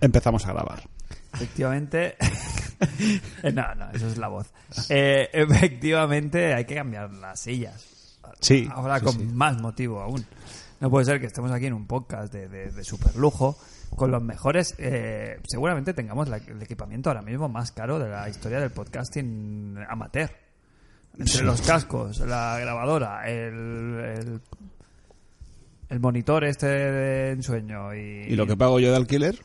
Empezamos a grabar. Efectivamente. Eh, no, no, eso es la voz. Eh, efectivamente, hay que cambiar las sillas. Sí, Ahora sí, con sí. más motivo aún. No puede ser que estemos aquí en un podcast de, de, de super lujo con los mejores. eh, seguramente tengamos la- el equipamiento ahora mismo más caro de la historia del podcasting amateur. Entre los cascos, la grabadora, el, el, el monitor este de ensueño y, ¿Y lo que pago yo de alquiler?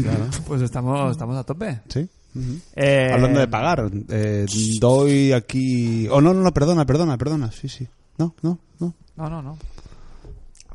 Claro. pues estamos, estamos a tope. Sí. Ujú. Eh, Hablando de pagar, eh, doy aquí. Oh, no, no, no, perdona, perdona, perdona. Sí, sí. No, no, no. No, no, no.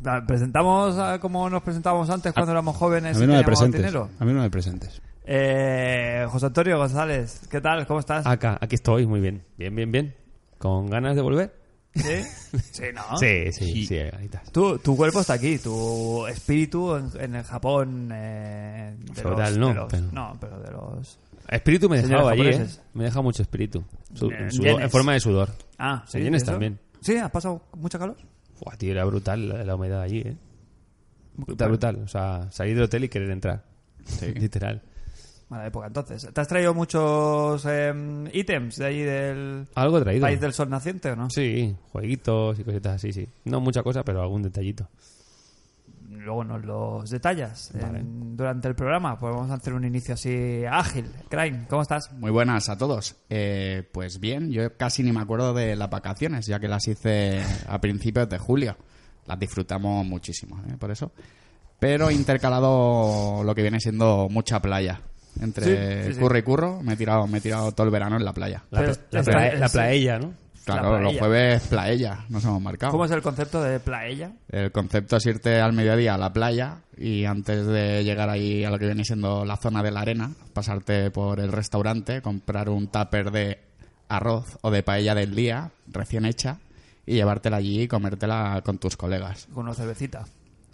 La- Presentamos ah, como nos presentábamos antes cuando éramos jóvenes Ah, A y mí no me teníamos presentes. dinero. A mí no me presentes. Eh, José Antonio González, ¿qué tal? ¿Cómo estás? Ah. Acá, aquí estoy, muy bien. Bien, bien, bien. ¿Con ganas de volver? ¿Sí? Ah, Sí, ¿no? Sí, sí, sí, ahí estás. Tú- tu cuerpo está aquí, tu espíritu en, en el Japón. eh, de los- Feudal, no, de los- pero- no, pero de los. Espíritu me Señores dejaba allí, ¿eh? japoneses. Me deja mucho espíritu. Su- Eh, en, sudor- yenes. en forma de sudor. Ah, sí. En ¿y yenes eso? también. Sí, ¿has pasado mucha calor? Buah, tío, era brutal la, la humedad allí, ¿eh? Está brutal. O sea, salir del hotel y querer entrar. Literal. Mala época, entonces. ¿Te has traído muchos eh, ítems de allí del Algo he traído. país del sol naciente o no? Sí, jueguitos y cositas así, sí. No mucha cosa, pero algún detallito. luego nos los detallas en- durante el programa. Pues vamos a hacer un inicio así ágil. Crane, ¿cómo estás? Muy buenas a todos. Eh, pues bien, yo casi ni me acuerdo de las vacaciones, ya que las hice a principios de julio. Las disfrutamos muchísimo, ¿eh? por eso. Pero he intercalado lo que viene siendo mucha playa. Entre Sí, sí, sí. curro y curro, me he tirado, me he tirado todo el verano en la playa. La, Pero pla- la está- plae- la sí. plaella, ¿no? Claro, la los paella. jueves playa, nos hemos Ah. marcado. ¿Cómo es el concepto de plaella? El concepto es irte al mediodía a la playa y antes de llegar ahí a lo que viene siendo la zona de la arena, pasarte por el restaurante, comprar un tupper de arroz o de paella del día recién hecha y llevártela allí y comértela con tus colegas. Con una cervecita.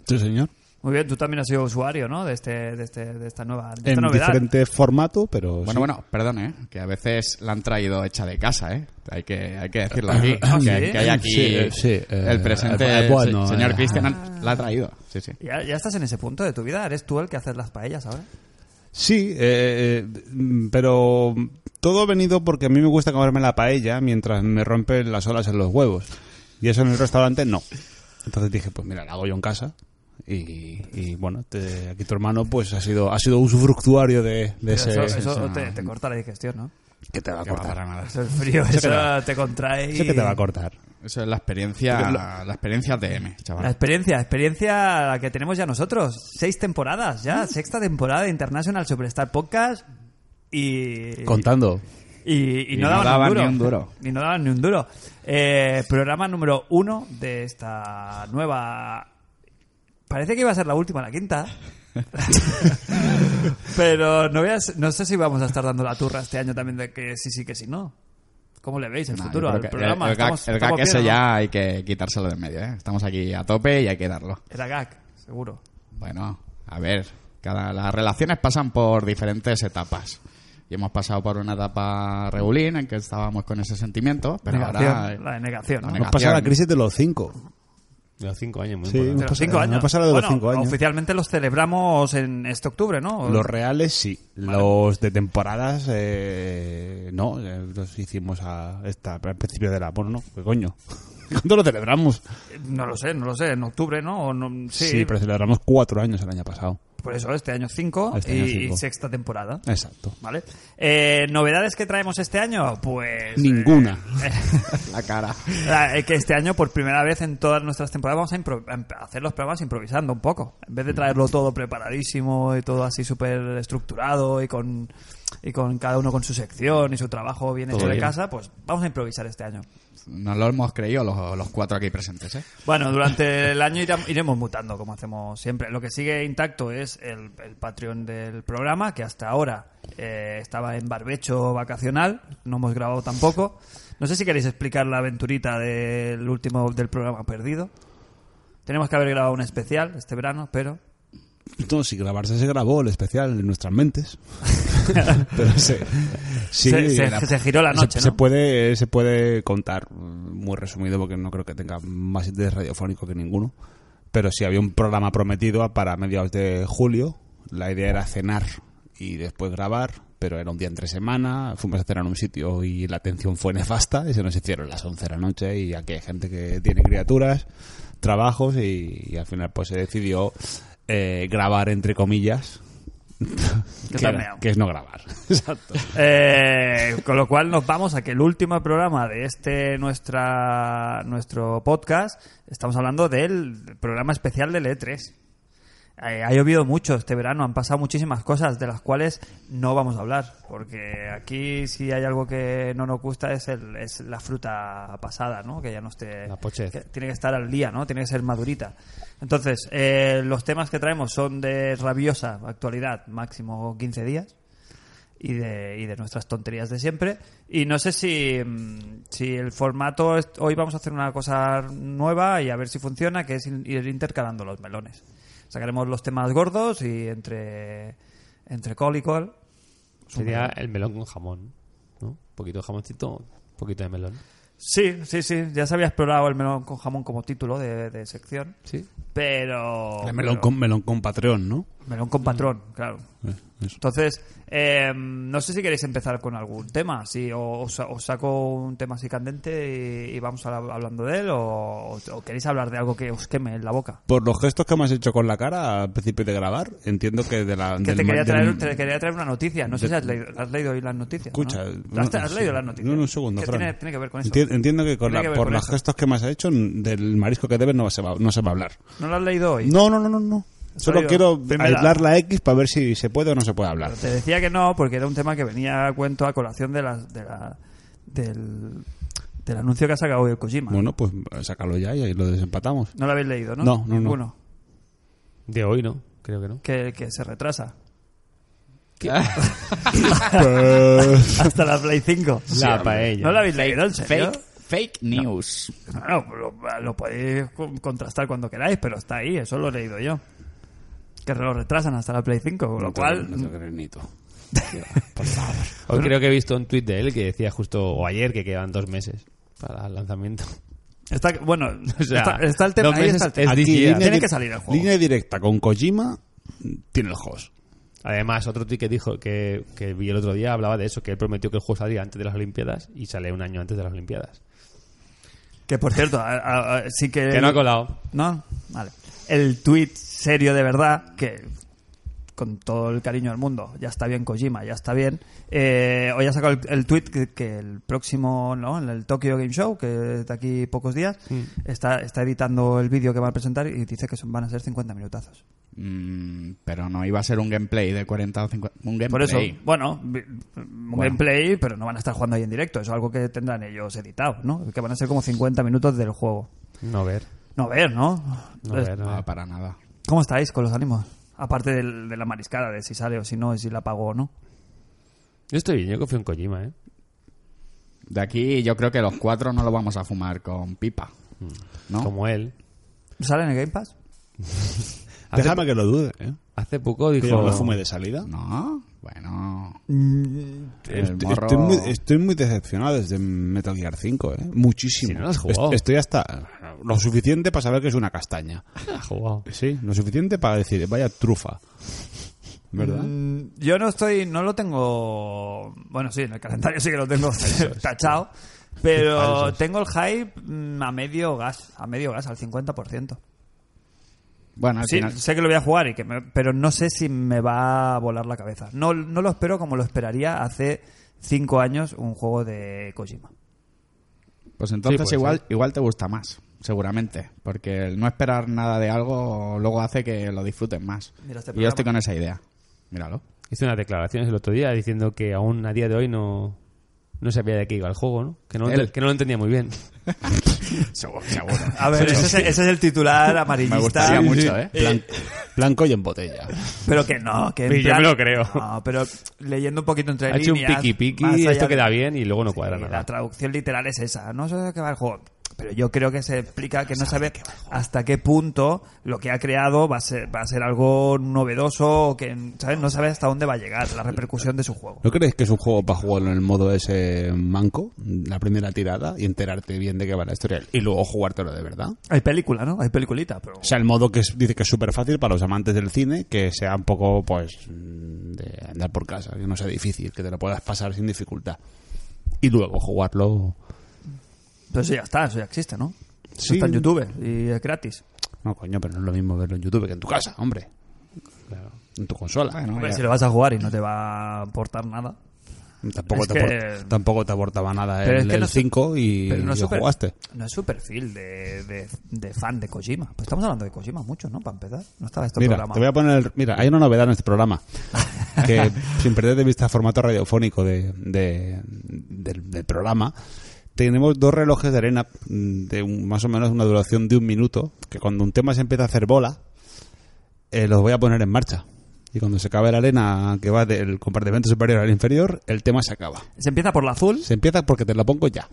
Sí, señor. Muy bien, tú también has sido usuario, ¿no? De, este, de, este, de esta nueva de esta En novedad. diferente formato, pero. Bueno, Pues sí. bueno, perdón, ¿eh? que a veces la han traído hecha de casa, ¿eh? Hay que, hay que decirlo aquí, que, que hay aquí Ah, Sí, eh, sí, eh, el presente, eh, bueno, se- señor eh. Cristian la ha traído, sí, sí. ¿Ya, ya estás en ese punto de tu vida. ¿Eres tú el que haces las paellas ahora? Sí, eh, eh, mm, pero todo ha venido porque a mí me gusta comerme la paella mientras me rompen las olas en los huevos. Y eso en el restaurante no. Entonces dije, pues mira, la hago yo en casa. Y, y, bueno, te- aquí tu hermano pues ha sido ha sido usufructuario de, de ese... eso eso sí, te, no. te corta la digestión, ¿no? que te va a Que va cortar. para nada. Eso es frío, que eso te contrae. y- Sé que te va a cortar. Eso es la experiencia, la experiencia TM, chaval. La experiencia, experiencia la que tenemos ya nosotros. Seis temporadas Mm. ya, sexta temporada de International Superstar Podcast y... Contando. Y, y Y no, daban, no daban ni un ni un duro. duro. Y no daban ni un duro. Eh, programa número uno de esta nueva... Parece que iba a ser la última, la quinta. Pero no, voy a- no sé si vamos a estar dando la turra este año también de que sí, sí, que sí, no. ¿Cómo le veis el Nah, yo futuro creo al que el- programa? El, gag, Estamos- el estamos gag ese bien, ¿no? ya hay que quitárselo de en medio, ¿eh? Estamos aquí a tope y hay que darlo. Era gag, seguro. Bueno, a ver, cada, las relaciones pasan por diferentes etapas. Y hemos pasado por una etapa regulín en que estábamos con ese sentimiento, pero ahora... eh, Negación, la de negación, ¿no? la Nos pasa la Negación. crisis de los cinco. De los cinco años, muy Sí. importante. De los pasa- cinco no años. ha pasado de los Bueno, cinco años. Oficialmente los celebramos en este octubre, ¿no? Los reales sí. Los de temporadas eh, no. eh, Los hicimos a esta, al principio de la... Bueno, no, ¿qué coño? ¿Cuándo lo celebramos? No lo sé, no lo sé. En octubre, ¿no? O no- sí, Sí, pero celebramos cuatro años el año pasado. por eso este año cinco Este y, año cinco. y sexta temporada. Exacto. ¿Vale? Eh, ¿Novedades que traemos este año? Pues... Ninguna. eh, La cara. La- eh, que este año, por primera vez en todas nuestras temporadas, vamos a, impro- a em- a hacer los programas improvisando un poco. En vez de traerlo todo preparadísimo y todo así súper estructurado y con, y con cada uno con su sección y su trabajo bien hecho Todo de bien. casa, pues vamos a improvisar este año. Nos lo hemos creído los, los cuatro aquí presentes, ¿eh? Bueno, durante el año irá- iremos mutando, como hacemos siempre. Lo que sigue intacto es el, el Patreon del programa, que hasta ahora eh, estaba en barbecho vacacional, no hemos grabado tampoco. No sé si queréis explicar la aventurita del último del programa perdido. Tenemos que haber grabado un especial este verano, pero No, si grabarse se grabó el especial en nuestras mentes. Pero se, sí, se, se- era- se giró la se- noche. se ¿no? puede, se puede contar mm, muy resumido porque no creo que tenga más interés radiofónico que ninguno. Pero sí había un programa prometido a- para mediados de julio La idea era cenar y después grabar, pero era un día entre semana, fuimos a cenar a un sitio y la atención fue nefasta y se nos hicieron las 11 de la noche y aquí hay gente que tiene criaturas, trabajos y, y al final pues se decidió eh, grabar entre comillas. Que que, era- tameo. que es no grabar. Exacto. Eh, con lo cual nos vamos a que el último programa de este nuestra nuestro podcast estamos hablando del programa especial del E3. Eh, ha llovido mucho este verano, han pasado muchísimas cosas de las cuales no vamos a hablar, porque aquí si hay algo que no nos gusta es, el, es la fruta pasada, ¿no? Que ya no esté... La pochez. que tiene que estar al día, ¿no? Tiene que ser madurita. Entonces, eh, los temas que traemos son de rabiosa actualidad, máximo 15 días y de, y de nuestras tonterías de siempre. Y no sé si, mm, si el formato. es- Hoy vamos a hacer una cosa nueva y a ver si funciona, que es in- ir intercalando los melones. Sacaremos los temas gordos y entre, entre col y col. Sería el melón con jamón, ¿no? Un poquito de jamoncito, un poquito de melón. Sí, sí, sí. Ya se había explorado el melón con jamón como título de, de sección. Sí. Pero. El melón pero- con, melón con Patreon, ¿no? Melón con patrón, claro. Entonces, eh, no sé si queréis empezar con algún tema, si o- os, os saco un tema así candente y, y vamos a- hablando de él, o, o queréis hablar de algo que os queme en la boca. Por los gestos que me has hecho con la cara al principio de grabar, entiendo que de la... Que del te quería, ma- traer, del- te quería traer una noticia, no sé si has leído, has leído hoy las noticias. ¿no? Escucha, ¿Has, has sí. leído las noticias? No, no, un segundo, Que Fran. tiene, tiene que ver con eso. Enti- Entiendo que, con Tiene la- que ver por con los eso. gestos que me has hecho, n- del marisco que debes no se va, no se va a hablar. ¿No lo has leído hoy? No, no, no, no. no. Solo Salido. quiero Primera. aislar la X para ver si se puede o no se puede hablar. Te decía que no, porque era un tema que venía a cuento a colación de las de la, del, del anuncio que ha sacado hoy Kojima. Bueno, pues sácalo ya y ahí lo desempatamos. No lo habéis leído, ¿no? No, no, no. Ninguno. De hoy, ¿no? Creo que no. que, que se retrasa. Pues- Hasta la Play 5. La paella. ¿No lo habéis leído, en serio? Fake, fake news. No, lo, lo podéis co- contrastar cuando queráis, pero está ahí, eso lo he leído yo. Que lo retrasan hasta la Play 5, con lo No te- cual... no te crees ni tú. Hoy creo que he visto un tuit de él que decía justo, o ayer, que quedan dos meses para el lanzamiento. Está, bueno, O sea, está, está el tema, dos ahí meses está el tema. es Aquí, día. línea Tiene di- que salir el juego. Línea directa con Kojima, tiene el host. Además, otro tuit que dijo que, que vi el otro día hablaba de eso, que él prometió que el juego salía antes de las Olimpiadas y sale un año antes de las Olimpiadas. Que por cierto, a- a- a- sí que... Que no ha colado. ¿No? Vale. El tweet serio de verdad, que con todo el cariño del mundo, ya está bien Kojima, ya está bien. Eh, hoy ha sacado el, el tweet que, que el próximo, ¿no? En el Tokyo Game Show, que es de aquí pocos días, Mm. está, está editando el vídeo que va a presentar y dice que son, van a ser 50 minutazos. Mm, pero no iba a ser un gameplay de 40 o 50. Un gameplay. Por eso, bueno, vi- un gameplay, pero no van a estar jugando ahí en directo, eso es algo que tendrán ellos editado, ¿no? Que van a ser como 50 minutos del juego. No ver. No ver, ¿no? No Es- ver, no No, ver. para nada. ¿Cómo estáis con los ánimos? Aparte del- de la mariscada, de si sale o si no, y si la pago o no. Yo estoy bien, yo confío en Kojima, ¿eh? De aquí yo creo que los cuatro no lo vamos a fumar con pipa. Mm. ¿No? Como él. ¿Sale en el Game Pass? Hace, Déjame que lo dude, ¿eh? hace poco Que yo dijo... me fume de salida. No, bueno. El Mm, Est- morro- Estoy, muy, estoy muy decepcionado desde Metal Gear 5, ¿eh? Muchísimo. Si no lo has jugado. Est- Estoy hasta... Lo suficiente para saber que es una castaña. Ha jugado. Sí, lo suficiente para decir, vaya trufa. ¿Verdad? Mm, Yo no estoy, no lo tengo. Bueno, sí, en el calendario sí que lo tengo tachado. Ah, Pero tengo el hype mm, a medio gas, a medio gas, al 50%. Bueno, al Sí, final. sé que lo voy a jugar, y que me- pero no sé si me va a volar la cabeza. No, no lo espero como lo esperaría hace 5 años un juego de Kojima. Pues entonces Sí, puede igual, igual te gusta más, seguramente. Porque el no esperar nada de algo luego hace que lo disfruten más. Mira este y yo estoy programa. con esa idea. Míralo. Hizo unas declaraciones el otro día diciendo que aún a día de hoy no, no sabía de qué iba el juego, ¿no? Que no, lo Él. ent- que no lo entendía muy bien. Seguro, seguro. A ver, ese es, ese es el titular amarillista. Me gustaría mucho, ¿eh? Blan- blanco y en botella. Pero que no, que en Sí, yo plan- me lo creo. No, pero leyendo un poquito entre Ha hecho un líneas. piqui piqui, más allá esto de- queda bien y luego no cuadra Sí, La nada. traducción literal es esa. No sé de qué va el juego. Pero yo creo que se explica que no sabe hasta qué punto lo que ha creado va a ser, va a ser algo novedoso, o que ¿sabes? no sabe hasta dónde va a llegar la repercusión de su juego. ¿No crees que es un juego para jugarlo en el modo ese manco, la primera tirada, y enterarte bien de qué va la historia y luego jugártelo de verdad? Hay película, ¿no? Hay peliculita, pero... O sea, el modo que es- dice que es súper fácil para los amantes del cine, que sea un poco, pues, mm, de andar por casa, que no sea difícil, que te lo puedas pasar sin dificultad. Y luego jugarlo. Pero eso ya está, eso ya existe, ¿no? Eso Sí. está en YouTube y es gratis. No, coño, pero no es lo mismo verlo en YouTube que en tu casa, hombre. En tu consola. Bueno, Hombre, ya. si lo vas a jugar y no te va a aportar nada. Tampoco, Es te que- aport- tampoco te aportaba nada Pero el, es que el no es- 5 y Pero no es lo su per- jugaste. No es su perfil de, de- de fan de Kojima. Pues estamos hablando de Kojima mucho, ¿no? Para empezar. No estaba esto Mira, este programa. te voy a poner. el- Mira, hay una novedad en este programa. Que sin perder de vista el formato radiofónico de, de- del, del programa, tenemos dos relojes de arena mm, de un- más o menos una duración de un minuto. Que cuando un tema se empieza a hacer bola, eh, los voy a poner en marcha. Y cuando se acabe la arena que va del compartimento superior al inferior, el tema se acaba. Se empieza por la azul. Se empieza porque te lo pongo ya.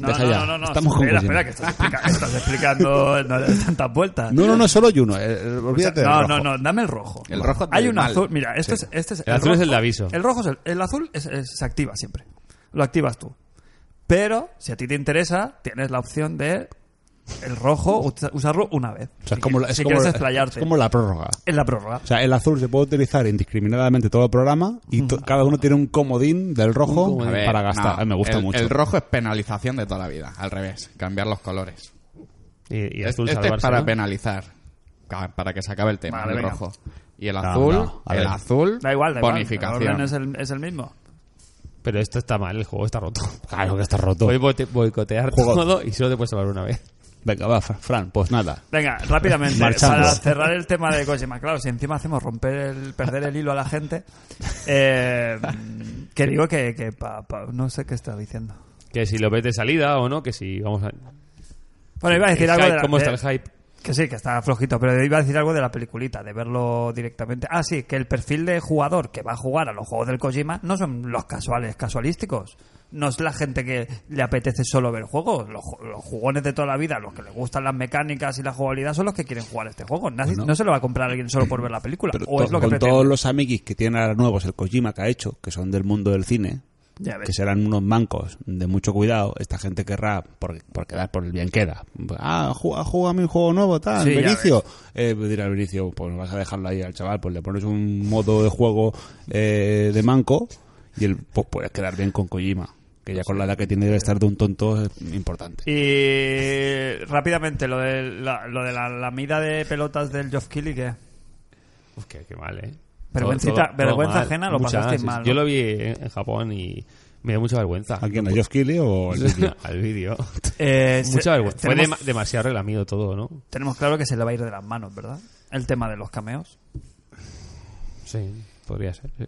No, Deja no, ya. no, no, no. Estamos con espera, Kojima. espera, que estás, explica- estás explicando. No le des tantas vueltas. No, no, no, solo hay uno. eh, eh, O sea, olvídate del no, rojo. no, no, dame el rojo. El rojo Hay del un mal. azul. Mira, este es, este es El azul es el de aviso. El rojo es el, el azul es- es- se activa siempre. Lo activas tú. Pero si a ti te interesa, tienes la opción de el rojo usa- usarlo una vez. O sea, si es como, que- la- es si como quieres la- explayarte. es como la prórroga. En la prórroga. O sea, el azul se puede utilizar indiscriminadamente todo el programa y to- cada uno tiene un comodín del rojo A ver, para gastar. no, Ah, me gusta el- mucho. El rojo es penalización de toda la vida, al revés, cambiar los colores. Y, y Es- azul este es salvarse, para ¿no? penalizar, ca- para que se acabe el tema, Vale, el venga. rojo. Y el no, azul, a el ver. azul, Da igual, da igual. bonificación. El orden es el, es el mismo. Pero esto está mal, el juego está roto. Claro que está roto. Voy a bote- boicotear Juego. todo y solo te puedes salvar una vez. Venga, va, Fra- Fran, pues nada. Venga, rápidamente, Marchando. para cerrar el tema de Kojima. Claro, si encima hacemos romper el, perder el hilo a la gente, eh, que digo que, que pa- pa- no sé qué está diciendo. Que si lo ves de salida o no, que si vamos a... Bueno, iba a decir El algo hype, de la- ¿Cómo está de- el hype? Que sí, que está flojito, pero iba a decir algo de la peliculita, de verlo directamente. Ah, sí, que el perfil de jugador que va a jugar a los juegos del Kojima no son los casuales, casualísticos. No es la gente que le apetece solo ver juegos. Los, ju- los jugones de toda la vida, los que les gustan las mecánicas y la jugabilidad, son los que quieren jugar este juego. Nadie- Bueno. no se lo va a comprar a alguien solo por ver la película. Pero o es to- lo que con pretende. todos los amiguis que tienen ahora nuevos el Kojima que ha hecho, que son del mundo del cine, Ya ves. que serán unos mancos de mucho cuidado, esta gente querrá, por, por quedar por el bien queda. Ah, juega, juega mi juego nuevo, tal, Sí, ya Benicio. Eh, dirá Benicio, pues vas a dejarlo ahí al chaval, pues le pones un modo de juego eh, de manco y él, pues puedes quedar bien con Kojima, que ya con la edad que tiene debe estar de un tonto eh, importante. Y rápidamente, lo de la, lo de la lamida de pelotas del Geoff Keighley, que Uf, qué, qué mal, ¿eh? Vergüencita- vergüenza ajena, lo pasasteis mal, ¿no? Yo lo vi en, en Japón y me dio mucha vergüenza. ¿A quién? ¿A Geoff Keighley o al vídeo? Al vídeo. eh, se- mucha vergüenza. Fue tenemos- dema- demasiado relamido todo, ¿no? Tenemos claro que se le va a ir de las manos, ¿verdad? El tema de los cameos. Sí, podría ser. sí.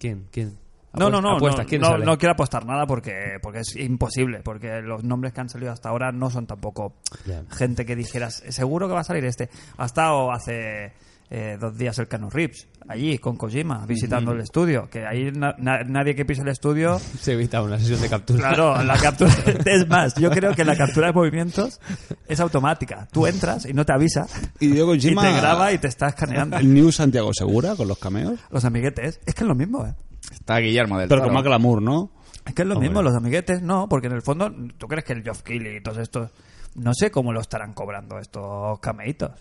¿Quién? ¿Quién? No, no, no, Apuestas, no, ¿quién no, sale? no quiero apostar nada porque, porque es imposible, porque los nombres que han salido hasta ahora no son tampoco Ya. gente que dijeras, seguro que va a salir este. Ha estado hace eh, dos días el Cano Rips, allí con Kojima, visitando el estudio, que ahí na- na- nadie que pise el estudio Se evita una sesión de captura. Claro, la captura. Es más, yo creo que la captura de movimientos es automática. Tú entras y no te avisa. Y Diego Kojima- te graba y te está escaneando. ¿El New Santiago Segura con los cameos? Los amiguetes. Es que es lo mismo, ¿eh? Está Guillermo del Pero con Toro. más glamour, ¿no? Es que es lo mismo, los amiguetes, no, porque en el fondo, ¿tú crees que el Geoff Keighley y todos estos. No sé cómo lo estarán cobrando estos cameitos.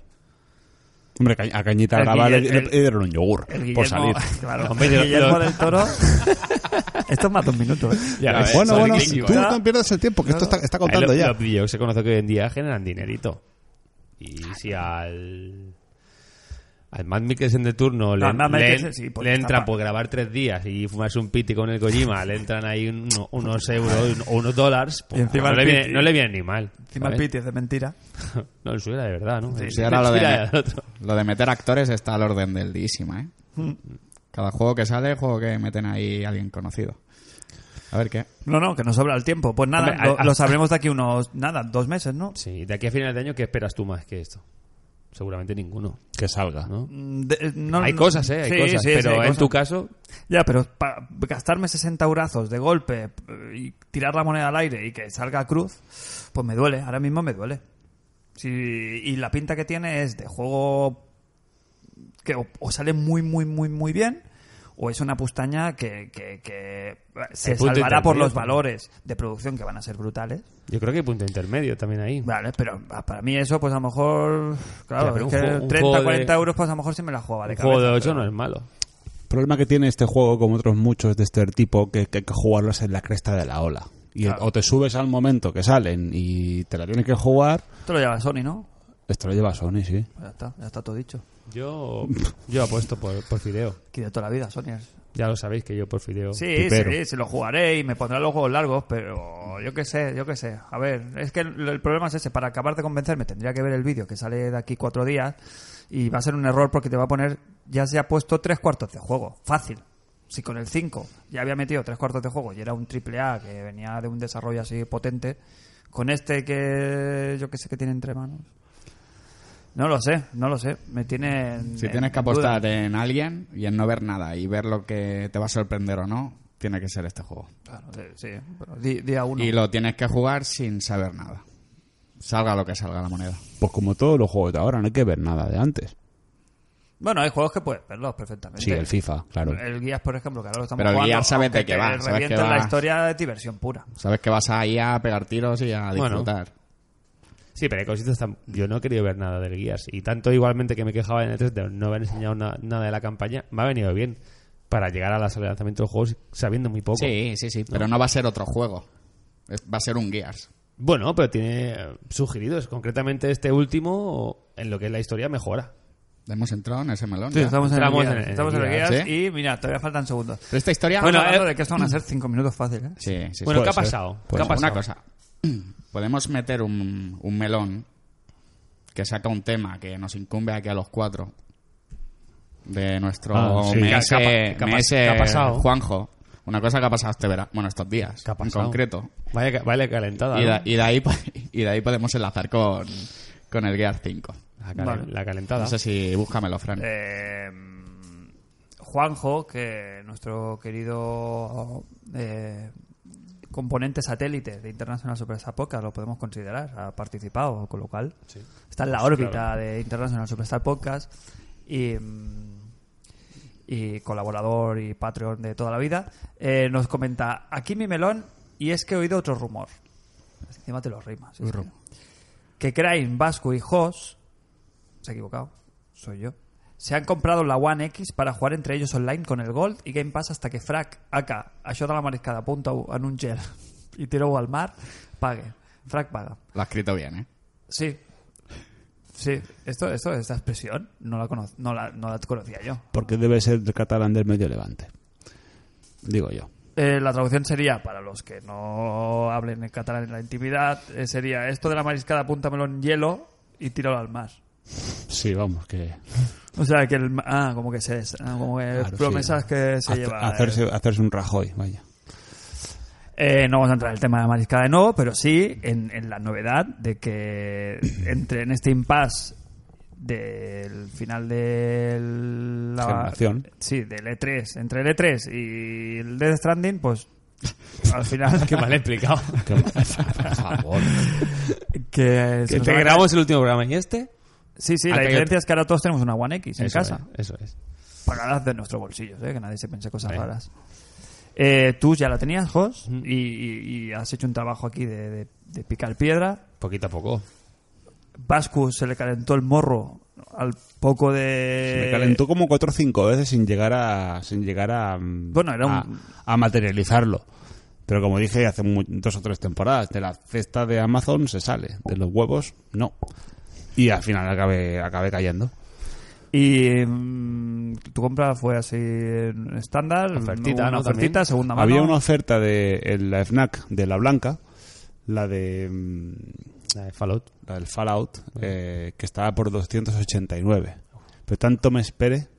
Hombre, ca- a Cañita El Brava le, Guille- le- el- le dieron un yogur El por Guillermo, salir. claro, Hombre, el yo- Guillermo lo- del Toro. Esto es más de un minuto. ¿eh? Ya ves, bueno, son bueno, gringos. tú ¿verdad? no pierdas el tiempo, que esto está, está contando Ahí lo- ya. Los videos se conoce que hoy en día generan dinerito. Y si al. Al Matt Mikkelsen de turno le, No, al Matt le- Mikkelsen, sí, porque le está entran pa- por grabar tres días y fumarse un piti con el Kojima, le entran ahí un- unos euros o unos dólares, pues, Y encima no, el le viene, piti. no le viene ni mal. Encima el ¿sabes? piti es de mentira. No, el suyo era de verdad, ¿no? El suyo Sí, Pues ahora lo era de, E del otro. lo de meter actores está al orden del dísima, ¿eh? Cada juego que sale, juego que meten ahí a alguien conocido. A ver qué. No, no, que nos sobra el tiempo. Pues nada, Hombre, lo, a- a- lo sabremos de aquí unos, nada, dos meses, ¿no? Sí, de aquí a final de año, ¿qué esperas tú más que esto? Seguramente ninguno, Que salga. ¿no? Mm, de- eh, no- hay no- cosas, ¿eh? Hay Sí, cosas. sí, sí, pero hay en cosas. tu caso, Ya, pero para gastarme 60 eurazos de golpe eh, y tirar la moneda al aire y que salga cruz, pues me duele, ahora mismo me duele. Sí, y la pinta que tiene es de juego que o, o sale muy, muy, muy, muy bien, o es una pustaña que, que- que eh, se Hay punto salvará por intermedio, los ¿no? valores de producción que van a ser brutales. Yo creo que hay punto intermedio también ahí. Vale, pero pa- para mí eso, pues a lo mejor, claro, Ya, pero es un que juego- un 30, juego de- 40 euros, pues a lo mejor sí me la jugaba de Un cabeza. juego de 8 pero- no es malo. El problema que tiene este juego, como otros muchos de este tipo, que, que hay que jugarlos en la cresta de la ola. Y Claro. o te subes al momento que salen y te la tienes que jugar, Esto lo lleva Sony, ¿no? esto lo lleva Sony, sí. Pues ya está, ya está todo dicho. Yo, yo apuesto por, por Fideo. Aquí de toda la vida, Sony es- Ya lo sabéis que yo por Fideo. Sí, Pipero. sí, sí, lo jugaré y me pondrá los juegos largos, pero yo qué sé, yo qué sé. A ver, es que el, el problema es ese. Para acabar de convencerme tendría que ver el vídeo que sale de aquí cuatro días y va a ser un error porque te va a poner, ya se ha puesto tres cuartos de juego. Fácil. Si con el 5 ya había metido tres cuartos de juego y era un triple A que venía de un desarrollo así potente, con este que yo qué sé que tiene entre manos. No lo sé, no lo sé. Me tiene... en- Si en tienes que Eh, duda. apostar en alguien y en no ver nada y ver lo que te va a sorprender o no, tiene que ser este juego. Claro, sí, pero di- día uno. Y lo tienes que jugar sin saber nada. Salga lo que salga la moneda. Pues como todos los juegos de ahora, no hay que ver nada de antes. Bueno, hay juegos que puedes verlos perfectamente. Sí, el FIFA, claro. El Guías, por ejemplo, que ahora lo estamos Pero el jugando. Gears sabes aunque de qué te va, sabes que revienten va- la historia de diversión pura. Sabes que vas ahí a pegar tiros y a Bueno. disfrutar. Sí, pero hay cositas tan... Yo no he querido ver nada del Guías. Y tanto igualmente que me quejaba en el 3 de no haber enseñado na- nada de la campaña, me ha venido bien para llegar a la sala de lanzamiento del juego sabiendo muy poco. Sí, sí, sí. Pero no va a ser otro juego. Es- Va a ser un Gears. Bueno, pero tiene eh, sugeridos. Concretamente este último, en lo que es la historia, mejora. Hemos entrado en ese melón. ya. estamos en el Entramos Gears, en el- estamos en el Gears, Gears ¿sí? y mira, todavía faltan segundos. Pero esta historia. bueno, eh, Vamos a- hablando de que esto van a ser cinco minutos fáciles. ¿eh? Sí, sí, sí. bueno, puede ¿qué ha ser. pasado? ¿Qué Puede ha ser. pasado? Una cosa. Podemos meter un, un melón que saca un tema que nos incumbe aquí a los cuatro de nuestro Ah, sí. MS, ¿Qué ha- qué ha pas- MS qué ha pasado? eh, Juanjo. Una cosa que ha pasado este verano, bueno, estos días, ¿Qué ha en pasado? concreto. Vaya, ca- vaya calentada. Y, ¿no? da- y de ahí, po- y de ahí podemos enlazar con, con el Gear 5. La, calen- Vale. la calentada. No sé si búscamelo, Fran. Eh, Juanjo, que nuestro querido eh, componente satélite de International Super Star Podcast, lo podemos considerar, ha participado, con lo cual está en la órbita de International Superstar Podcast y, mm, y colaborador y Patreon de toda la vida, eh, nos comenta, aquí mi melón, y es que he oído otro rumor. Encima te lo rimas. es que- Que Crane, Vasco y Hoss, se ha equivocado, soy yo, se han comprado la One X para jugar entre ellos online con el Gold y Game Pass hasta que Frack, acá, ayuda a la mariscada, apunta a un gel y tiro al mar, pague. Frack paga. Lo ha escrito bien, ¿eh? Sí. Sí, esto, esto, esta expresión no la, cono- no la, no la conocía yo. Porque debe ser el catalán del medio levante. Digo yo. Eh, la traducción sería, para los que no hablen en catalán en la intimidad, eh, sería esto de la mariscada, apúntamelo en hielo y tíralo al mar. Sí, vamos, Eh, que... O sea, que el... ma- Ah, como que se... es- ah, como que claro, promesas sí. que se Hace- lleva... eh. Hacerse, hacerse un Rajoy, vaya. Eh, no vamos a entrar en el tema de la mariscada de nuevo, pero sí en, en la novedad de que entre en este impasse del final de la Generación. Sí, del E3, entre el E3 y el Death Stranding, pues al final Qué mal ¿eh? explicado. Que- Por favor. que, se que nos te va a- grabamos el último programa. ¿Y este? Sí, sí, Ah, la que- diferencia es que ahora todos tenemos una One X en Eso casa. es, eso es. pagadas de nuestros bolsillos, ¿eh? que nadie se piense cosas Sí. raras. Eh, tú ya la tenías, Jos, y, y- y has hecho un trabajo aquí de, de- de picar piedra. Poquito a poco. Vasco se le calentó el morro al poco de... Me calentó como cuatro o cinco veces sin llegar a sin llegar a mm, Bueno, era un- a, a materializarlo. Pero como dije hace mu- dos o tres temporadas, de la cesta de Amazon se sale, de los huevos no. Y al final acabé, acabé cayendo. Y mm, tu compra fue así en estándar, Ofertita, una ¿no? ofertita, También. segunda mano. Había una oferta de en la FNAC de la blanca, la de mm, La de Fallout. la del Fallout, eh, que estaba por 289. Pero tanto me esperé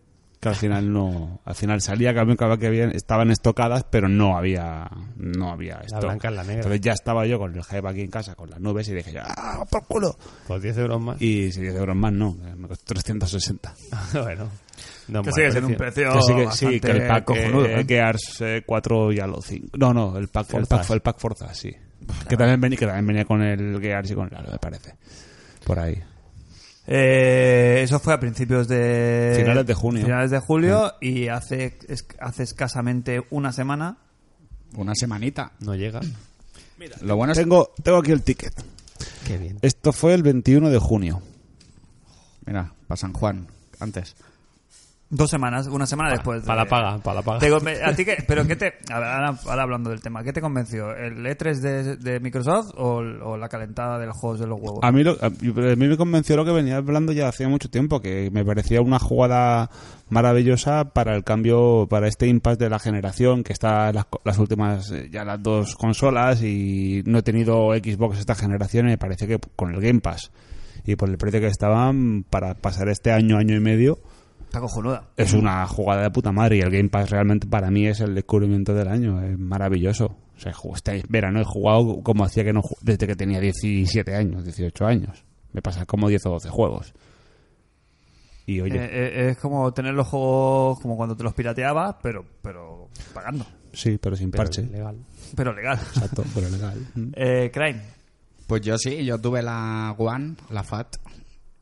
que al final no, al final salía que había- que había- que había- estaban estocadas, pero no había, no había La stock. blanca es la negra. Entonces ya estaba yo con el jefe aquí en casa, con las nubes, y dije, ¡ah, por culo! Por 10 Pues euros más. Y si 10 euros más, no, me costó 360. bueno. No que mal sigue siendo un precio. precio que sí, que, bastante sí, que el pack cojonudo. eh, ¿eh? que Ars eh, 4 ya lo 5. No, no, el pack, el pack, Forzas. el pack Forza, sí. Que, también venía, que también venía con el Gears y con el Aro, me parece. Por ahí. Eh, eso fue a principios de... Finales de junio. Finales de julio y hace, es- hace escasamente una semana Una semanita. No llega. Lo bueno es Tengo, tengo aquí el ticket. Qué bien. Esto fue el 21 de junio. Mira, para San Juan, antes. Dos semanas, una semana después. de- Para la paga, para la paga. Te conven- ¿A ti qué? ¿Pero qué te.? Ahora, ahora hablando del tema, ¿qué te convenció? ¿El E3 de, de Microsoft o, el- o la calentada de los juegos de los huevos? A mí, lo- a a mí me convenció lo que venía hablando ya hacía mucho tiempo, que me parecía una jugada maravillosa para el cambio, para este impasse de la generación, que está las, co- las últimas, eh, ya las dos consolas y no he tenido Xbox esta generación y me parece que con el Game Pass y por el precio que estaban para pasar este año, año y medio, Está cojonuda. es una jugada de puta madre y el Game Pass realmente para mí es el descubrimiento del año, es maravilloso. O sea, ju- este verano he jugado como hacía que no ju- desde que tenía 17 años, 18 años. Me pasa como 10 o 12 juegos. Y oye, Eh, eh, es como tener los juegos como cuando te los pirateabas, pero, pero pagando. sí, pero sin Pero parche. Legal. Pero legal. Exacto, pero legal. Mm. Eh, Crane. Pues yo sí, yo tuve la One, la FAT,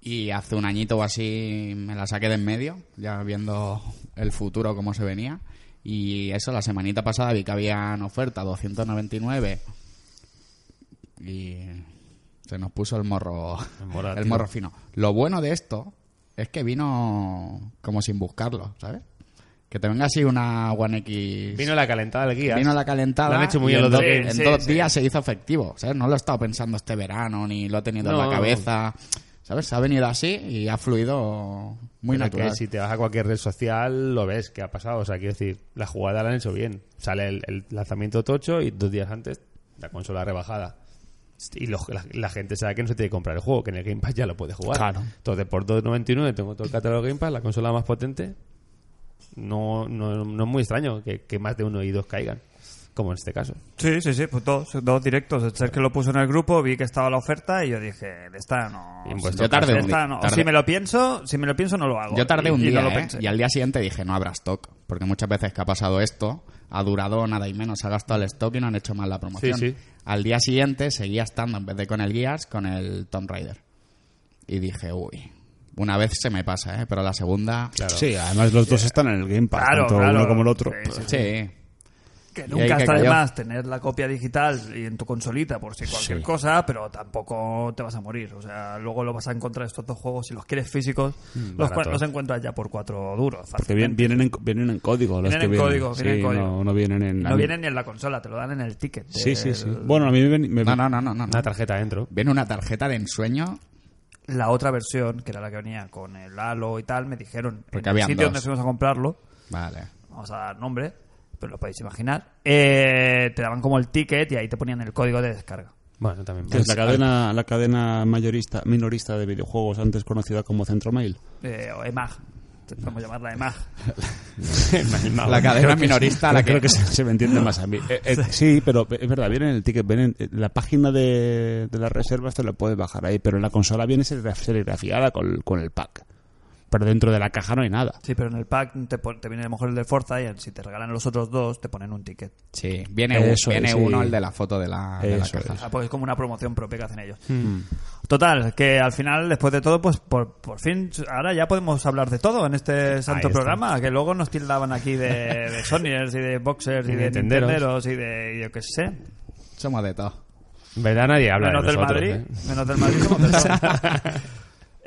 y hace un añito o así me la saqué de en medio, ya viendo el futuro, cómo se venía. Y eso, la semanita pasada vi que habían oferta 299 y se nos puso el morro, El morro, el tío. morro fino. Lo bueno de esto es que vino como sin buscarlo, ¿sabes? Que te venga así una One X... Vino la calentada del guía. Vino la calentada. Lo han hecho muy y bien en los do- dos. En Sí, dos sí, días se hizo efectivo. ¿sabes? No lo he estado pensando este verano, ni lo he tenido en No. la cabeza. ¿Sabes? Se ha venido así y ha fluido muy Pero natural. que si te vas a cualquier red social lo ves que ha pasado. O sea, quiero decir, la jugada la han hecho bien. Sale el, el lanzamiento tocho y dos días antes la consola rebajada. Y lo- la, la gente sabe que no se tiene que comprar el juego, que en el Game Pass ya lo puede jugar. Claro. Entonces, por 2.99 tengo todo el catálogo Game Pass, la consola más potente. No, no, no es muy extraño que, que más de uno y dos caigan, como en este caso. Sí, sí, sí, pues dos, dos directos. El ser que lo puso en el grupo, vi que estaba la oferta y yo dije, de esta no. Y en vuestro pues Yo tardé de un esta día. no. O tardé- Si me lo pienso, si me lo pienso no lo hago. Yo tardé Y- un y día, no lo ¿eh? pensé. Y al día siguiente dije, no habrá stock. Porque muchas veces que ha pasado esto, ha durado nada y menos, se ha gastado el stock y no han hecho mal la promoción. Sí, sí. Al día siguiente seguía estando, en vez de con el Gears, con el Tomb Raider. Y dije, uy, una vez se me pasa, ¿eh? Pero la segunda... Claro. Sí, además los dos están en el Game Pass, Claro, tanto claro. uno como el otro. Sí, sí, Sí, Que ahí nunca que está de cayó. más tener la copia digital y en tu consolita por si cualquier cosa, pero tampoco te vas a morir. O sea, luego lo vas a encontrar estos dos juegos. Si los quieres físicos, los, barato. cua- los encuentras ya por cuatro duros. Porque vien- fácilmente. vienen, en, vienen en código los Vienen que en vienen. código, vienen Sí, en código. No, no vienen en... No vienen ni en la consola, te lo dan en el ticket. de- Sí, sí, sí. Bueno, a mí me... ven- me- No, no, no, no, no. Una tarjeta dentro. Viene una tarjeta de ensueño. La otra versión, que era la que venía con el Halo y tal, me dijeron Porque en el habían sitio dos. donde fuimos a comprarlo, Vale. vamos a dar nombre, pero lo podéis imaginar, eh, te daban como el ticket y ahí te ponían el código de descarga. Bueno, también. Que es Pues la cadena, la cadena mayorista, minorista de videojuegos, antes conocida como Centromail. Eh, o EMAG, podemos llamarla EMAG. La cadena minorista, la que... Creo que se, se me entiende más a mí. Eh, eh, sí, pero es verdad, viene en el ticket, viene en- en la página de, de las reservas, te lo puedes bajar ahí, pero en la consola viene serigraf- serigrafiada con, con el pack. Pero dentro de la caja no hay nada. Sí, pero en el pack te, pon- te viene a lo mejor el de Forza y el- si te regalan los otros dos te ponen un ticket. Sí, viene, Eso, viene sí. uno, el de la foto de la, de la Eso caja. O sea, pues es como una promoción propia que hacen ellos. Hmm. Total, que al final, después de todo, pues por, por fin, ahora ya podemos hablar de todo en este santo está. programa, que luego nos tildaban aquí de, de Sonyers y de Boxers y Y de Nintenderos. Nintenderos y de y yo qué sé. Somos de todo. En verdad nadie habla Menos de del nosotros, Madrid, ¿eh? menos del Madrid como del Sony.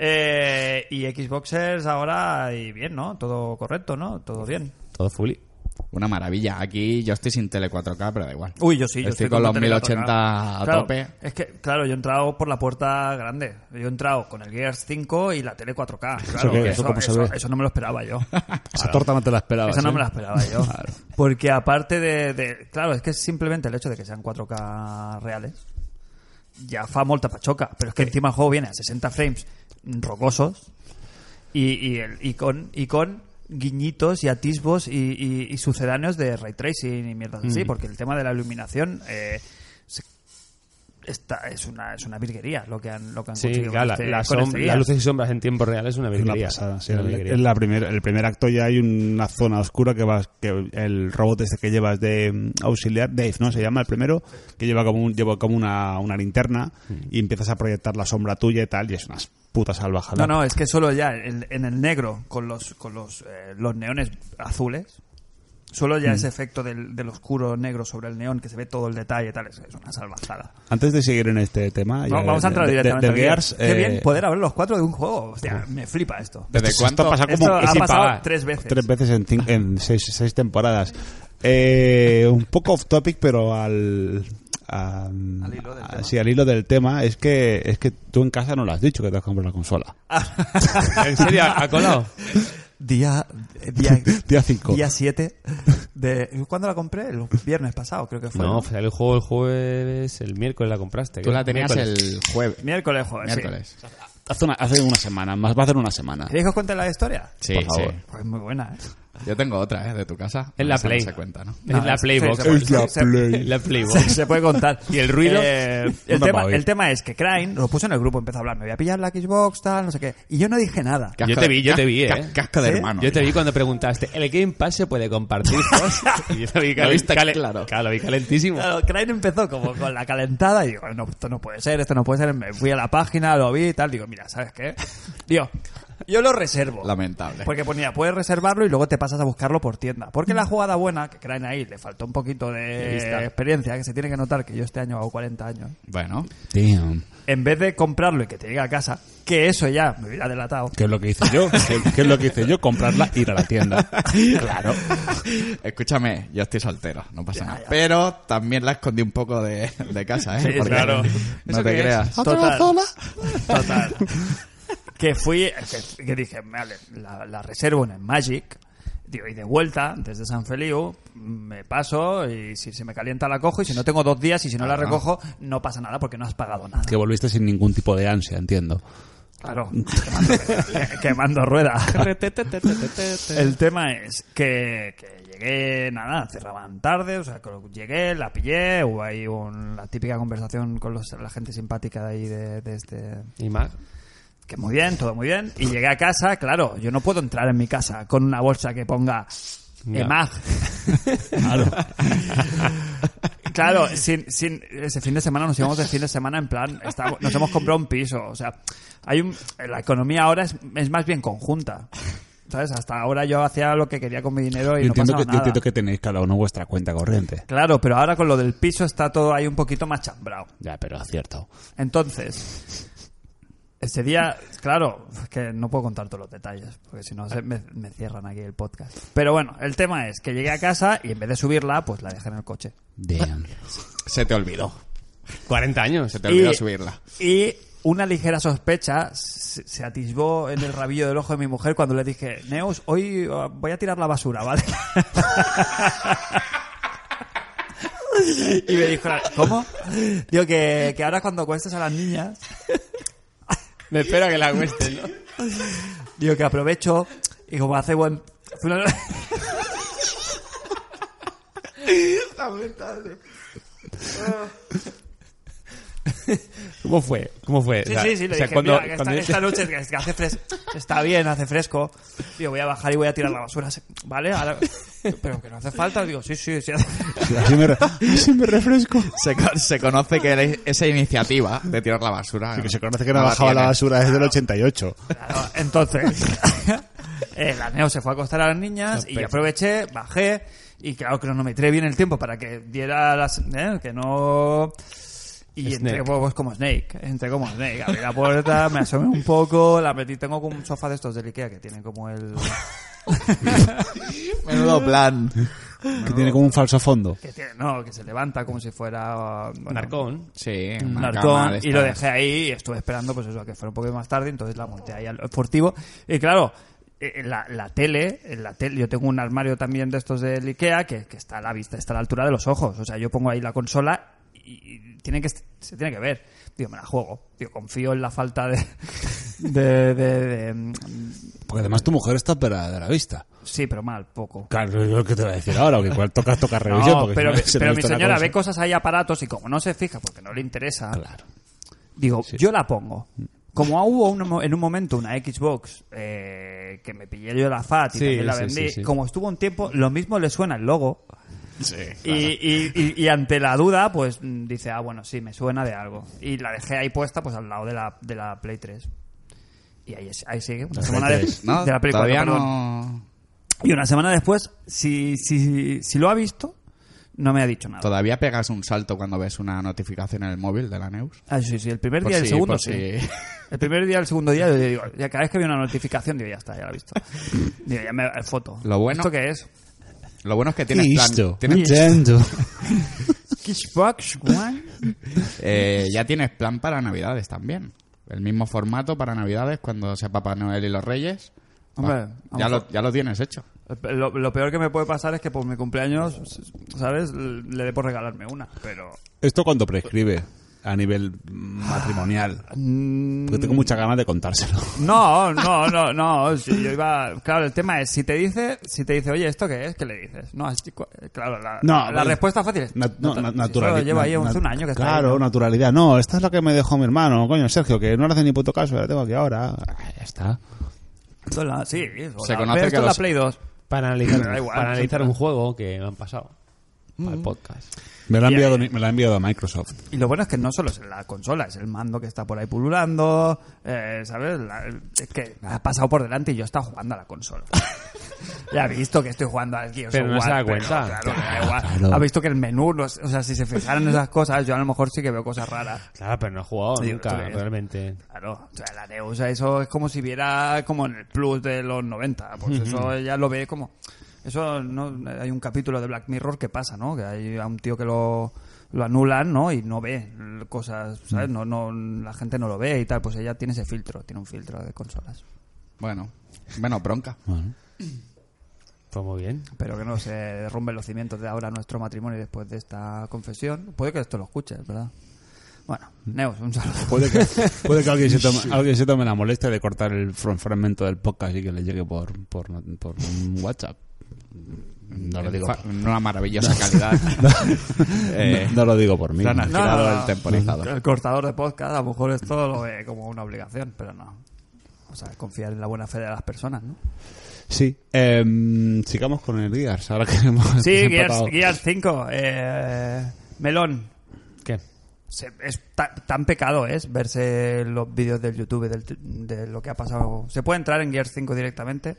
Eh, y Xboxers ahora y bien, ¿no? Todo correcto, ¿no? Todo bien. Todo fully. Una maravilla. Aquí yo estoy sin tele 4K, pero da igual. Uy, yo sí. yo Estoy con los tele 1080 a Claro, tope. Es que, claro, yo he entrado por la puerta grande. Yo he entrado con el Gears 5 y la tele 4K. Claro, ¿Eso qué? ¿Eso que eso, cómo se eso- ve? eso no me lo esperaba yo. Esa torta no te la esperabas. Esa no ¿eh? me la esperaba yo. Porque aparte de, de- Claro, es que simplemente el hecho de que sean 4K reales ya fa molta pachoca. Pero es que encima el juego viene a 60 frames rocosos y, y, el- y con, y con guiñitos y atisbos y, y- y Mm. sucedáneos de ray tracing y mierdas así. Porque el tema de la iluminación... eh, se- Esta es una, es una virguería lo que han, lo que han Sí, conseguido. claro, con la- este- las con este som- guía. las luces y sombras en tiempo real es una Es una virguería. pasada. sí, Una en la- virguería. en la primer- el primer acto ya hay una zona oscura que vas, que el robot este que llevas de mm, auxiliar, Dave, ¿no? Se llama el primero, que lleva como, un- lleva como una, una linterna y empiezas a proyectar la sombra tuya y tal, y es unas putas salvajadas. No, no, es que solo ya el- en el negro, con los, con los, eh, los neones azules, solo Mm. ya ese efecto del, del oscuro negro sobre el neón, que se ve todo el detalle y tal, es, es una salvajada. Antes de seguir en este tema, Va- ya Vamos a de- entrar de- directamente. de- al de guía. Gears, Qué eh, bien poder hablar los cuatro de un juego. Hostia, me flipa esto. ¿Desde Esto- cuánto? Esto ha pasado Esto como ha que sin pasado pagar. tres veces. Tres veces en, cin- en seis, seis temporadas. Eh, un poco off topic, pero al. a- Al hilo del a- tema. sí, al hilo del tema. Es que, es que tú en casa no lo has dicho que te has comprado la consola. ¿En serio? ¿Ha colado? Día, eh, día, Día 5. día 7 de... ¿Cuándo la compré? El viernes pasado, creo que fue. No, salió el juego el jueves, el miércoles la compraste. Tú creo. la tenías Miércoles. el jueves. Miércoles, joder, sí. Miércoles. Hace una, hace una semana, más va a hacer una semana. ¿Queréis que os cuente la historia? Sí, Por favor. sí. Pues muy buena, ¿eh? Yo tengo otra, ¿eh? De tu casa. En la Esa no Play. se cuenta, ¿no? En la Ah, Playbox. sí, sí, sí. la Play. La Playbox. Se, se puede contar. ¿Y el ruido? Eh, No me el, va tema, a oír. el tema es que Crane lo puso en el grupo, empezó a hablar, me voy a pillar la Xbox, tal, no sé qué. Y yo no dije nada. Casca Yo te de- vi, yo te vi, ca- ¿eh? Casca de ¿Sí? hermano. Yo te vi cuando preguntaste, ¿el Game Pass se puede compartir? y yo lo vi, Lo viste calen- claro. lo vi calentísimo. Claro, Crane empezó como con la calentada y digo, no, esto no puede ser, esto no puede ser. Me fui a la página, lo vi y tal, digo, mira, ¿sabes qué? Digo, yo lo reservo. Lamentable. Pues- Porque ponía, puedes reservarlo y luego te pasas a buscarlo por tienda. Porque la jugada buena, que Crane ahí le faltó un poquito de vista. experiencia, que se tiene que notar que yo este año hago 40 años. Bueno, Damn. en vez de comprarlo y que te llegue a casa, que eso ya me hubiera delatado. ¿Qué es lo que hice yo? ¿Qué, qué es lo que hice yo? Comprarla, ir a la tienda. claro. Escúchame, yo estoy soltero, no pasa Ya, nada. ya. Pero también la escondí un poco de, de casa, ¿eh? Sí, Porque claro. No te creas. Total. Total. Que fui, que, que dije, vale, la, la reservo en el Magic. Digo, y de vuelta, desde San Feliu, me paso y si se me calienta la cojo y si no tengo dos días y si no la Ajá. recojo, no pasa nada porque no has pagado nada. Que volviste sin ningún tipo de ansia, entiendo. Claro, quemando, que- quemando rueda. El tema es que, que llegué, nada, cerraban tarde, o sea, que lo- llegué, la pillé, hubo ahí un- la típica conversación con los- la gente simpática de ahí de, de este... Y más. Que muy bien, todo muy bien. Y llegué a casa, claro, yo no puedo entrar en mi casa con una bolsa que ponga Ya. EMAG. Claro. Claro, sin, sin- ese fin de semana nos íbamos de fin de semana en plan, está- nos hemos comprado un piso. O sea, hay un, la economía ahora es, es más bien conjunta. ¿Sabes? Hasta ahora yo hacía lo que quería con mi dinero y Yo no entiendo, pasaba que, yo nada. entiendo que tenéis cada uno vuestra cuenta corriente. Claro, pero ahora con lo del piso está todo ahí un poquito más chambrado. Ya, pero acierto. Entonces, ese día, claro, es que no puedo contar todos los detalles, porque si no se- me, me cierran aquí el podcast. Pero bueno, el tema es que llegué a casa y en vez de subirla, pues la dejé en el coche. Damn. Se te olvidó. 40 años. Se te olvidó Y- subirla. Y una ligera sospecha se, se atisbó en el rabillo del ojo de mi mujer cuando le dije, Neus, hoy uh, voy a tirar la basura, ¿vale? y me dijo, ¿cómo? Digo, que, que ahora cuando cuestes a las niñas, Me espero que la cueste, ¿no? Digo que aprovecho y como hace buen. hace una- ¿Cómo fue? ¿Cómo fue? Sí, O sea, sí, sí, le o sea, dije, cuando- mira, que esta, cuando- este esta noche que- que hace fres- está bien, hace fresco. Digo, voy a bajar y voy a tirar la basura, ¿vale? Ahora- pero que no hace falta. Digo, sí, sí, sí. Así me, re- así me refresco. Se, co- se conoce que era esa iniciativa de tirar la basura. que se conoce que no no bajaba la tiene. basura desde el 88. Claro, entonces, el Aneo se fue a acostar a las niñas y yo aproveché, bajé y claro, cronometré bien el tiempo para que diera las... ¿eh? que no... Y entré Snake. pues, como Snake, entré como Snake, abrí la puerta, me asomé un poco, la metí, tengo como un sofá de estos del Ikea que tienen como el... Menudo plan. Que tiene como un falso fondo. que tiene, no, que se levanta como si fuera... uh, bueno, Narcón. Sí, un una arcón, cama de y lo estas. dejé ahí y estuve esperando pues eso a que fuera un poquito más tarde entonces la monté ahí al deportivo y claro eh, la, la tele en la tele yo tengo un armario también de estos del Ikea que, que está a la vista está a la altura de los ojos o sea yo pongo ahí la consola y, y tiene que est- se tiene que ver digo me la juego digo confío en la falta de De, de- de, mm, Porque además tu mujer está operada de la vista. sí, pero mal, poco. Claro, es lo que te voy a decir ahora, que igual tocas, tocas revisión. No, porque pero si no, se te pero ha mi visto la señora cosa. ve cosas, hay aparatos y como no se fija porque no le interesa, Claro. digo, yo la pongo. Como hubo un mo- en un momento una Xbox eh, que me pillé yo la FAT y Sí, también la sí, vendí, sí, sí. como estuvo un tiempo, lo mismo le suena el logo. Y, y- y- y ante la duda, pues mm, dice, ah, bueno, sí, me suena de algo. Y la dejé ahí puesta, pues al lado de la, de la Play 3. Y ahí, es- ahí sigue, una semana de, No, de la Play 4, todavía perdón. no, Y una semana después, si, si, si lo ha visto, no me ha dicho nada. todavía pegas un salto cuando ves una notificación en el móvil de la Pues Neus. Ah, sí, sí, el primer Por día y el si- segundo, por sí. si- El primer día y el segundo día, yo digo, ya cada vez que veo una notificación, digo, ya está, ya la he visto. Digo, ya me eh, foto. Lo bueno- ¿Esto qué es? Lo bueno es que tienes plan, Listo. tienes- Listo. Xbox One. eh, ya tienes plan para Navidades también. El mismo formato para Navidades cuando sea Papá Noel y los Reyes. Hombre, Va, a lo ya, lo, mejor- ya lo tienes hecho. Lo, lo peor que me puede pasar es que por mi cumpleaños, ¿sabes? Le dé por regalarme una, pero... ¿Esto cuando prescribe? A nivel matrimonial. mm, Porque tengo muchas ganas de contárselo. No, no, no, no. si yo iba... Claro, el tema es, si te dice, si te dice oye, ¿esto qué es? ¿Qué le dices? No, es que cu- claro, la, No, la vale. respuesta fácil es... Na- no, natu- na- si naturali- Eso lleva ahí na- hace un na- año que está ahí, Claro, ¿no? naturalidad. No, esta es la que me dejó mi hermano, coño, Sergio, que no le hace ni puto caso, la tengo aquí ahora. Ah, Ya está. Esto es la- sí, eso, Se la- conoce pero que esto es la los- Play 2. Para analizar, Da igual, Mm. para no sé. analizar un juego que me han pasado. Al podcast. Me la ha Ya, enviado, ya. me la ha enviado a Microsoft. Y lo bueno es que no solo es la consola, es el mando que está por ahí pululando, eh, ¿sabes? La- es que ha pasado por delante y yo estaba jugando a la consola. ya ha visto que estoy jugando al Gears Pero of no se War, da cuenta. pero claro, da igual. Claro. Ha visto que el menú, no es- o sea, si se fijaran en esas cosas, yo a lo mejor sí que veo cosas raras. Claro, pero no he jugado Sí, ¿tú nunca, crees? realmente. Claro, o sea, la Neus, o sea, eso es como si viera como en el plus de los 90, pues eso ya lo ve como... Eso no hay un capítulo de Black Mirror que pasa, ¿no? Que hay a un tío que lo, lo anulan, ¿no? Y no ve l- cosas, ¿sabes? No, no, la gente no lo ve y tal, pues ella tiene ese filtro, tiene un filtro de consolas. Bueno, menos bronca. Bueno. Pues muy bien. Pero que no se derrumben los cimientos de ahora nuestro matrimonio después de esta confesión. Puede que esto lo escuches, ¿verdad? Bueno, Neus, un saludo. Puede que, puede que alguien, se tome, alguien se tome la molestia de cortar el fr- fragmento del podcast y que le llegue por, por, por un WhatsApp. No lo digo. Fa- por- Una maravillosa calidad. Eh, no lo digo por mí. Fran ha No, girado no, no. el temporizador. El cortador de podcast, a lo mejor esto lo ve como una obligación, pero no. O sea, confiar en la buena fe de las personas, ¿no? Sí. em, sigamos con el Gears. Ahora que hemos Sí, Gears, empatado. Gears 5. eh, melón. ¿Qué? Se- es ta- tan pecado es verse los vídeos del YouTube del- de lo que ha pasado. ¿Se puede entrar en Gears 5 directamente?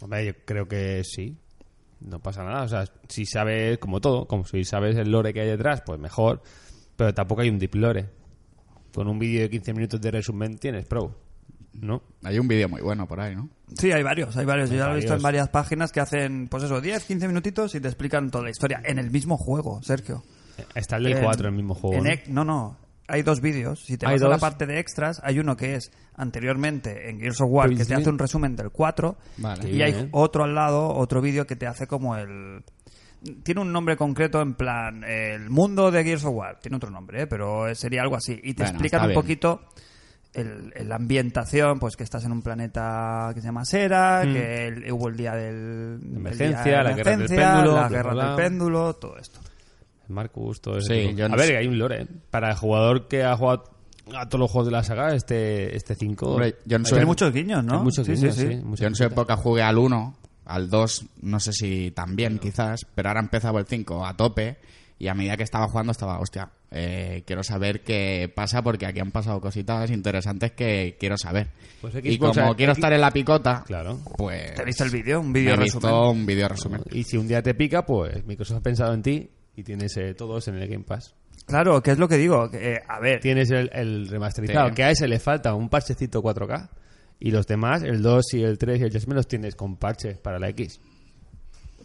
Hombre, yo creo que sí. No pasa nada. O sea, si sabes, como todo, como si sabes el lore que hay detrás, pues mejor. Pero tampoco hay un deep lore. Con un vídeo de 15 minutos de resumen tienes pro. ¿No? Hay un vídeo muy bueno por ahí, ¿no? Sí, hay varios, hay varios. Yo ya lo he visto en varias varios. páginas que hacen, pues eso, 10, 15 minutitos y te explican toda la historia en el mismo juego, Sergio. Está el del En- 4 en el mismo juego. en ¿no? ex- ¿no? no, Hay dos vídeos. Si te Hay vas a la dos. parte de extras, hay uno que es anteriormente en Gears of War, Pues que te bien. hace un resumen del 4. Vale. Qué y hay bien. otro al lado, otro vídeo que te hace como el... Tiene un nombre concreto en plan el mundo de Gears of War. Tiene otro nombre, ¿eh? pero sería algo así. Y te Bueno, explican está un bien. poquito el, el- la ambientación, pues que estás en un planeta que se llama Sera, que el- hubo el día del... el día de Mm. Emergencia, la guerra del emergencia, la péndulo, bla, guerra bla, del bla. péndulo, todo esto. Marcus, todo eso. Sí, yo a no ver, sé. hay un lore. ¿eh? Para el jugador que ha jugado a todos los juegos de la saga, este, este 5. Hombre, yo en su, Tiene muchos guiños, ¿no? hay muchos Sí, sí, guiños, sí. sí, muchos yo en su guiños. época jugué al 1, al 2, no sé si también quizás, pero ahora empezaba el 5 a tope y a medida que estaba jugando estaba, hostia, eh, quiero saber qué pasa porque aquí han pasado cositas interesantes que quiero saber. Pues y Xbox, como eh, quiero X- estar en la picota, Claro. pues... ¿Te viste el vídeo? Un me vídeo he resumen. visto un vídeo resumen. Y si un día te pica, pues Microsoft ha pensado en ti y tienes eh, todos en el Game Pass. Claro, que es lo que digo. que, eh, a ver, Tienes el, el remasterizado, Sí. que a ese le falta un parchecito 4K. Y los demás, el 2 y el 3 y el 3 los tienes con parches para la X.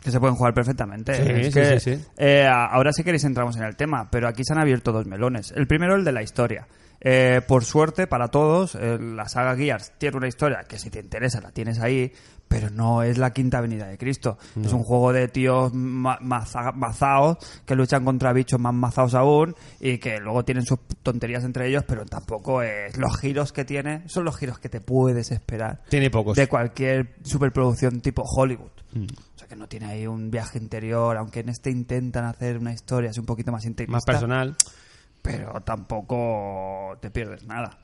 que se pueden jugar perfectamente. Sí, Es sí, que, sí, sí. eh, a- ahora si queréis entramos en el tema, pero aquí se han abierto dos melones. El primero, el de la historia. Eh, por suerte, para todos, eh, la saga Gears tiene una historia que si te interesa la tienes ahí, pero no es la quinta venida de Cristo. Es un juego de tíos ma- maza- mazaos que luchan contra bichos más mazaos aún y que luego tienen sus tonterías entre ellos, pero tampoco es los giros que tiene, son los giros que te puedes esperar Tiene pocos. de cualquier superproducción tipo Hollywood. Hmm. O sea que no tiene ahí un viaje interior, aunque en este intentan hacer una historia así un poquito más intimista. Más personal. Pero tampoco te pierdes nada.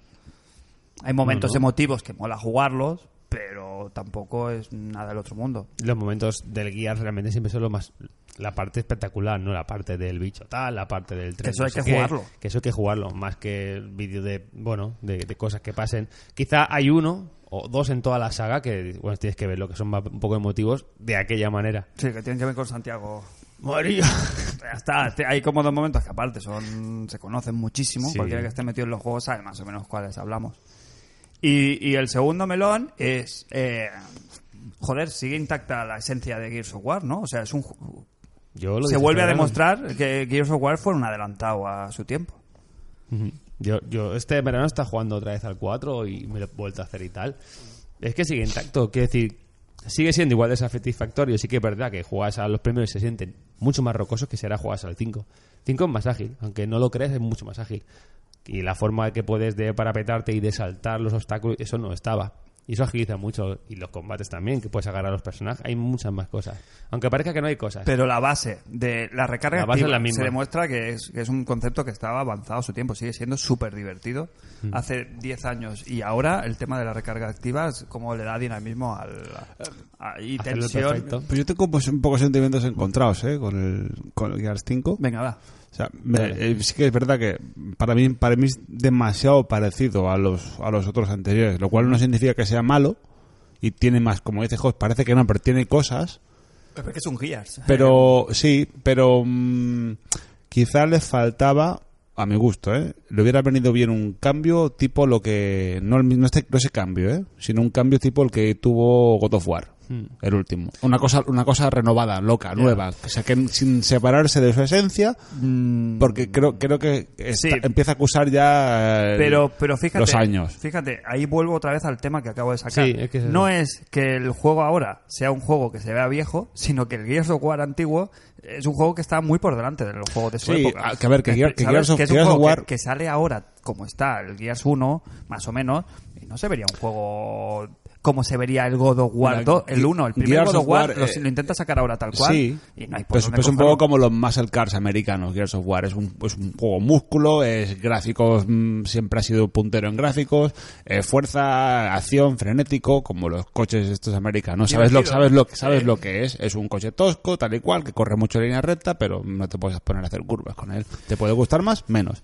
Hay momentos emotivos que mola jugarlos, pero tampoco es nada del otro mundo. Los momentos del guía realmente siempre son lo más. La parte espectacular, no la parte del bicho tal, la parte del tren. Que eso no hay sé que qué, jugarlo. Que eso hay que jugarlo, más que el vídeo de, bueno, de, de cosas que pasen. Quizá hay uno o dos en toda la saga que, bueno, tienes que verlo, que son más- un poco emotivos de aquella manera. Sí, que tienen que ver con Santiago. Morillo. Ya está, te- hay como dos momentos que aparte son se conocen muchísimo, Sí. cualquiera que esté metido en los juegos sabe más o menos cuáles hablamos. Y, y el segundo melón es, eh, joder, sigue intacta la esencia de Gears of War, ¿no? O sea, es un, ju- Yo lo se vuelve a desesperaron. demostrar que Gears of War fue un adelantado a su tiempo. Ujú. Yo, yo este verano está jugando otra vez al 4 y me lo he vuelto a hacer y tal. Es que sigue intacto, quiero decir, sigue siendo igual de satisfactorio. Sí que es verdad que juegas a los primeros y se sienten mucho más rocosos que si ahora juegas al 5. 5 es más ágil, aunque no lo creas, es mucho más ágil. Y la forma que puedes de parapetarte y de saltar los obstáculos, eso no estaba. Y eso agiliza mucho. Y los combates también, que puedes agarrar a los personajes. Hay muchas más cosas. Aunque parezca que no hay cosas. Pero la base de la recarga La base es activa la misma. se demuestra que es, que es un concepto que estaba avanzado a su tiempo, sigue siendo súper divertido. Mm. Hace 10 años y ahora el tema de la recarga activa es como le da dinamismo al, a- y Hacerlo perfecto. tensión. Pues yo tengo pues, un poco sentimientos encontrados ¿eh? con, el, con el Gears 5. Venga, va. O sea, me- eh, sí que es verdad que para mí, para mí es demasiado parecido a los, a los otros anteriores, lo cual no significa que sea malo y tiene más, como dice Jos, parece que no, pero tiene cosas. Es que es un Gears. Pero sí, pero mm, quizá les faltaba, a mi gusto, ¿eh? le hubiera venido bien un cambio tipo lo que. No, el mi- no, este- no ese cambio, ¿eh? sino un cambio tipo el que tuvo God of War. Hmm. El último. Una cosa, una cosa renovada, loca, nueva. O sea, que sin separarse de su esencia, porque creo, creo que está- Mm. Sí. empieza a acusar ya eh, Pero, pero fíjate, los años. fíjate, ahí vuelvo otra vez al tema que acabo de sacar. Sí, es que es eso. no es que el juego ahora sea un juego que se vea viejo, sino que el Gears of War antiguo es un juego que está muy por delante de los juegos de su Sí, época. a- que a ver, que Gear- que ¿Sabes? Gears of- es un Gears of juego War- que, que sale ahora como está el Gears 1, más o menos, y no se vería un juego como se vería el God of War Mira, 2, el Ge- 1, el primer Gears God of of War, War, lo, eh, lo intenta sacar ahora tal cual. Sí, y no hay por pues, dónde pues un cogerlo. poco como los muscle cars americanos, Gears of War. Es un, es un juego músculo, es gráficos, mm, siempre ha sido puntero en gráficos, eh, fuerza, acción, frenético, como los coches estos americanos. Sabes lo, Divertido. sabes, lo, que- sabes lo que es, es un coche tosco, tal y cual, que corre mucho en línea recta, pero no te puedes poner a hacer curvas con él. ¿Te puede gustar más? Menos.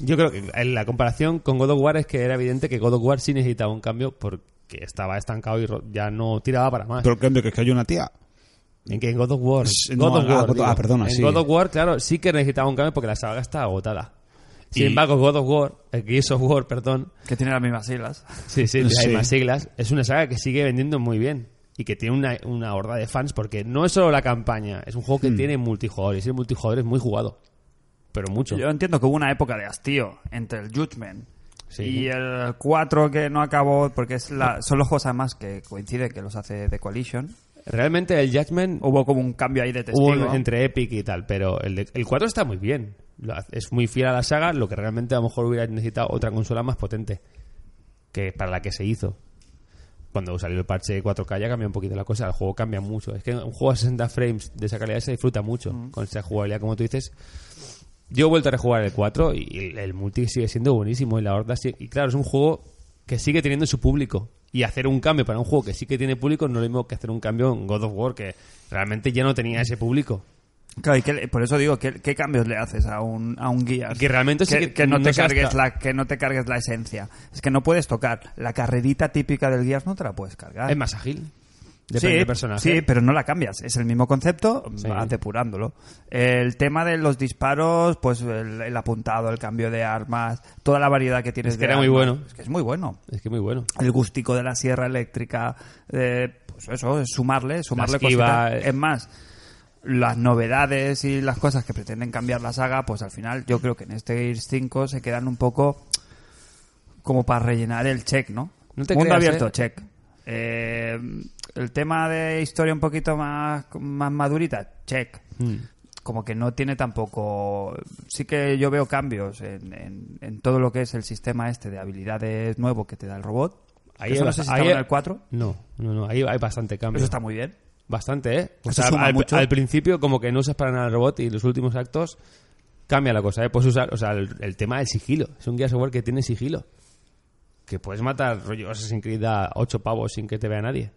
Yo creo que en la comparación con God of War es que era evidente que God of War sí necesitaba un cambio porque estaba estancado y ro- ya no tiraba para más. Pero el cambio que es que hay una tía. en que en God of War. Sí, God no, of ah, War, God- digo. ah, perdona, En sí. God of War, claro, sí que necesitaba un cambio porque la saga está agotada. Sin Y- embargo, God of War, eh, Gears of War, perdón, Que tiene las mismas siglas. sí, sí, Sí. hay más siglas, es una saga que sigue vendiendo muy bien y que tiene una, una horda de fans porque no es solo la campaña, es un juego Hmm. que tiene multijugador y el multijugador es muy jugado, pero mucho. Yo entiendo que hubo una época de hastío entre el Judgment Sí. y el 4 que no acabó, porque es la, son los juegos además que coinciden que los hace The Coalition. Realmente el Judgment Hubo como un cambio ahí de Hubo testigo. un- entre Epic y tal, pero el, de- el 4 está muy bien. Lo hace- Es muy fiel a la saga, lo que realmente a lo mejor hubiera necesitado otra consola más potente que para la que se hizo. Cuando salió el parche de 4K ya cambia un poquito la cosa, el juego cambia mucho. Es que un juego a 60 frames de esa calidad se disfruta mucho, con esa jugabilidad como tú dices. Yo he vuelto a rejugar el 4 y el, el multi sigue siendo buenísimo y la horda sigue- Y claro, es un juego que sigue teniendo su público. Y hacer un cambio para un juego que sí que tiene público no es lo mismo que hacer un cambio en God of War, que realmente ya no tenía ese público. Claro, y que le- por eso digo, ¿qué, qué cambios le haces a un, a un guía? Que realmente sí que no, no te se cargues hasta- la, que no te cargues la esencia. Es que no puedes tocar. La carrerita típica del guías no te la puedes cargar. Es más ágil. Depende Ah. sí, del personaje. Sí, pero no la cambias. Es el mismo concepto, Sí. vas depurándolo. El tema de los disparos, pues el, el apuntado, el cambio de armas, toda la variedad que tienes Es que de era muy armas. bueno. Es que es muy bueno. Es que muy bueno. El gustico de la sierra eléctrica, eh, pues eso, es sumarle, sumarle esquiva, cositas. eh. Es más, las novedades y las cosas que pretenden cambiar la saga, pues al final yo creo que en este Gears 5 se quedan un poco como para rellenar el check, ¿no? No te Mundo creas, abierto, ¿eh? check. Eh, el tema de historia un poquito más, más madurita, check. Hmm. Como que no tiene tampoco... Sí que yo veo cambios en, en- en todo lo que es el sistema este de habilidades nuevo que te da el robot. Ahí Eso hay no sé si bast- estaba ahí en hay- el 4. No, no, no, ahí hay bastante cambio. Eso está muy bien. Bastante, ¿eh? O Eso sea, suma al, mucho. al principio como que no usas para nada el robot y los últimos actos cambia la cosa, ¿eh? Puedes usar, o sea, el, el tema del sigilo. Es un guía software que tiene sigilo. Que puedes matar rollo Assassin's Creed a ocho pavos sin que te vea nadie.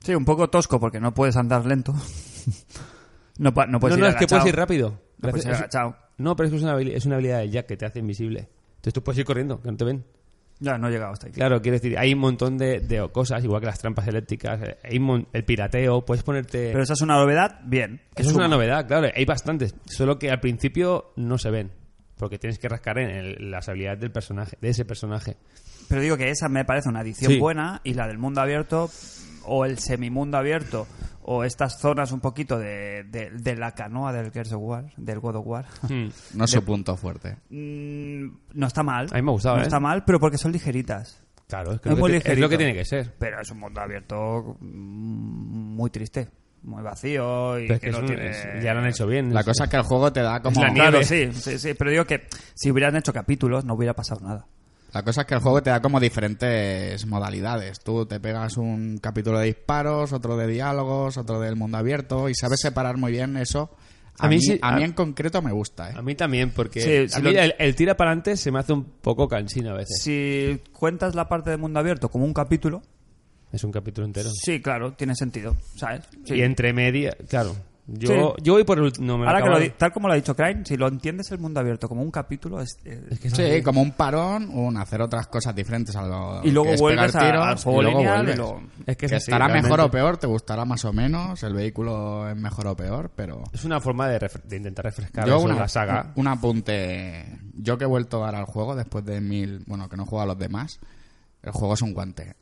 Sí, un poco tosco porque no puedes andar lento. no, pa- no puedes Pues no, ir no, es que puedes agachado. ir rápido. No puedes ir Gracias- es- agachado. no, pero es que es una, habili- es una habilidad del Jack que te hace invisible. Entonces tú puedes ir corriendo, que no te ven. Ya, no he llegado hasta aquí. Claro, quiero decir, hay un montón de, de cosas, igual que las trampas eléctricas, eh, hay un mon- el pirateo, puedes ponerte... Pero esa es una novedad, bien. que Eso es suma. una novedad, claro. Hay bastantes. Solo que al principio no se ven. Porque tienes que rascar en el- las habilidades del personaje, de ese personaje. Pero digo que esa me parece una adición Sí. buena y la del mundo abierto o el semimundo abierto o estas zonas un poquito de, de- de la canoa del Gears of War, del God of War. No es su punto fuerte. Mm, no está mal. A mí me ha gustado, No ¿eh? está mal, pero porque son ligeritas. Claro, es, que Es lo que muy ti- es lo ligerito. que tiene que ser. Pero es un mundo abierto mm, muy triste, muy vacío y Pero es que que no es un- tiene- es- ya lo han hecho bien. La Es- cosa es que el juego te da como... la nieve. Claro, sí, sí, sí, pero digo que si hubieran hecho capítulos no hubiera pasado nada. La cosa es que el juego te da como diferentes modalidades. Tú te pegas un capítulo de disparos, otro de diálogos, otro del mundo abierto y sabes separar muy bien eso. A, A mí, mí sí- a mí a- en concreto me gusta, ¿eh? A mí también, porque Sí, a sí, mí lo- el, el tira para adelante se me hace un poco cansino a veces. Si cuentas la parte de mundo abierto como un capítulo, Es un capítulo entero. sí, claro, tiene sentido, ¿sabes? Sí. Y entre media, claro. Yo, Sí. yo voy por el último. No, me lo Ahora que acabo lo de- di- tal como lo ha dicho Crane, si lo entiendes el mundo abierto como un capítulo, es, eh, Sí, como un parón, un hacer otras cosas diferentes a lo Y luego que es vuelves pegar a- tiros, al juego y luego lineal y vuelves. luego- Es que es Que así, estará realmente. mejor o peor, te gustará más o menos, el vehículo es mejor o peor, pero... Es una forma de, refre- de intentar refrescar Yo eso, una- la saga. un apunte. Yo que he vuelto ahora al juego después de mil... Bueno, que no he jugado a los demás. El juego es un guante.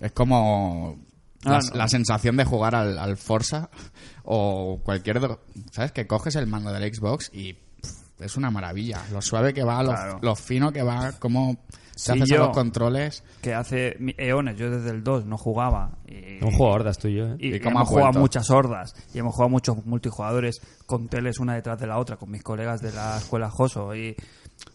Es como... La, Ah, no. la sensación de jugar al, al Forza o cualquier... do- ¿Sabes? Que coges el mando del Xbox y pff, es una maravilla. Lo suave que va, lo, Claro. lo fino que va, cómo se Sí, haces a yo- los controles. que hace mi- eones, yo desde el 2 no jugaba. Y, Un juego de hordas tuyo, ¿eh? y- ¿Y y cómo hemos has jugado vuelto? muchas hordas, y hemos jugado muchos multijugadores con teles una detrás de la otra, con mis colegas de la escuela Joso. Y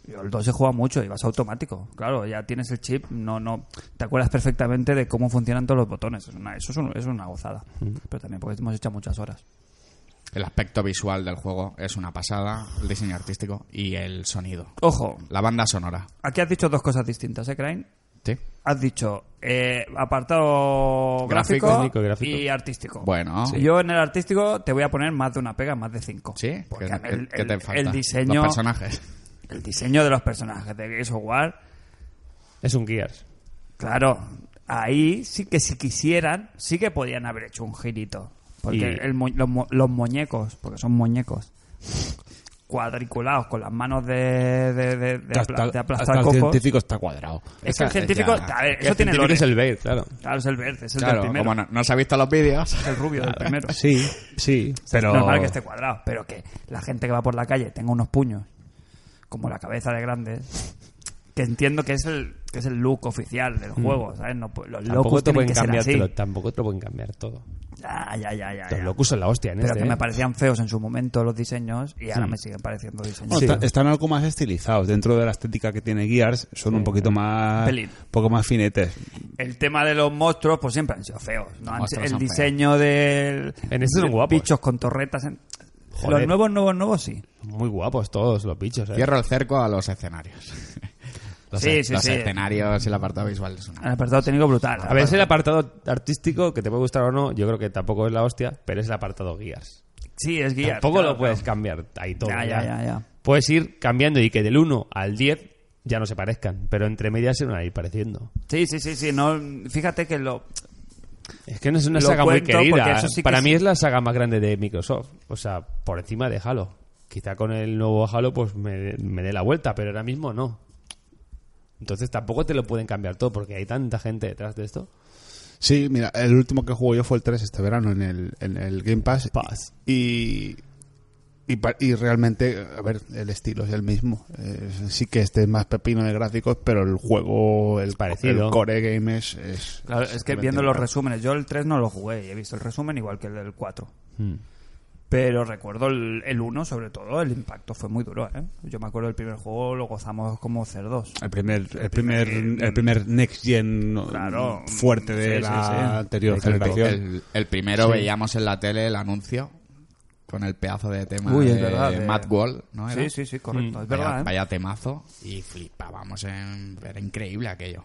yo el 2 se juega mucho y vas automático. Claro, ya tienes el chip, no no te acuerdas perfectamente de cómo funcionan todos los botones. Es una- eso es, un- es una gozada. Pero también porque hemos hecho muchas horas. El aspecto visual del juego es una pasada. El diseño artístico y el sonido. Ojo, La banda sonora. aquí has dicho dos cosas distintas, ¿eh, Crane? Sí. Has dicho eh, apartado Gráfico, gráfico, técnico, gráfico. y artístico. Bueno. Sí. Yo en el artístico te voy a poner más de una pega, más de cinco. Sí, Porque ¿qué- a mí el, qué te el- falta? el diseño, Los personajes. el diseño de los personajes de Gears of War, Es un Gears. claro, ahí sí que si quisieran, sí que podían haber hecho un girito. Porque Y- el mu- los, mu- los muñecos, porque son muñecos, cuadriculados con las manos de, de, de, de apla- hasta el de aplastar copos. científico está cuadrado. Es que el Esa- científico, ya. a ver, Que eso tiene que lore. es el Bale, claro. Claro, es el verde, es el Claro, del primero. como no, no se ha visto los vídeos. Es el rubio del primero. Sí, sí, pero... Es normal que esté cuadrado, pero que la gente que va por la calle tenga unos puños como la cabeza de grande, que entiendo que es el que es el look oficial del juego, ¿sabes? No, pu- los Mm. Tampoco locos te tienen pueden que ser cambiar así. todo, tampoco te lo pueden cambiar todo. Ya, ya, ya, ya, Los ya. locus son la hostia en Pero este, que me ¿eh? parecían feos en su momento los diseños y ahora Sí. me siguen pareciendo diseños. Bueno, está- están algo más estilizados. Dentro de la estética que tiene Gears, son un poquito más... Pelín. poco más finetes. El tema de los monstruos, pues siempre han sido feos. ¿no? Han- monstruos el son diseño del. En este son de guapos. Bichos con torretas. en- Joder. Los nuevos, nuevos, nuevos, sí. Muy guapos todos los bichos, ¿eh? Cierro el cerco a los escenarios. Los, Sí, e- sí, los sí. escenarios y el apartado visual es una- El apartado técnico brutal. A ver, es el apartado artístico, que te puede gustar o no, yo creo que tampoco es la hostia, pero es el apartado guías. Sí, es guía. Tampoco claro, lo puedes cambiar ahí todo. ¿eh? Ya, ya, ya, ya. Puedes ir cambiando y que del 1 al 10 ya no se parezcan, pero entre medias se van a ir pareciendo. Sí, sí, sí, sí. No, fíjate que lo. Es que no es una Lo saga muy cuento porque querida. ¿eh? eso sí que Para es- mí es la saga más grande de Microsoft. O sea, por encima de Halo. Quizá con el nuevo Halo pues me, me dé la vuelta, pero ahora mismo no. Entonces tampoco te lo pueden cambiar todo porque hay tanta gente detrás de esto. Sí, mira, el último que jugué yo fue el 3 este verano en el, en el Game Pass. Pass. Y, y, pa- y realmente, a ver, el estilo es el mismo. Eh, sí que este es más pepino de gráficos, pero el juego, el, Parecido. el core game es... es Claro, es que viendo los resúmenes, yo el 3 no lo jugué y he visto el resumen igual que el del 4. Pero recuerdo el, el 1, sobre todo, el impacto fue muy duro, ¿eh? Yo me acuerdo del primer juego, lo gozamos como cerdos. El primer, el primer, el primer next gen ¿no? Claro. fuerte de Sí, sí, la sí. anterior El, generación. el- el primero veíamos en la tele el anuncio con el pedazo de tema Uy, de es verdad, de- Matt Wall, ¿no? era? Sí, sí, sí, correcto, es Hmm. Vaya, verdad, ¿eh? vaya temazo y flipábamos, en, era increíble aquello.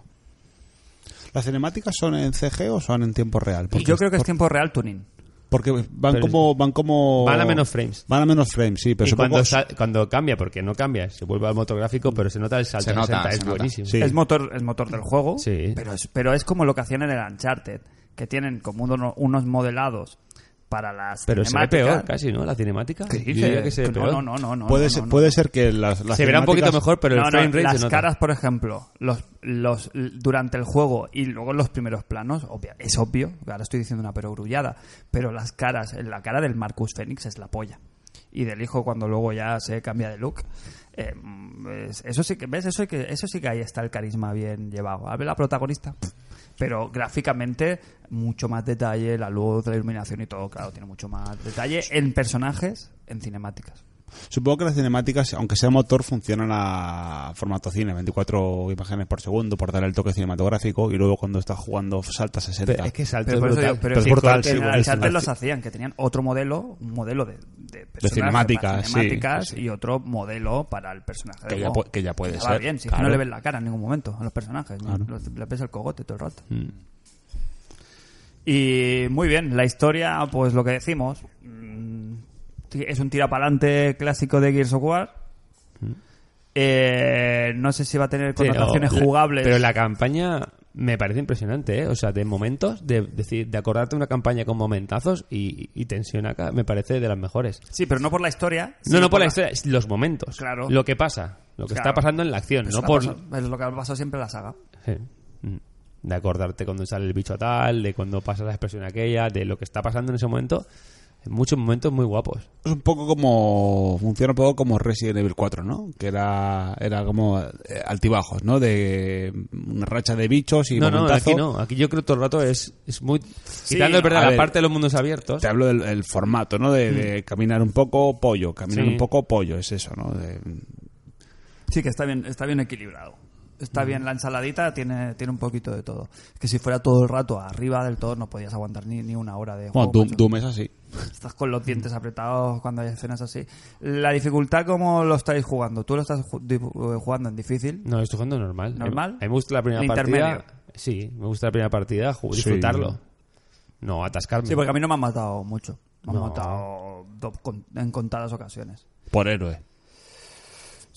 ¿Las cinemáticas son en CG o son en tiempo real? Porque, Yo creo que es por- tiempo real tuning. porque van Pero- como van como Van a menos frames. Van a menos frames, sí, pero y cuando, supongo sal- cuando cambia, porque no cambia, se vuelve al motográfico, pero se nota el salto. Se nota, 60, se es nota. buenísimo. Sí. Es motor, es motor del juego, Sí. pero, es, pero es como lo que hacían en el Uncharted, que tienen como uno- unos modelados para las Pero se ve cinemáticas. peor casi, ¿no? La cinemática. ¿Qué Yo dices? diría que se ve no, peor. no, no, no, no, puede no, ser, no. puede ser que las, las Se verá un poquito cinemáticas- mejor, pero el No, no, frame rate se las nota. caras, por ejemplo, los, los, durante el juego y luego en los primeros planos, obvia- es obvio, ahora estoy diciendo una perogrullada, pero las caras, la cara del Marcus Phoenix es la polla. Y del hijo cuando luego ya se cambia de look. Eh, es- eso sí que, ¿ves? Eso, sí que, eso sí que ahí está el carisma bien llevado. A ver la protagonista. pff, Pero gráficamente, mucho más detalle, la luz, la iluminación y todo, claro, tiene mucho más detalle en personajes, en cinemáticas. Supongo que las cinemáticas, aunque sea motor, funcionan a formato cine, 24 imágenes por segundo, por dar el toque cinematográfico, y luego cuando estás jugando salta a 60. Pero es que salto Pero es por eso brutal. digo, pero Pero sí, es brutal, porque sí, en el bueno, es Uncharted brutal, los sí. hacían, que tenían otro modelo, un modelo de, de personaje cinemáticas, para sí, cinemáticas sí, sí. y otro modelo para el personaje. Que del ya juego. pu- que ya puede va ser, bien, si es que claro. no le ves la cara en ningún momento a los personajes, ¿no? Los- le ves el cogote todo el rato. Mm. Y muy bien, la historia, pues lo que decimos, mm, es un tirapalante clásico de Gears of War. Mm. Eh, no sé si va a tener Pero connotaciones la- jugables. Pero la campaña me parece impresionante, ¿eh? O sea, de momentos, de, decir, de acordarte una campaña con momentazos y, y tensión acá, me parece de las mejores. Sí, pero no por la historia. no, sino no por la historia, es los momentos. Claro. Lo que pasa, lo que Claro. está pasando en la acción, Pues no la por... pasa- es lo que ha pasado siempre en la saga. Sí. Mm. De acordarte cuando sale el bicho tal, de cuando pasa la expresión aquella, de lo que está pasando en ese momento. Muchos momentos muy guapos. Es un poco como. Funciona un poco como Resident Evil 4, ¿no? Que era, era como eh, altibajos, ¿no? De una racha de bichos y no, no, momentazo. aquí no. Aquí yo creo que todo el rato es, es muy... Quitando, es a verdad, la ver. parte de los mundos abiertos. Te hablo del el formato, ¿no? De, de caminar un poco, pollo. Caminar Mm. Sí. un poco, pollo. Es eso, ¿no? De- Sí, que está bien, está bien equilibrado. Está bien, la ensaladita tiene, tiene un poquito de todo. Es que si fuera todo el rato arriba del todo no podías aguantar ni, ni una hora de bueno, juego. Doom, macho. Doom es así. Estás con los dientes apretados cuando hay escenas así. La dificultad, ¿cómo lo estáis jugando? ¿Tú lo estás ju- di- eh, jugando en difícil? No, estoy jugando normal. ¿Normal? A mí me gusta la primera ¿El partida. intermedio? Sí, me gusta la primera partida, ju- Sí. disfrutarlo. No, atascarme. Sí, porque a mí no me han matado mucho. Me han No. matado do- con- en contadas ocasiones. Por héroe.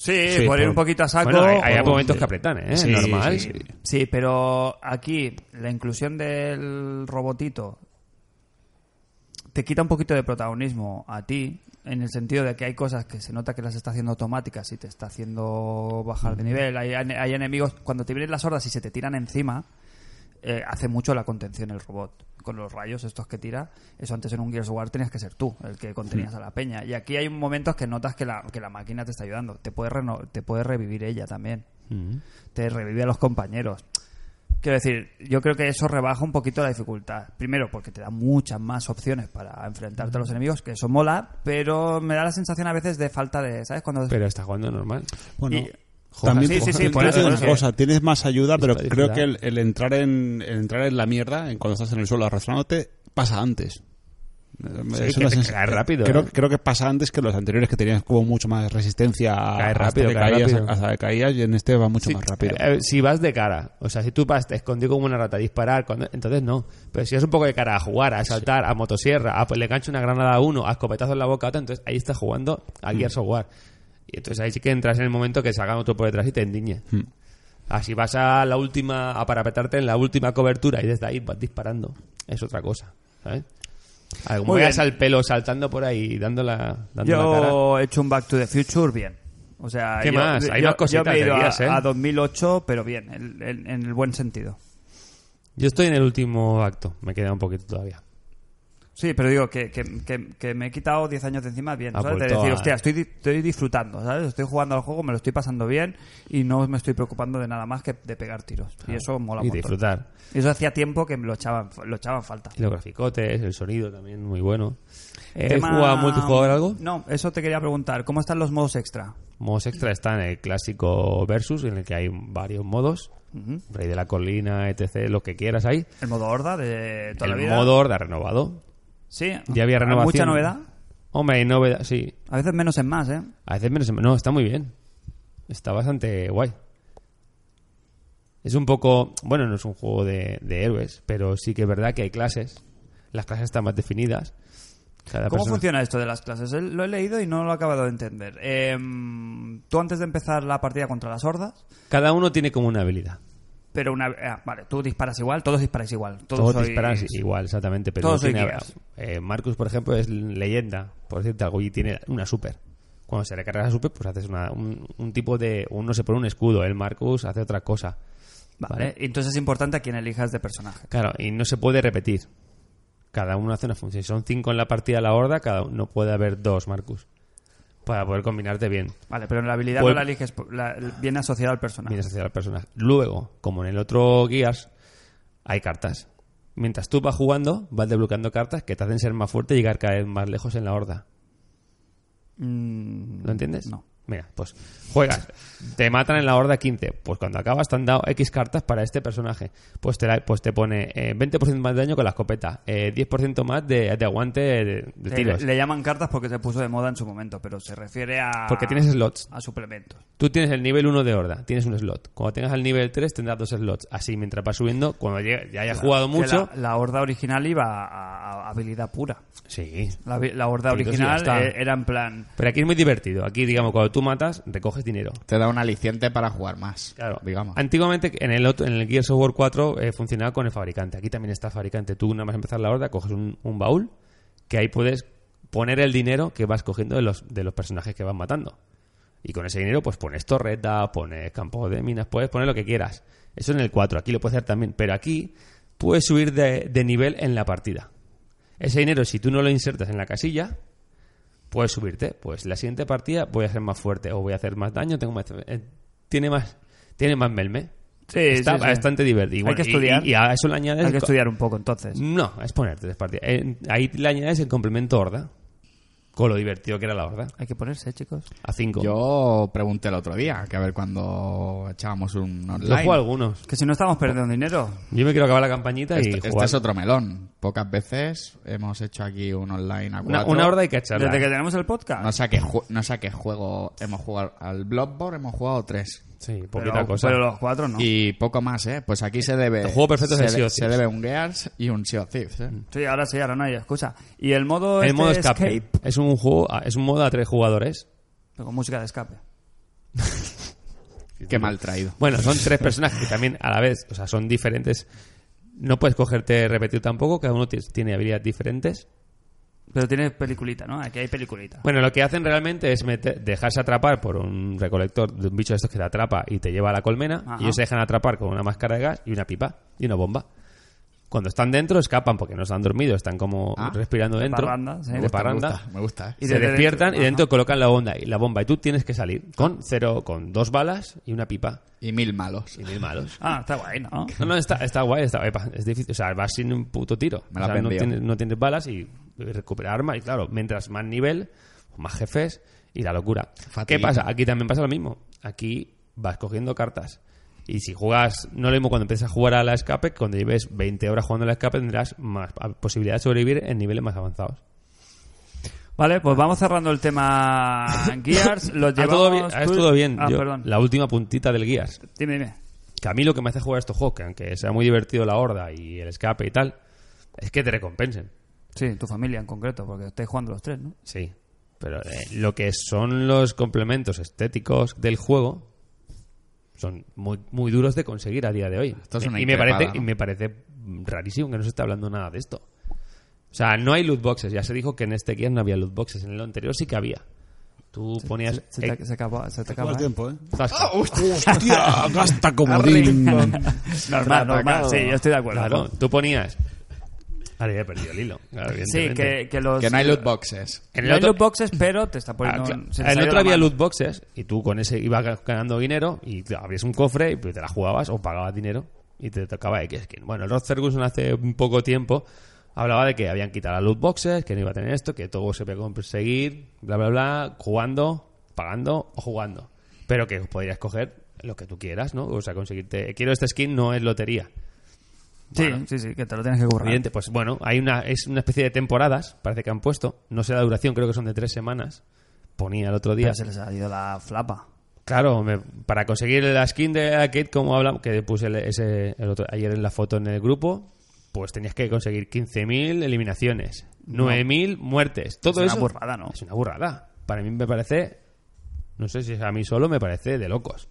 Sí, Sí, por, ir por- un poquito a saco. Bueno, hay, hay por- momentos que apretan, ¿eh? Sí, normal. sí, sí. Sí, pero aquí la inclusión del robotito te quita un poquito de protagonismo a ti, en el sentido de que hay cosas que se nota que las está haciendo automáticas y te está haciendo bajar de nivel. Hay, hay enemigos, cuando te vienen las hordas y se te tiran encima, eh, hace mucho la contención el robot. Con los rayos estos que tira, eso antes en un Gears of War tenías que ser tú el que contenías a la peña. Y aquí hay momentos que notas que la, que la máquina te está ayudando. Te puede, reno- te puede revivir ella también Mm. te revive a los compañeros. Quiero decir, yo creo que eso rebaja un poquito la dificultad. Primero, porque te da muchas más opciones para enfrentarte a los enemigos, que eso mola, pero me da la sensación a veces de falta de, ¿sabes? Cuando Pero está jugando normal. Bueno, Y- Joder, también sí, sí, pues, sí, te- por te eso, digo por una eso. cosa, tienes más ayuda, Es pero para creo disfrutar. que el, el entrar en el entrar en la mierda, en cuando estás en el suelo arrastrándote, pasa antes. Sí, Es que una te sens- cae rápido, Creo, ¿eh? creo que pasa antes que los anteriores que tenías como mucho más resistencia a- Cae rápido, hasta, que cae caías, rápido. hasta que caías y en este va mucho Sí, más rápido. eh, eh, si vas de cara, o sea, si tú vas escondido como una rata a disparar, cuando- entonces no. Pero si vas un poco de cara a jugar, a saltar, a motosierra, a, pues, le gancho una granada a uno, a escopetazo en la boca a otro, entonces ahí estás jugando a Gears Mm. of War. Y entonces ahí sí que entras en el momento que salga otro por detrás y te endiña. Mm. Así vas a la última, a parapetarte en la última cobertura y desde ahí vas disparando. Es otra cosa, ¿sabes? A ver, como Muy veas bien. al pelo saltando por ahí, dando la, dando la cara. yo he hecho un Back to the Future bien. O sea, ¿Qué yo, yo- más? Hay más yo me cositas he ido de a, guías, ¿eh? a 2008, pero bien, en, en- en el buen sentido. Yo estoy en el último acto, me queda un poquito todavía. Sí, pero digo que, que- que- que me he quitado 10 años de encima bien, Ha ¿sabes? De vuelto decir, a- hostia, estoy, di- estoy disfrutando, ¿sabes? Estoy jugando al juego, me lo estoy pasando bien y no me estoy preocupando de nada más que de pegar tiros. Y eso mola Y mucho. disfrutar. Eso hacía tiempo que me lo echaban, lo echaban falta. Y los graficotes, el sonido también muy bueno. ¿Has Tema- jugado a ¿Eh, multijugador algo? No, eso te quería preguntar. ¿Cómo están los modos extra? Modos extra está en el clásico Versus, en el que hay varios modos. Ujú. Rey de la colina, etc., lo que quieras ahí. El modo horda de toda la El vida. modo horda renovado. Sí, Ya había renovación. Mucha novedad. Hombre, hay novedad, sí. A veces menos es más, ¿eh? A veces menos... No, está muy bien. Está bastante guay. Es un poco... Bueno, no es un juego de, de héroes, pero sí que es verdad que hay clases. Las clases están más definidas. Cada ¿Cómo persona- funciona esto de las clases? Eh, Lo he leído y no lo he acabado de entender. Em, tú antes de empezar la partida contra las hordas, Cada uno tiene como una habilidad. pero una... ah, vale, tú disparas igual, todos disparáis igual. Todos, Todos sois- disparan igual, exactamente. Pero todos no sois tiene- guías. eh, Marcus, por ejemplo, es leyenda. Por decirte algo, y tiene una super. Cuando se recarga la super, pues haces una- un, un tipo de. Uno se pone un escudo, el Marcus hace otra cosa. Vale, Vale. entonces es importante a quién elijas de personaje. Claro, y no se puede repetir. Cada uno hace una función. Si son cinco en la partida de la horda, cada uno puede haber dos Marcus. Para poder combinarte bien. Vale, pero en la habilidad no Pues- la eliges, por- la- viene asociada al personaje. mientras hacia la persona. Luego, como en el otro Gears, hay cartas. Mientras tú vas jugando, vas desbloqueando cartas que te hacen ser más fuerte y llegar cada vez más lejos en la horda. Mm, ¿Lo entiendes? No. Mira, pues juegas, te matan en la horda 15. Pues cuando acabas te han dado X cartas para este personaje. Pues te, la- pues te pone eh, 20% más de daño con la escopeta, eh, 10% más de, de aguante de, de Le- tiros. Le, llaman cartas porque se puso de moda en su momento, pero se refiere a... Porque tienes slots. A suplementos. Tú tienes el nivel 1 de horda, tienes un slot. Cuando tengas el nivel 3 tendrás dos slots. Así mientras vas subiendo, cuando llegue- ya hayas jugado Que mucho... La, la horda original iba a, a habilidad pura. Sí, La, vi- la horda Entonces original ya está. eh, era en plan... Pero aquí es muy divertido. Aquí, digamos, cuando tú matas, recoges dinero. Te da un aliciente para jugar más. Claro. Digamos. Antiguamente, en el, otro, en el Gears of War 4 eh, funcionaba con el fabricante. Aquí también está el fabricante. Tú, nada más empezar la horda, coges un, un baúl que ahí puedes poner el dinero que vas cogiendo de los, de los personajes que vas matando. Y con ese dinero, pues pones torretas, pones campos de minas, puedes poner lo que quieras. Eso en el 4. Aquí lo puedes hacer también. Pero aquí puedes subir de, de nivel en la partida. Ese dinero, si tú no lo insertas en la casilla, puedes subirte. Pues la siguiente partida voy a ser más fuerte o voy a hacer más daño, tengo más... eh, tiene más... Tiene más melme. Sí, Está sí, sí. bastante divertido. Y Hay bueno, que y- estudiar. Y, a eso le añades... Hay que co- Mm. estudiar un poco entonces. No, es ponerte tres partidas. Eh, ahí le añades el complemento horda. Con lo divertido que era la horda. Hay que ponerse, ¿eh, chicos. A cinco. Yo pregunté el otro día, que a ver cuando echábamos un Yo online. juego algunos. Que si no estamos perdiendo dinero. Yo me quiero acabar la campañita y Este, este jugar. es otro melón. Pocas veces hemos hecho aquí un online a una, cuatro. una horda hay que echarla. Desde que tenemos el podcast. No sé, a qué ju- no sé a qué juego hemos jugado. Al Bloodborne hemos jugado tres. Sí, poquita pero, cosa. pero los cuatro no. Y poco más, ¿eh? Pues aquí se debe... El juego perfecto es se el Sea of se Thieves. Mm. debe un Gears y un Sea of Thieves, ¿eh? Sí, ahora sí, ahora no hay excusa. Y el modo, El este modo escape. escape, Es un juego, a- es un modo a tres jugadores. pero con música de escape. Qué mal traído. Bueno, son tres personajes que también a la vez, o sea, son diferentes. No puedes cogerte repetido tampoco, cada uno ti- tiene habilidades diferentes. Pero tiene peliculita, ¿no? Aquí hay peliculita. Bueno, lo que hacen realmente es meter- dejarse atrapar por un recolector de un bicho de estos que te atrapa y te lleva a la colmena. Ajá. Y ellos se dejan atrapar con una máscara de gas y una pipa y una bomba. Cuando están dentro escapan porque no están dormidos, están como Ah, respirando de dentro. parranda, sí. Me de gusta, parranda. Me gusta, me gusta, ¿eh? Y se desde despiertan dentro, y dentro ajá. colocan la onda y la bomba y tú tienes que salir con cero, con dos balas y una pipa Y mil malos. y mil malos. Ah, está guay, ¿no? No, no, está, está guay, está guay, pa- Es difícil, o sea, vas sin un puto tiro. Me la O sea, no, aprendí. tienes, no tienes balas y recuperar armas. Y claro, mientras más nivel, más jefes y la locura. ¿Qué Fatiga. pasa? Aquí también pasa lo mismo. Aquí vas cogiendo cartas. Y si juegas, no lo mismo cuando empiezas a jugar a la escape, que cuando lleves 20 horas jugando a la escape tendrás más posibilidad de sobrevivir en niveles más avanzados. Vale, pues vamos cerrando el tema Gears. Lo Ah, llevamos... todo bien, ah, es todo bien. Ah, Yo- perdón. La última puntita del Gears. Dime, dime. que a mí lo que me hace jugar estos juegos, que aunque sea muy divertido la horda y el escape y tal, es que te recompensen. Sí, tu familia en concreto, porque estáis jugando los tres, ¿no? Sí. Pero eh, lo que son los complementos estéticos del juego son muy, muy duros de conseguir a día de hoy. Esto es una y, me increpada, parece, ¿no? y me parece rarísimo que no se esté hablando nada de esto. O sea, no hay loot boxes. Ya se dijo que en este Gear no había loot boxes. En el anterior sí que había. Tú ponías... Se, te, se acaba, se te acaba, Más ¿eh? tiempo, ¿eh? Zasca. Ah, ¡Hostia! ¡Gasta comodín! Normal, normal, Atracado. sí, yo estoy de acuerdo. Claro, tú ponías... Ahora ya he perdido el hilo. claro, Sí, evidentemente. que, que los... Que no hay loot boxes. En no el hay otro, loot boxes, pero te está Ah, poniendo... claro. Pues se te En el salió otro la había mano. loot boxes y tú con ese ibas ga- ganando dinero y te abrías un cofre y pues, te la jugabas o pagabas dinero y te tocaba X skin. Bueno, el Rod Ferguson hace un poco tiempo hablaba de que habían quitado las loot boxes, que no iba a tener esto, que todo se podía conseguir, bla, bla, bla, jugando, pagando o jugando. Pero que podrías coger lo que tú quieras, ¿no? O sea, conseguirte... Quiero esta skin, no es lotería. Sí, Bueno. sí, sí, que te lo tienes que currar. Evidente, pues bueno, hay una, es una especie de temporadas, parece que han puesto. No sé la duración, creo que son de tres semanas. Ponía el otro día. Pero se les ha ido la flapa. Claro, me- para conseguir la skin de Arcade, como hablamos, que puse el- ese, el otro- ayer en la foto en el grupo, pues tenías que conseguir 15.000 eliminaciones, 9.000 muertes. Todo es eso una burrada, ¿no? es una burrada. Para mí me parece, no sé si es a mí solo, me parece de locos.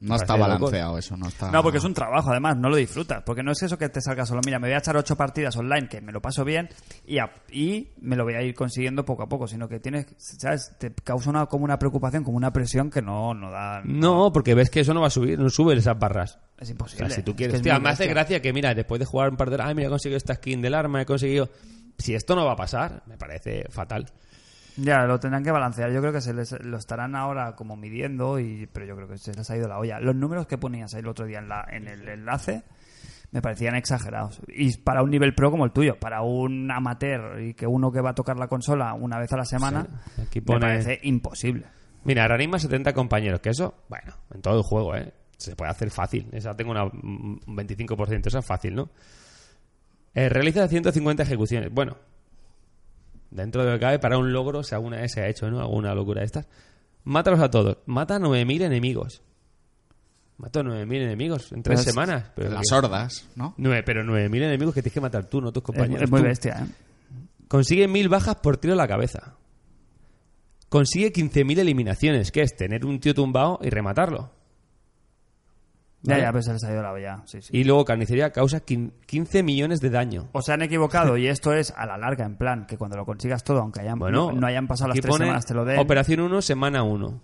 No está Parece loco. balanceado eso, no está... No, porque es un trabajo, además, no lo disfrutas. Porque no es eso que te salga solo, mira, me voy a echar ocho partidas online, que me lo paso bien, y, a- y me lo voy a ir consiguiendo poco a poco, sino que tienes, ¿sabes? Te causa una, como una preocupación, como una presión que no, no da... No, porque ves que eso no va a subir, no sube esas barras. Es O imposible. sea, si tú Es quieres. que es Tío, muy además de bestia. gracia que, mira, después de jugar un par de horas, ay, mira, he conseguido esta skin del arma, he conseguido. Si esto no va a pasar, me parece fatal. Ya, lo tendrán que balancear. Yo creo que se les, lo estarán ahora como midiendo, y, pero yo creo que se les ha ido la olla. Los números que ponías ahí el otro día en, la, en el enlace me parecían exagerados. Y para un nivel pro como el tuyo, para un amateur y que uno que va a tocar la consola una vez a la semana, Sí. Aquí pone- me parece imposible. Mira, reanima 70 compañeros, que eso, bueno, en todo el juego, ¿eh? Se puede hacer fácil. Esa tengo una, un 25%, esa es fácil, ¿no? Eh, realiza 150 ejecuciones. Bueno, dentro de lo que cabe, para un logro, si alguna vez se ha hecho, ¿no? Alguna locura de estas. Mátalos a todos. Mata 9.000 enemigos. Mato 9.000 enemigos en Pero tres es- semanas. Pero Las hordas, ¿no? Nueve- pero 9.000 enemigos que tienes que matar tú, no tus Es, compañeros. es muy tú. bestia, ¿eh? Consigue mil bajas por tiro a la cabeza. Consigue 15.000 eliminaciones, que es tener un tío tumbado y rematarlo. Ya, Vale. ya, pero se les ha ido la olla. Sí, sí. Y luego carnicería causa quin- 15 millones de daño. O se han equivocado, y esto es a la larga, en plan, que cuando lo consigas todo, aunque hayan, Bueno, no, no hayan pasado las aquí tres pone semanas, te lo den. Operación 1, semana 1.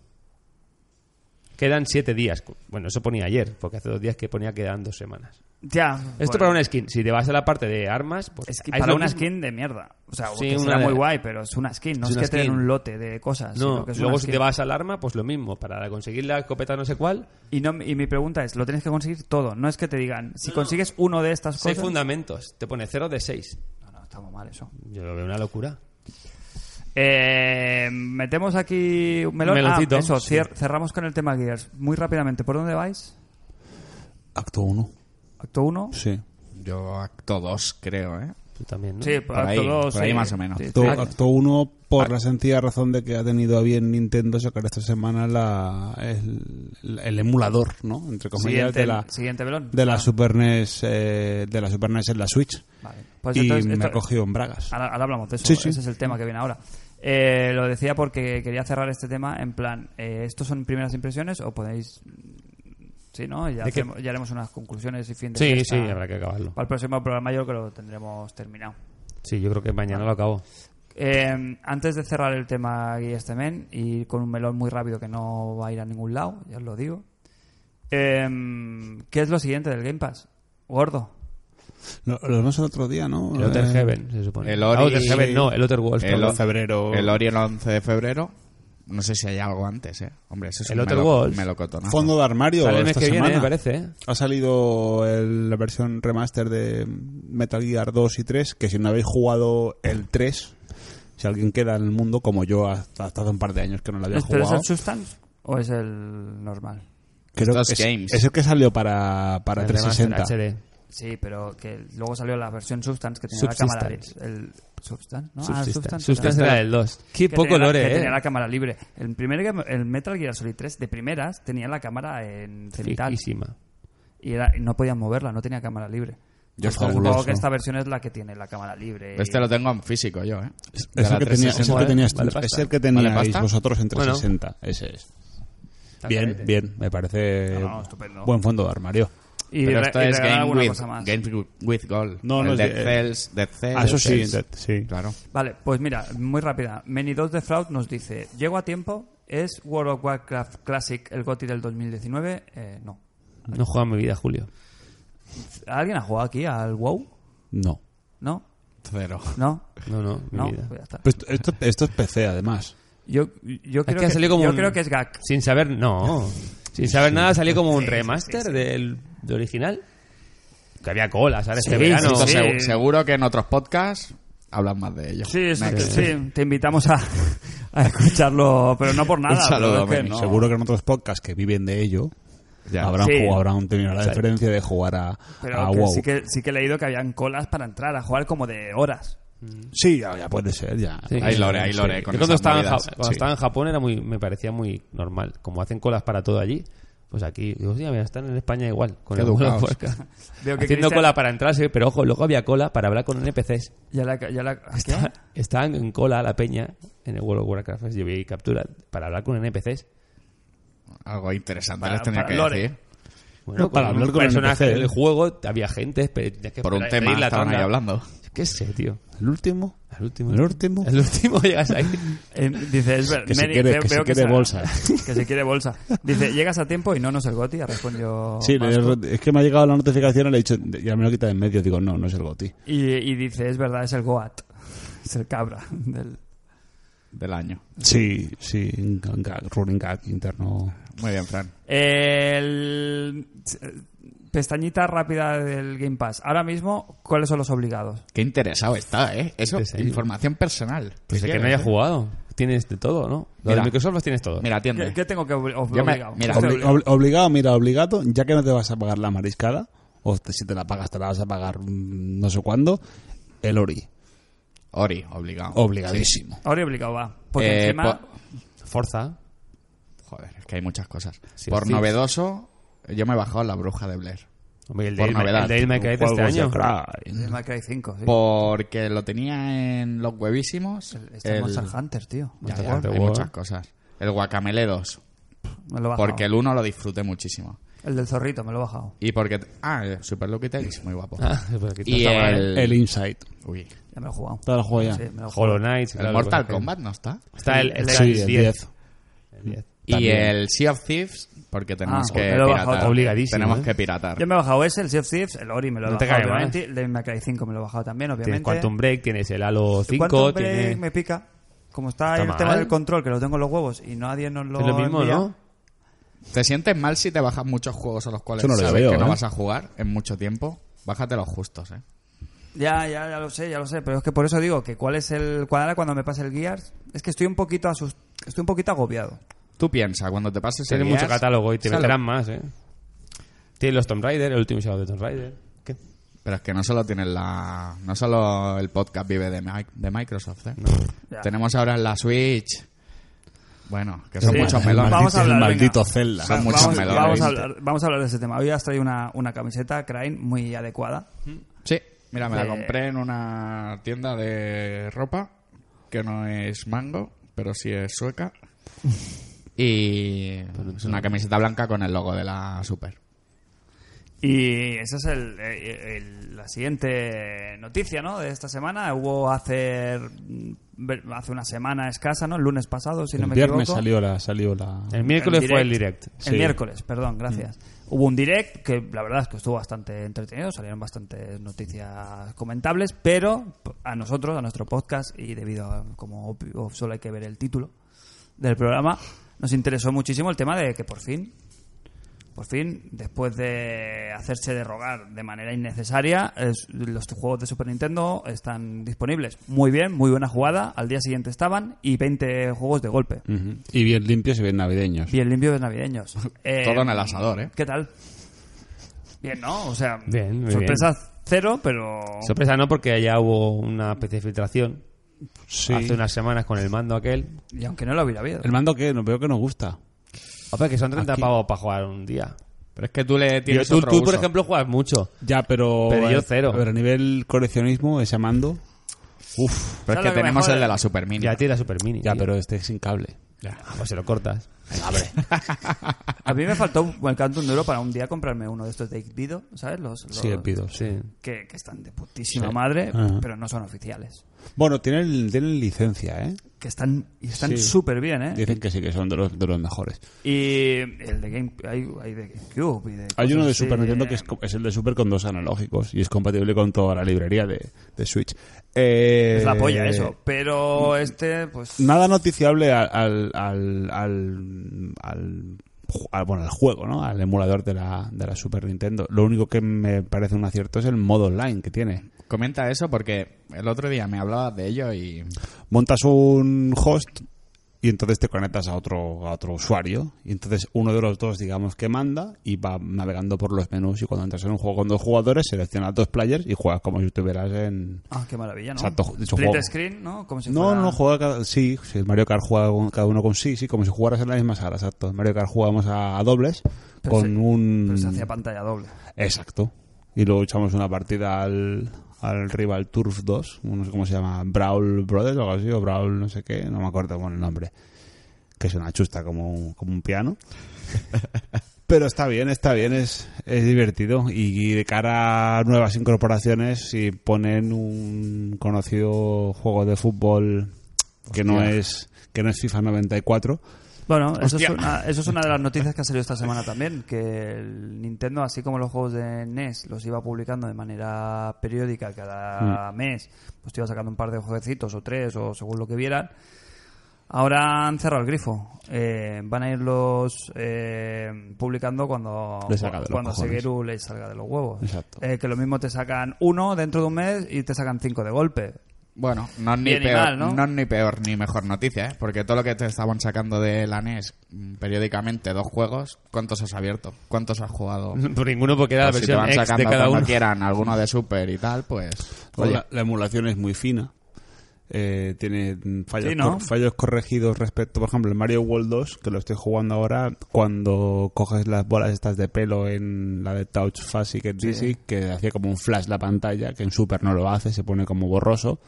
Quedan 7 días. Bueno, eso ponía ayer, porque hace dos días que ponía que quedan dos semanas. Ya, pues, Esto bueno. para una skin. Si te vas a la parte de armas, pues Es que ahí para lo una mismo. skin de mierda. O sea, Sí, que una será de- muy guay, pero es una skin. No Es es, una que te den skin. un lote de cosas. No, sino que es luego una si skin. te vas al arma, pues lo mismo. Para conseguir la escopeta no sé cuál, Y, no, y mi pregunta es, lo tienes que conseguir todo. No es que te digan, si consigues uno de estas seis cosas... fundamentos. Te pone 0 de 6. No, no, estamos mal eso. Yo lo veo una locura. Eh, metemos aquí un melón. Meloncito, Ah, eso, sí. cier- cerramos con el tema Gears. Muy rápidamente, ¿por dónde vais? Acto 1. ¿Acto 1? Sí. Yo acto 2, creo, ¿eh? Tú también, ¿no? Sí, Por acto ahí, dos, por ahí sí. más o menos. Sí, Acto, sí. acto 1 Ah. por la sencilla razón de que ha tenido a bien Nintendo sacar esta semana la, el, el emulador, ¿no? Entre comillas, Siguiente, de la, siguiente melón. de la Ah, Super NES, eh, de la Super NES en la Switch. vale. Pues y entonces me esto- ha cogido en Ah. bragas. Ahora, ahora hablamos de eso. Sí, sí. Ese es el tema que viene ahora. Eh, lo decía porque quería cerrar este tema en plan, eh, ¿estos son primeras impresiones o podéis...? Sí, ¿no? Ya, ¿De qué? hacemos- ya haremos unas conclusiones y fin de Sí, fiesta. sí, habrá que acabarlo. Para el próximo programa yo creo que lo tendremos terminado. Sí, yo creo que mañana lo acabo. Eh, antes de cerrar el tema Guillestemen y con un melón muy rápido que no va a ir a ningún lado, ya os lo digo. eh, ¿Qué es lo siguiente del Game Pass? Gordo. Lo, lo vemos el otro día, ¿no? El Outer Eh, Heaven, se supone. el Ori- Ah, Outer Heaven, no, el Outer Worlds. El, perdón. o- el Ori el 11 de febrero. No sé si hay algo antes, ¿eh? Hombre, eso es El un Outer melo- Worlds. melocotonazo. Fondo de armario Sale el mes esta que viene, semana. me parece. ¿eh? Ha salido el- la versión remaster de Metal Gear 2 y 3, que si no habéis jugado el 3, si alguien queda en el mundo, como yo hasta, hasta hace un par de años que no lo había ¿Pero es jugado, el Substance o es el normal? creo que Estos es, games. es el que salió para, para El 360. remaster HD. Sí, pero que luego salió la versión Substance que tenía la cámara libre. Subsistence. El Substance, ¿no? Ah, Subsistence. Substance. Substance era Claro. del 2. Qué Que poco tenía la- lore, que eh. tenía la cámara libre. El primer Game- el Metal Gear Solid 3 de primeras tenía la cámara en cenital Riquísima. y era- y no podían moverla, no tenía cámara libre. Yo O sea, fabuloso. supongo que esta versión es la que tiene la cámara libre. y- Este lo tengo en físico yo, ¿eh? De Es el, la que tenía, es el 360. que tenías tú, Vale pasta. es el que teníais Vale pasta. vosotros en Bueno. 360. Ese es. Bien, bien, me parece Ah, No, no, estupendo. buen fondo de armario. Y, Pero re- esto y es regalar Game alguna with, cosa más. Games with- with Gold. No, no El es Dead de- Cells, Dead Eh, Cells. Ah, eso Dead sí, Cells. Dead- sí. Claro. Vale, pues mira, muy rápida. Many 2 de Fraud nos dice: Llego a tiempo, ¿es World of Warcraft Classic el GOTY del 2019? Eh, no. No juega en mi vida, Julio. ¿Alguien ha jugado aquí al WoW? No. ¿No? Cero. ¿No? No, no, mi No, vida. pues ya está. Pues esto, esto es PC, además. Yo, yo, creo, que ha que, salido como yo un- creo que es GAC. Sin saber, no. Sin saber nada salió como un Sí, sí, remaster sí, sí. del, del original. Que había cola, ¿sabes? Sí, este verano. sí, sí. Segu- Seguro que en otros podcasts hablan más de ello. Sí, exacto, Next. sí, te invitamos a, a escucharlo, pero no por nada. Un pero saludo, es que- Benny. No. Seguro que en otros podcasts que viven de ello Ya. habrán, Sí. jugado- habrán tenido la Sí. diferencia de jugar a, pero a Ah, que WoW. sí, que, sí que he leído que habían colas para entrar a jugar como de horas. Sí, ya, ya puede ser, ya. Sí. Hay lore, hay lore. Yo con cuando, esas estaba en, movidas. Ja- cuando Sí. estaba en Japón era muy, me parecía muy normal. Como hacen colas para todo allí, pues aquí, digo, sí, mira, están en España igual. Con Qué el World of educados. Warcraft. Veo que Haciendo Cristian- cola para entrarse, pero ojo, luego había cola para hablar con NPCs. Ya la, ya la, ¿qué? Estaban en cola la peña en el World of Warcraft. Yo vi captura para hablar con NPCs. Algo interesante Para- les tenía para que lore. decir. Bueno, No, para con hablar un con personaje NPCs. del juego había gente, pero tenías que Por un esperar a tema ir la estaban ahí tanda. hablando. ¿Qué sé, tío? ¿El último? El último. El último. El último llegas ahí. Pues Eh, dice, es ver- Que se Mary- quiere- veo- que se veo quiere se- bolsa. Que se quiere bolsa. Dice, llegas a tiempo y no nos el goti, ha respondido. Sí, le- Vasco. es que me ha llegado la notificación y le he dicho, ya me lo quita de en medio. Digo, no, no es el Goti. y, y dice, es verdad, es el Goat. Es el cabra. Del... Del año. Sí, sí, un gag, running gag interno. Muy bien, Fran. El... Pestañita rápida del Game Pass. Ahora mismo, ¿cuáles son los obligados? Qué interesado está, ¿eh? Eso, Sí, sí. información personal. Desde Si Pues que no quieres, haya ¿eh? jugado. Tienes de todo, ¿no? Lo de Mira. Microsoft los tienes todo. Mira, atiende. ¿Qué, qué tengo que obli- ob- Yo me- obligado? mira, ¿Qué estoy Obli- obligado? obli- obligado, mira, obligado, ya que no te vas a pagar la mariscada, o te- si te la pagas, te la vas a pagar mm, no sé cuándo, el Ori. Ori, obligado. Obligadísimo. Ahora obligado va. Porque Eh, encima. po- Forza. Joder, es que hay muchas cosas. Sí, Por sí. novedoso, yo me he bajado la bruja de Blair. Hombre, el Por de novedad. El de May Cry de este Juegos de año. Cry. El May Cry 5, sí. Porque lo tenía en los huevísimos. Está el- el este Monster Hunter, tío. Ya, Monster ya, Hunter hay World. muchas cosas. El Guacamele 2. Me lo he bajado. Porque el 1 lo disfruté muchísimo. El del zorrito, me lo he bajado. Y porque... Ah, el Super Lucky Tales, muy guapo. Ah, pues aquí y está mal, ¿eh? el... El Insight. Uy. Ya me lo he jugado. Te lo juego ya. Sí, me lo he jugado. Hollow Knight. El claro, Mortal porque- Kombat no está. Está el, está Sí, el 10. 10. El 10. Y También. el Sea of Thieves, porque tenemos Ah, que me lo he bajado piratar. obligadísimo, Tenemos ¿eh? que piratar. Yo me he bajado ese, el Sea of Thieves, el Ori me lo he No te bajado, cae mal. obviamente. El de May Cry 5 me lo he bajado también, Tienes obviamente. Quantum Break, tienes el Halo El 5. Quantum Break tienes... me pica. Como está, Está el mal. tema del control, que lo tengo en los huevos y nadie nos lo Es lo mismo, envía. ¿no? ¿Te sientes mal si te bajas muchos juegos a los cuales Yo no le sabes veo, que no ¿eh? vas a jugar en mucho tiempo? Bájate los justos, ¿eh? Ya, ya, ya lo sé, ya lo sé. Pero es que por eso digo que cuál es el... Cuál era cuando me pase el Gears? Es que estoy un poquito asust... Estoy un poquito agobiado. Tú piensa, cuando te pases Tienes el mucho Gears, catálogo y te sale- meterán más, ¿eh? Tienes los Tomb Raider, el último sábado de Tomb Raider. ¿Qué? Pero es que no solo tienes la... No solo el podcast vive de, Mi- de Microsoft, ¿eh? Ya. Tenemos ahora en la Switch... Bueno, que son muchos El melones. Vamos a maldito- hablar, El maldito venga. Zelda. Son muchos vamos, melones. vamos a hablar, vamos a hablar de ese tema. Hoy has traído una, una camiseta Crane muy adecuada. Sí, mira, me la Eh. compré en una tienda de ropa que no es mango, pero sí es sueca. Y es una camiseta blanca con el logo de la Super. Y esa es el, eh, el- la siguiente noticia, ¿no? De esta semana. Hubo hace, hace una semana escasa, ¿no? El lunes pasado, si no El me viernes equivoco. salió la... Salió la... El miércoles fue el direct. direct. Mm. El Sí. miércoles, perdón, gracias. Hubo un direct que la verdad es que estuvo bastante entretenido, salieron bastantes noticias comentables, pero p- a nosotros, a nuestro podcast, y debido a como obvio, solo hay que ver el título del programa, nos interesó muchísimo el tema de que por fin, por fin, después de hacerse de rogar de manera innecesaria, es- los juegos de Super Nintendo están disponibles. Muy bien, muy buena jugada, al día siguiente estaban y 20 juegos de golpe. Ujú. Y bien limpios y bien navideños. Bien limpios navideños. Eh, Todo en el asador, ¿eh? ¿Qué tal? Bien, ¿no? O sea, Bien, muy sorpresa cero, pero... Sorpresa no, porque ya hubo una especie de filtración Sí. hace unas semanas con el mando aquel. Y aunque no lo hubiera habido. El mando que no veo que nos gusta. Opa, que son 30 pavos para jugar un día. Pero es que tú le Yo, tienes tú, otro tú, uso. por ejemplo, juegas mucho. Ya, pero... Pero yo eh, cero. Pero a nivel coleccionismo, ese mando... Uf. Pero es ¿Sabes lo que que me tenemos jode? el de la Super Mini. Ya tiene la Super Mini. Ya, tío. pero este es sin cable. Ah, pues se lo cortas. A mí me faltó un- el canto un duro para un día comprarme uno de estos de Ikbido, ¿sabes? Los, los- Sí, el pido. sí. Sí. Que, que están de putísima madre, Ah. Ajá. pero no son oficiales. Bueno, tienen, tienen licencia, ¿eh? Que están y están Sí. súper bien, ¿eh? Dicen que sí, que son de los, de los mejores. Y el de Game hay, hay de GameCube y de Hay uno de cosas Super así, eh, Nintendo que es, co- es el de Super con dos analógicos y es compatible con toda la librería de, de Switch. Eh, Es la polla eso, pero este pues Nada noticiable al, al, al, al, al- ju- al- bueno, al juego, ¿no? Al emulador de la, de la Super Nintendo. Lo único que me parece un acierto es el modo online que tiene. Comenta eso porque el otro día me hablabas de ello y montas un host y entonces te conectas a otro, a otro usuario. Y entonces uno de los dos, digamos, que manda y va navegando por los menús. Y cuando entras en un juego con dos jugadores, seleccionas dos players y juegas como si estuvieras en. ah, qué maravilla, ¿no? Exacto, de hecho, Split juego. screen, ¿no? Como si No, fuera- no, juega cada, sí, sí, el Mario Kart juega con- cada uno con sí, sí, como si jugaras en la misma sala, exacto. En Mario Kart jugamos a, a dobles Pero con se- un... Pero se hacía pantalla doble. Exacto. Y luego echamos una partida al, al rival Turf 2, no sé cómo se llama, Brawl Brothers o algo así, o Brawl no sé qué, no me acuerdo con el nombre. Que es una chusta como un, como un piano. Pero está bien, está bien, es, es divertido. Y, de cara a nuevas incorporaciones, si ponen un conocido juego de fútbol que no Hostia. es que no es FIFA 94, Bueno, eso es, Hostia. una, eso es una de las noticias que ha salido esta semana también, que el Nintendo, así como los juegos de NES, los iba publicando de manera periódica Mm. cada mes, pues te iba sacando un par de jueguecitos o tres o según lo que vieran. Ahora han cerrado el grifo. Eh, van a irlos eh, publicando cuando, Le saca de los cuando cojones. Segeru les salga de los huevos. Exacto. Eh, que lo mismo te sacan uno dentro de un mes y te sacan cinco de golpe. bueno, no es ni Bien y peor, mal, ¿no? ¿no? es ni peor ni mejor noticia, ¿eh? porque todo lo que te estaban sacando de la NES mm, periódicamente dos juegos, ¿cuántos has abierto? ¿Cuántos has jugado? Por ninguno porque era la Pues si te versión van ex de sacando cada cuando uno. quieran alguno de Super y tal, pues oye, la, la emulación es muy fina. Eh, tiene mm, fallos, Sí, ¿no? cor- fallos corregidos respecto, por ejemplo, el Mario World 2, que lo estoy jugando ahora, cuando coges las bolas estas de pelo en la de Touch Fuzzy que Dizzy, que hacía como un flash la pantalla, que en Super no lo hace, se pone como borroso.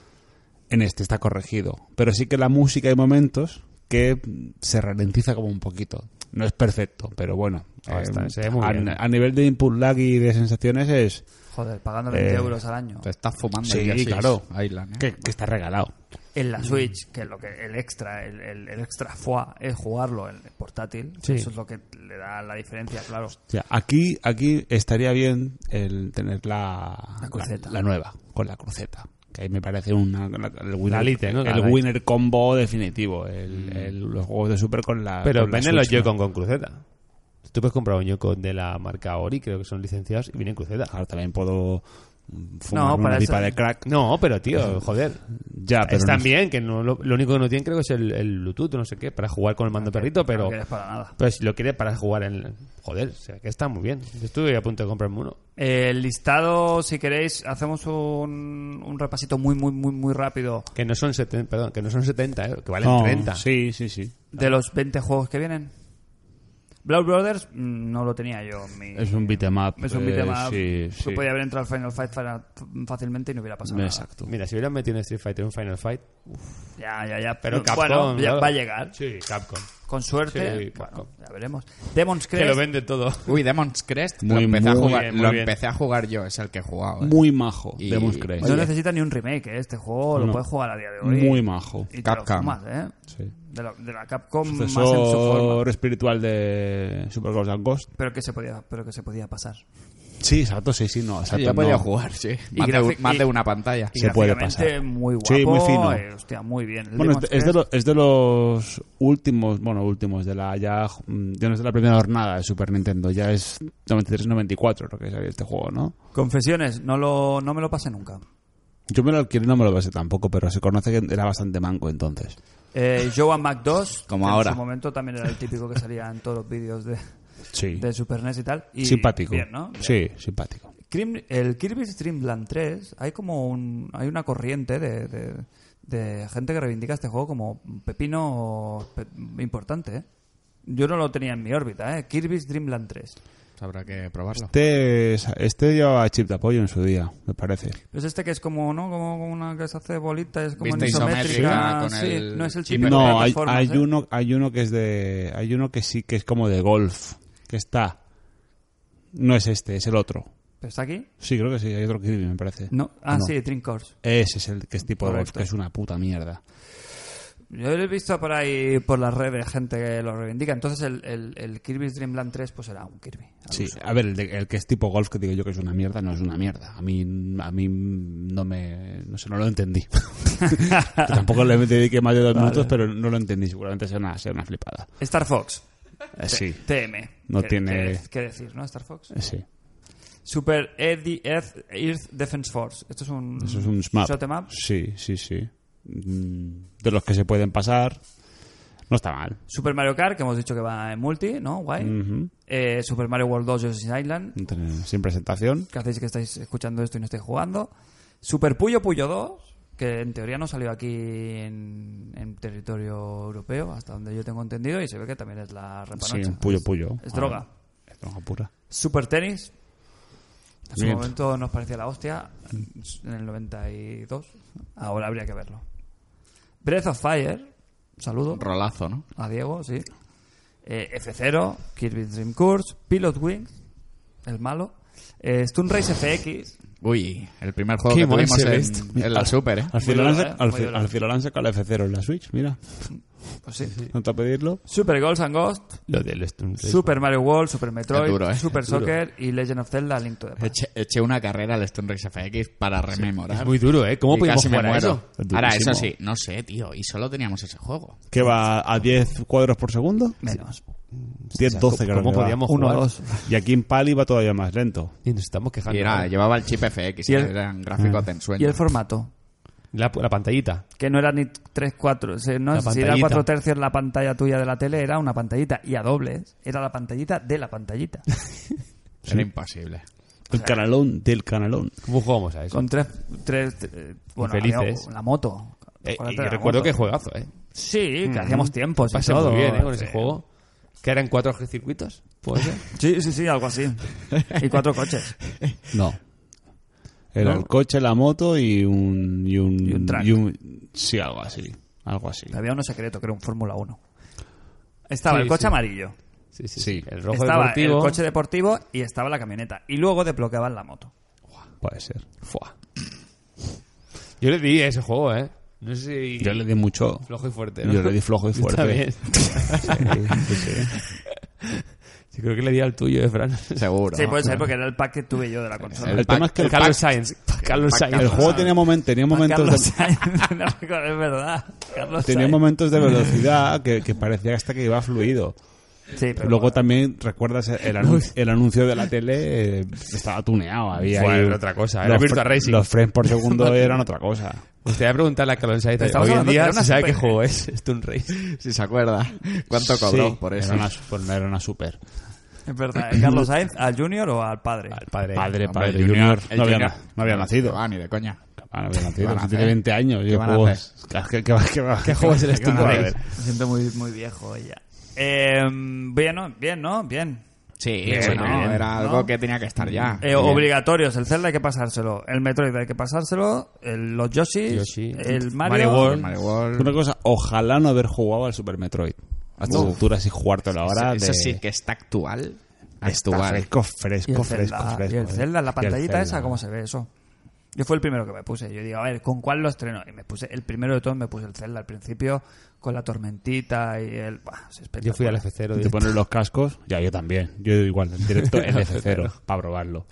En este está corregido. Pero sí que la música hay momentos que mm, se ralentiza como un poquito. No es perfecto, pero bueno. Ah, eh, está- se ve muy a, bien. a nivel de input lag y de sensaciones es... Joder, pagando 20 Eh, euros al año. te estás fumando Sí, el Yoshi's claro. Island, ¿eh? que- que está regalado. en la Switch, que lo que el extra, el, el- el extra foie es jugarlo en el portátil. Sí. Eso es lo que le da la diferencia, claro. O sea, aquí, aquí estaría bien el tener la, La cruceta. la- la nueva, con la cruceta. Que ahí me parece una, la- el winner, La Lite, ¿no? La el Lite. Mm. winner combo definitivo. el- el- los juegos de Super con la. Pero con la venden los Switch, ¿no? Joy-Con con cruceta. Tú puedes comprar un Joy-Con de la marca Ori, creo que son licenciados, y vienen cruceta. Ahora también puedo mm, fumar No, para una pipa eso- de crack. No, pero tío, joder. Ya, Ah, pero. Están no- bien, que no, lo, lo único que no tienen creo que es el, el Bluetooth, o no sé qué, para jugar con el Ah, mando perrito, pero No quieres para nada. pues lo quiere para jugar en... Joder, o sea, que está muy bien. Yo estuve a punto de comprarme uno. El listado, si queréis, hacemos un, un repasito muy, muy, muy, muy rápido Que no son 70, perdón, que no son 70, eh, que valen no, 30. Sí, sí, sí. de los 20 juegos que vienen. Blood Brothers mm, no lo tenía yo. en mi- Es un beat'em up. es un eh, beat'em sí, up que sí. podía haber entrado al Final Fight fa- fácilmente y no hubiera pasado Exacto. Mira, si hubieran metido en Street Fighter un Final Fight, nada. Ya, ya, ya. pero Capcom... bueno, ya claro. va a llegar. Sí, Capcom. Con suerte, Sí, bueno, Capcom. ya veremos. Demon's Que lo Crest, vende todo. Uy, Demon's Crest Muy, lo, empecé a muy jugar, bien, muy lo bien. empecé a jugar yo, es el que he jugado. ¿eh? Muy majo. Y- Demon's Crest. No necesita ni un remake, ¿eh? este juego lo No. puedes jugar a día de hoy. Muy majo. y te lo Capcom. fumas, ¿eh? Sí. De, la- de la Capcom más en su forma. Sucesor espiritual de Super Ghost and Ghost. Pero que se podía, pero que se podía pasar. Sí, exacto, sí, sí, no. Sí, Exacto, yo he podido no. jugar, sí. Y Más, de, grafi- un- más y- de una pantalla. Y Se puede gráficamente pasar. muy guapo. Sí, muy fino. eh, hostia, muy bien. El Bueno, es Demon's de, es de Crest, lo- es de los últimos, bueno, últimos, de la ya, mm, ya no es de la primera jornada de Super Nintendo, ya es 93-94 lo que salió este juego, ¿no? Confesiones, no, lo, no me lo pasé nunca. Yo me lo alquilé, no me lo pasé tampoco, pero se conoce que era bastante manco entonces. Eh, Joan Mac 2, Como que ahora. en su momento también era el típico que salía en todos los vídeos de, Sí. de Super NES y tal. Y simpático. Bien, ¿no? Bien. Sí, simpático. Crim- el Kirby's Dream Land 3 hay como un, hay una corriente de, de- de gente que reivindica este juego como un pepino pe- importante. ¿eh? Yo no lo tenía en mi órbita, ¿eh? Kirby's Dream Land 3. Habrá que probarlo. Este, es- este llevaba chip de apoyo en su día, me parece. Pues este que es como, ¿no? Como como una que se hace bolita, es como Vista una isométrica. Ah, isométrica con sí, el no es el chip. típico de no, hay, plataformas, hay ¿eh? uno, hay uno que es de, hay uno que sí que es como de golf, que está. No es este, es el otro. ¿Pero está ¿Pues aquí? Sí, creo que sí, hay otro Kirby, me parece. No. Ah, No. sí, Drink Course. Ese es el que es tipo de golf, Correcto. que es una puta mierda. Yo lo he visto por ahí, por las redes, gente que lo reivindica. Entonces el, el, el Kirby's Dream Land 3 pues era un Kirby. al Sí, uso. a ver, el, de- el que es tipo golf que digo yo que es una mierda, no es una mierda. A mí, a mí no me, no sé, no lo entendí. Que tampoco le dediqué más de dos minutos, pero no lo entendí. Seguramente sea una, sea una flipada. Star Fox. Eh, Sí, TM. No ¿Qué- tiene- qué- qué decir, ¿no? Star Fox. eh, sí. Super EDF Earth Defense Force. Esto es un. Eso es un smap. shoot 'em up. Sí, sí, sí. Mm, De los que se pueden pasar, no está mal. Super Mario Kart, que hemos dicho que va en multi, ¿no? Guay. Ujú. Eh, Super Mario World 2 Yoshi's Island. No tiene- Sin presentación. que hacéis que estáis escuchando esto y no estáis jugando. Super Puyo Puyo 2, que en teoría no salió aquí en, en territorio europeo, hasta donde yo tengo entendido, y se ve que también es la Sí, repanocha. un puyo puyo. Es droga. Ah, Es droga pura. Super Tenis, en su Bien. momento nos parecía la hostia, en el 92, ahora habría que verlo. Breath of Fire, saludo Rolazo, ¿no? a Diego, sí. Eh, F0, Kirby Dream Course, Pilot Wings, el malo. Eh, Stun Race FX, Uy, el primer juego Qué que buen tuvimos Celeste. en, en la Super, ¿eh? Al final, han dura, sa- ¿eh? al Muy fi- dura. al final han sacado la F0 en la Switch, mira. pues sí. No te va a pedirlo. Super Goals and Ghost, Lo del Stone Race. Super Mario World, Super Metroid, Es duro, ¿eh? Super Es duro. Soccer y Legend of Zelda Link to the Past. Eché, eché una carrera al Stone Race FX para rememorar. Es muy duro, ¿eh? ¿Cómo Y podemos casi me jugar a muero. eso? Es Ahora, durísimo. eso sí, no sé, tío. Y solo teníamos ese juego. que va a 10 cuadros por segundo? Menos. 10, 12 creo ¿Cómo que va. podíamos Uno, jugar? dos. Y aquí en Pali va todavía más lento. Y nos estamos quejando. Y era, llevaba el chip FX, Y el- eran gráficos de Y ensueño. el formato, La, la pantallita. que no era ni 3, 4, no, La si era pantallita. 4 tercios la pantalla tuya de la tele, era una pantallita y a dobles, era la pantallita de la pantallita. Era imposible. El canalón del canalón. ¿Cómo jugamos a eso? Con tres, tres eh, bueno, Felices. había la moto. Eh, Acuérdate y de la recuerdo moto. que juegazo, ¿eh? este Sí, que hacíamos tiempos y Pasé todo. muy bien, ¿eh? Con ese Sí. juego. Que eran cuatro circuitos. ¿Puede ser? Sí, sí, sí, algo así. Y cuatro coches. No. Era ¿No? el coche, la moto y un... Y un, Y un track. sí, algo así. Algo así. Había uno secreto, que era un Fórmula 1. Estaba Sí, el coche sí. amarillo. Sí, sí, Sí. sí. El rojo estaba deportivo. el coche deportivo y estaba la camioneta. Y luego desbloqueaban la moto. Puede ser. Fua. Yo le di a ese juego, ¿eh? No sé si... Yo le di mucho. Flojo y fuerte, ¿no? Yo le di flojo y Está fuerte. bien. Yo creo que le di al tuyo, ¿eh, Fran? Seguro. sí, puede ser porque era el pack que tuve yo de la consola. El El tema pack- es que el, el pack- Carlos Sainz. Carlos Sainz. el juego tenía, momen- tenía Ah, momentos Carlos de... Sainz, no me acuerdo, es verdad. Carlos Tenía Sainz. momentos de velocidad que, que parecía hasta que iba fluido. Sí, pero Luego también, ¿recuerdas el, anun- el anuncio de la tele? eh, estaba tuneado. Había Fue, ahí era un- otra cosa, los era fr- Virtua Racing. Los frames por segundo eran otra cosa. Me gustaría preguntarle Pues a Carlos Sainz. Estamos Hoy en hablando de día una se sabe qué super- juego es. Es un Race. Si se acuerda. ¿Cuánto cobró Sí, por eso? Era una, pues no era una super. es verdad. ¿El Carlos Sainz al Junior o al padre? Al padre. Padre, Hombre, padre, el junior. el No había, Junior. no había nacido. Ah, ni de coña. Ah, no había nacido. van a si hacer? Tiene 20 años. ¿Qué van a ¿Qué, qué, va- qué, va- qué juego es el qué van a Stone hacer? Race? Me siento muy, muy viejo ya. Eh, bien, ¿no? Bien, ¿no? Bien. Sí, Bien, bueno, bien, era ¿no? algo que tenía que estar ya. Eh, Bien. obligatorios, el Zelda hay que pasárselo, el Metroid hay que pasárselo, el- los Yoshi, Yoshi. el Mario, Mario World. El Mario World. Una cosa, ojalá no haber jugado al Super Metroid. A estas alturas y jugártelo ahora. Eso de- sí que está actual. Está Actual. fresco, y el fresco, fresco, Zelda, fresco. y el eh. Zelda, la Y el pantallita Zelda. esa, ¿cómo se ve eso? Yo fue el primero que me puse, yo digo, a ver, ¿con cuál lo estreno? Y me puse, el primero de todos me puse el Zelda al principio, con la tormentita y el... buah, es espectacular. Yo fui al F0. Y te pones los cascos, ya yo también. Yo igual, en directo en F0, para probarlo.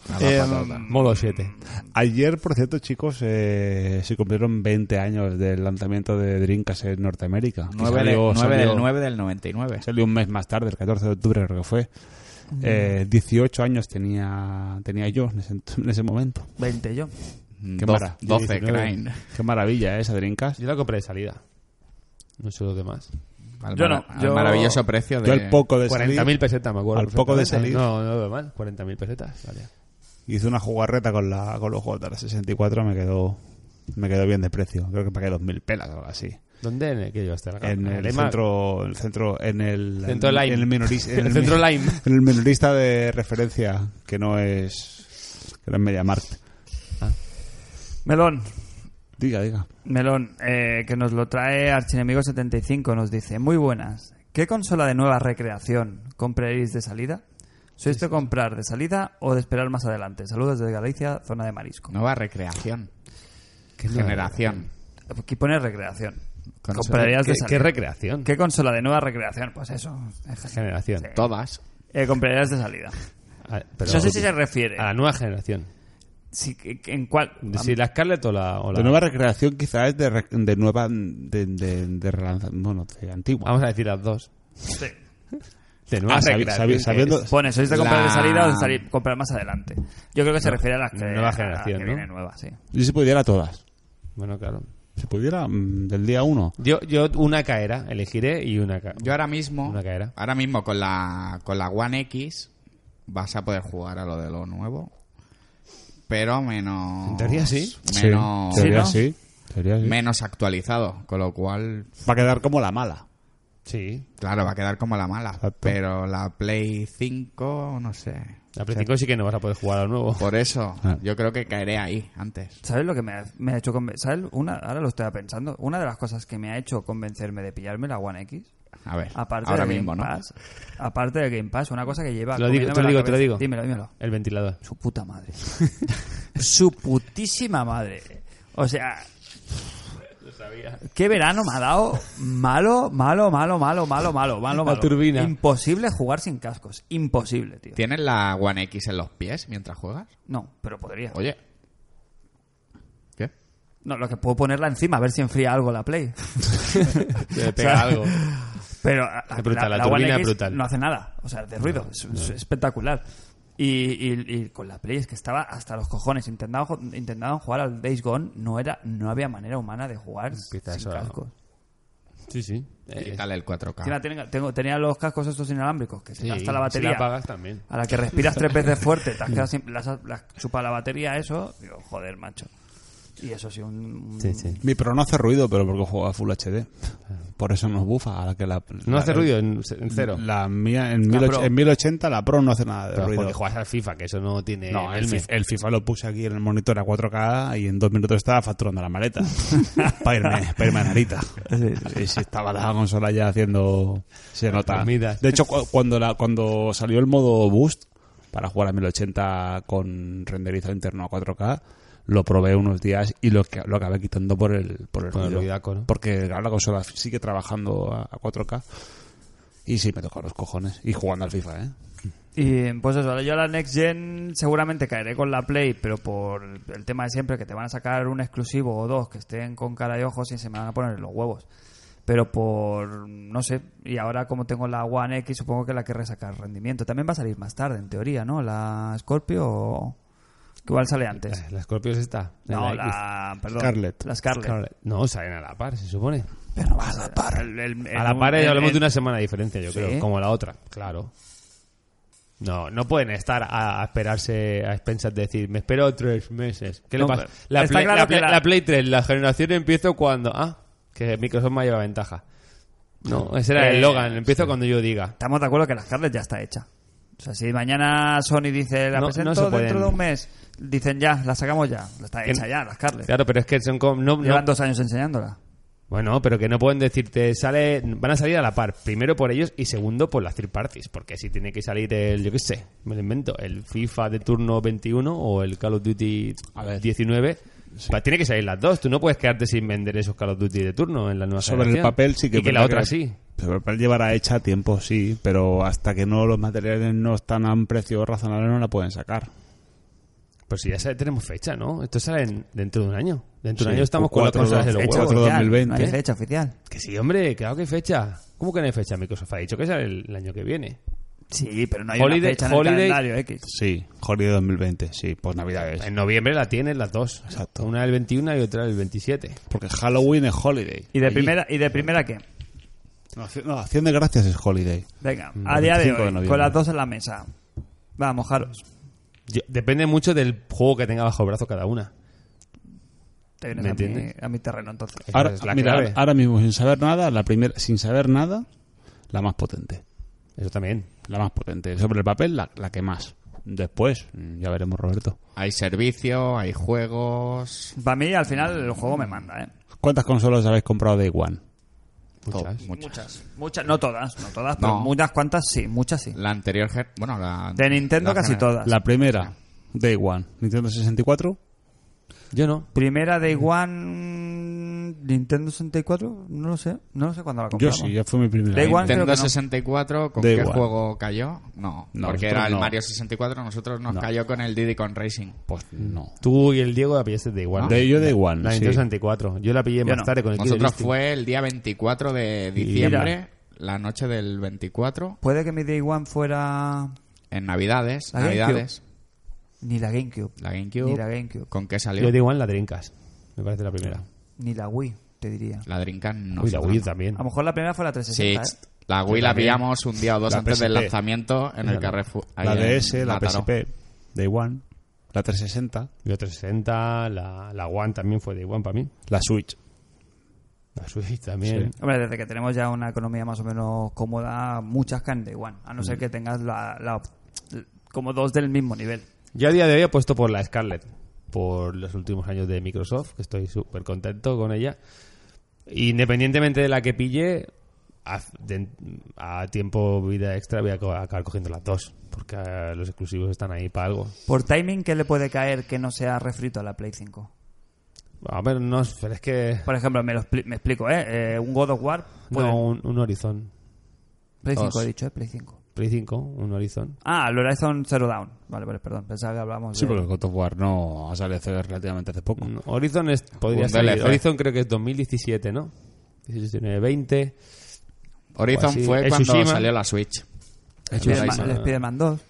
Modo 7. Ayer, por cierto, chicos, eh, se cumplieron 20 años del lanzamiento de Dreamcast en Norteamérica. que 9, de- salió- 9 salió- del 9 del 99. Salió un mes más tarde, el 14 de octubre creo que fue. Mm. Eh, 18 años tenía, tenía yo en ese, en ese momento. 20 yo. Qué, Mm, Doce- mara- 12, 19. Crane. Qué maravilla ¿eh? esa Dreamcast. Yo la compré de salida. No sé los demás. Al, Yo mara- no, al yo- maravilloso precio de... Yo al poco de Pues salir 40.000 pesetas, me acuerdo. Al poco de perfectamente. salir. No, no lo mal. 40.000 pesetas. Vale. hice una jugarreta con, la, con los juegos de la 64, me quedó Me quedó bien de precio. Creo que pagué 2.000 pelas o algo así. ¿Dónde en el que llevaste la En el EMA? centro, el centro, en el, Centro Lime. en el, minoris- en El centro mi- Lime. en el minorista de referencia que no es, que no es MediaMarkt. Melón, Diga, diga. Melón, eh, que nos lo trae Archienemigo75, nos dice, muy buenas. ¿Qué consola de nueva recreación compraréis de salida? ¿Sois de comprar de salida o de esperar más adelante? Saludos desde Galicia, zona de marisco. Nueva recreación. Generación. Aquí pone recreación. Consola. ¿Comprarías ¿Qué, de qué salida? recreación? ¿Qué consola de nueva recreación? Pues eso. generación? Todas. Eh, comprarías de salida. Ah, pero- no sé si se refiere. A la nueva generación. Si- ¿En cuál? Si la Scarlett o la... o la- De nueva recreación quizá es de, re- de nueva, de, de, de relanza- bueno, de antigua. Vamos a decir las dos. Ah, Sí. De nueva Ah, sabi- recreación, sabi- que sabiendo- es- Pues Pone, ¿sois de comprar de La- salida o de salir- comprar más adelante? Yo creo que se refiere a las que, nueva a la generación, que ¿no? viene nueva, sí. Yo si pudiera todas. Bueno, claro. Si pudiera, mm, del día uno. Yo, yo una caera elegiré y una caera. Yo ahora mismo, Una caera. ahora mismo con la, con la One X vas a poder jugar a lo de lo nuevo, pero menos... En teoría sí. Menos, Sí, teoría ¿no? sí. teoría sí. menos actualizado, con lo cual, Va a quedar como la mala. Sí. claro, va a quedar como la mala. Exacto. Pero la Play 5, no sé. La Play 5 sí que no vas a poder jugar a lo nuevo. Por eso, Ah. yo creo que caeré ahí antes. ¿Sabes lo que me ha, me ha hecho conven- ¿Sabes? Una, ahora lo estaba pensando. Una de las cosas que me ha hecho convencerme de pillarme la One X, A ver, aparte ahora del mismo, Game ¿no? Pass, aparte del Game Pass, una cosa que lleva. Te lo digo, comiéndome te lo la digo, te lo cabeza. digo. Dímelo, dímelo. El ventilador. Su puta madre. Su putísima madre. O sea. ¿Qué verano me ha dado? Malo, malo, malo, malo, malo, malo, malo, malo. turbina. Imposible jugar sin cascos. Imposible, tío. ¿Tienes la One X en los pies mientras juegas? No, pero podría. Oye. ¿Qué? No, lo que puedo ponerla encima, a ver si enfría algo la Play. Te pega algo. Pero a- a- Es Ah, brutal, la One turbina X es brutal. no hace nada, o sea, de ruido, es, es espectacular. Y, y- y con la Play es que estaba hasta los cojones, intentaban, ju- intentaban jugar al Days Gone, no, era, no había manera humana de jugar Empieza sin eso a- cascos. Sí, sí. Eh, Quítale el 4K. Encima tenía, tengo- tenía los cascos estos inalámbricos, que se sí, gasta la Si batería. la apagas también. a la que respiras tres veces fuerte, te has quedado sin, las, las chupa la batería, eso, digo, joder, macho. Y eso sí, un... un- Sí, sí. Mi Pro no hace ruido, pero porque juega a Full HD. Por eso nos bufa. A la que la, No la- hace ruido en, en cero. La mía, en, La 1080, Pro. en 1080 la Pro no hace nada de Pero ruido. porque juegas al FIFA, que eso no tiene... No, el, el Fi- el FIFA lo puse aquí en el monitor a 4K y en dos minutos estaba facturando la maleta. para irme, pa' irme a Narita. Sí, sí, estaba la consola ya haciendo. Se nota. Dormidas. De hecho, cu- cuando, la, cuando salió el modo Boost para jugar a 1080 con renderizado interno a 4K, lo probé unos días y lo, ca- lo acabé quitando por el, por el Por el ruido. ruidaco, ¿no? Porque claro, la consola sigue trabajando a, a 4K. Y sí, me tocó los cojones. Y jugando al FIFA, ¿eh? Y pues eso, yo a la Next Gen seguramente caeré con la Play, pero por el tema de siempre, que te van a sacar un exclusivo o dos que estén con cara y ojos y se me van a poner los huevos. Pero por, no sé, y ahora como tengo la One X, supongo que la querré sacar rendimiento. También va a salir más tarde, en teoría, ¿no? La Scorpio, o- que igual sale antes. La Scorpio está. No, X. la, perdón, Scarlett. La Scarlett. Scarlett. No, salen a la par, se supone. Pero no va a la par. El- el- el- A la par eh, el- hablamos el- de una semana de diferencia, yo Sí. creo, como la otra, claro. No, no pueden estar a, a esperarse a expensas de decir, me espero tres meses. ¿Qué le No, pasa? pero La está Play, claro la que Play- la- la Play 3, la generación empiezo cuando... Ah, que Microsoft me lleva ventaja. No, ese era Eh, el Logan, empiezo cuando yo diga. Estamos de acuerdo que la Scarlett ya está hecha. O sea, si mañana Sony dice la No, no presento se pueden. dentro de un mes, dicen ya, la sacamos ya. La está Que- hecha ya, la Scarlett. Claro, pero es que son como... No, no- Llevan dos años enseñándola. Bueno, pero que no pueden decirte, sale, van a salir a la par. Primero por ellos y segundo por las third parties. Porque si tiene que salir el, yo qué sé, me lo invento, el FIFA de turno 21 o el Call of Duty 19, pa- tiene que salir las dos. Tú no puedes quedarte sin vender esos Call of Duty de turno en la nueva Sobre el generación. papel sí que Y es que la verdad otra que- sí. Sobre el papel llevará hecha a tiempo, sí, pero hasta que no los materiales no están a un precio razonable no la pueden sacar. Pues si ya sa- tenemos fecha, ¿no? Esto sale en- dentro de un año. Dentro de un Sí, año estamos o con las cuatro, consolas de los fecha, huevos. otro Oficial, 2020, No hay ¿eh? fecha oficial. Que sí, hombre, claro que hay fecha. ¿Cómo que no hay fecha? Microsoft ha dicho que sale el, el año que viene. Sí, pero no hay una Holiday- fecha en Holiday- el calendario X. Sí, Holiday 2020, sí, pues Navidades. En noviembre la tienen las dos. Exacto. Una del 21 y otra del 27. Porque Halloween es Holiday. ¿Y de, Allí. primera, ¿Y de primera qué? No, acción- no, Acción de Gracias es Holiday. Venga, Mm, a día de 25 de hoy, noviembre. con las dos en la mesa. Vamos, mojaros. Yo- depende mucho del juego que tenga bajo el brazo cada una. te vienes a mi, entiendes? a mi terreno entonces. Esa Ahora, es la mira, clave. ahora mismo, sin saber nada, la primera, sin saber nada, la más potente. Eso también. La más potente. Sobre el papel, la, la que más. Después, mm, ya veremos, Roberto. Hay servicio, hay juegos. Para mí, al final, el juego me manda, ¿eh? ¿Cuántas consolas habéis comprado de One? todo, Muchas. muchas. Muchas. Muchas, no todas, no todas, pero No. unas cuantas sí, muchas sí. La anterior, gen- bueno, la. De Nintendo la casi gener- todas. La primera, Day One. Nintendo 64. Yo no. Primera Day One Nintendo 64, no lo sé, no lo sé cuándo la Yo compramos. sí, ya fue mi primera. Day One. creo Nintendo que no. 64, ¿con Da qué igual. juego cayó? No, No, porque nosotros era el no. Mario 64, nosotros nos No. cayó con el Diddy Con Racing. Pues no. Tú y el Diego la pillaste de igual. De, yo Day One. La sí. Nintendo 64. Yo la pillé Yo más no. tarde con el Killer Nosotros Instinct. fue el día 24 de diciembre, la noche del 24, Puede que mi Day One fuera en Navidades. La Navidades, ni la GameCube, la GameCube. ni la GameCube, ¿Con qué Yo salió? de igual la Drinkas. Me parece la primera. ni la Wii, te diría. La Dreamcast no. Uy, la Wii no. también. A lo mejor la primera fue la Sí, 360, ¿eh? la Wii Yo la también. pillamos un día o dos La antes del PSP. lanzamiento en el Claro. Carrefour. ahí La en DS, la Mataró. PSP, Day One. La 360, Yo 360, la, la One también fue de igual para mí. la Switch. La Switch también. Hombre, desde que tenemos ya una economía más o menos cómoda, muchas caen de igual, a no ser que tengas la, la- como dos del mismo nivel. Yo a día de hoy he puesto por la Scarlett, por los últimos años de Microsoft, que estoy súper contento con ella. Independientemente de la que pille, a, de- a tiempo vida extra voy a co- a acabar cogiendo las dos, porque eh, los exclusivos están ahí para algo. Por timing, ¿qué le puede caer que no sea refrito a la Play 5? A ver, no, pero es que... Por ejemplo, me, lo expli- me explico, ¿eh? Eh, Un God of War. puede- No, un, un Horizon. Play 5 dos. he dicho, ¿eh? Play 5. Play 5, un Horizon. Ah, el Horizon Zero Down. Vale, vale, perdón. Pensaba que hablábamos Sí, de... porque el God of War no ha salido hace relativamente hace poco. Mm, Horizon es, podría Un ser... DLC. Horizon creo que es 2017, ¿no? 19, 20... Horizon Pues sí, fue el cuando Tsushima. salió la Switch. El Spiderman- Horizon. el Spider-Man 2.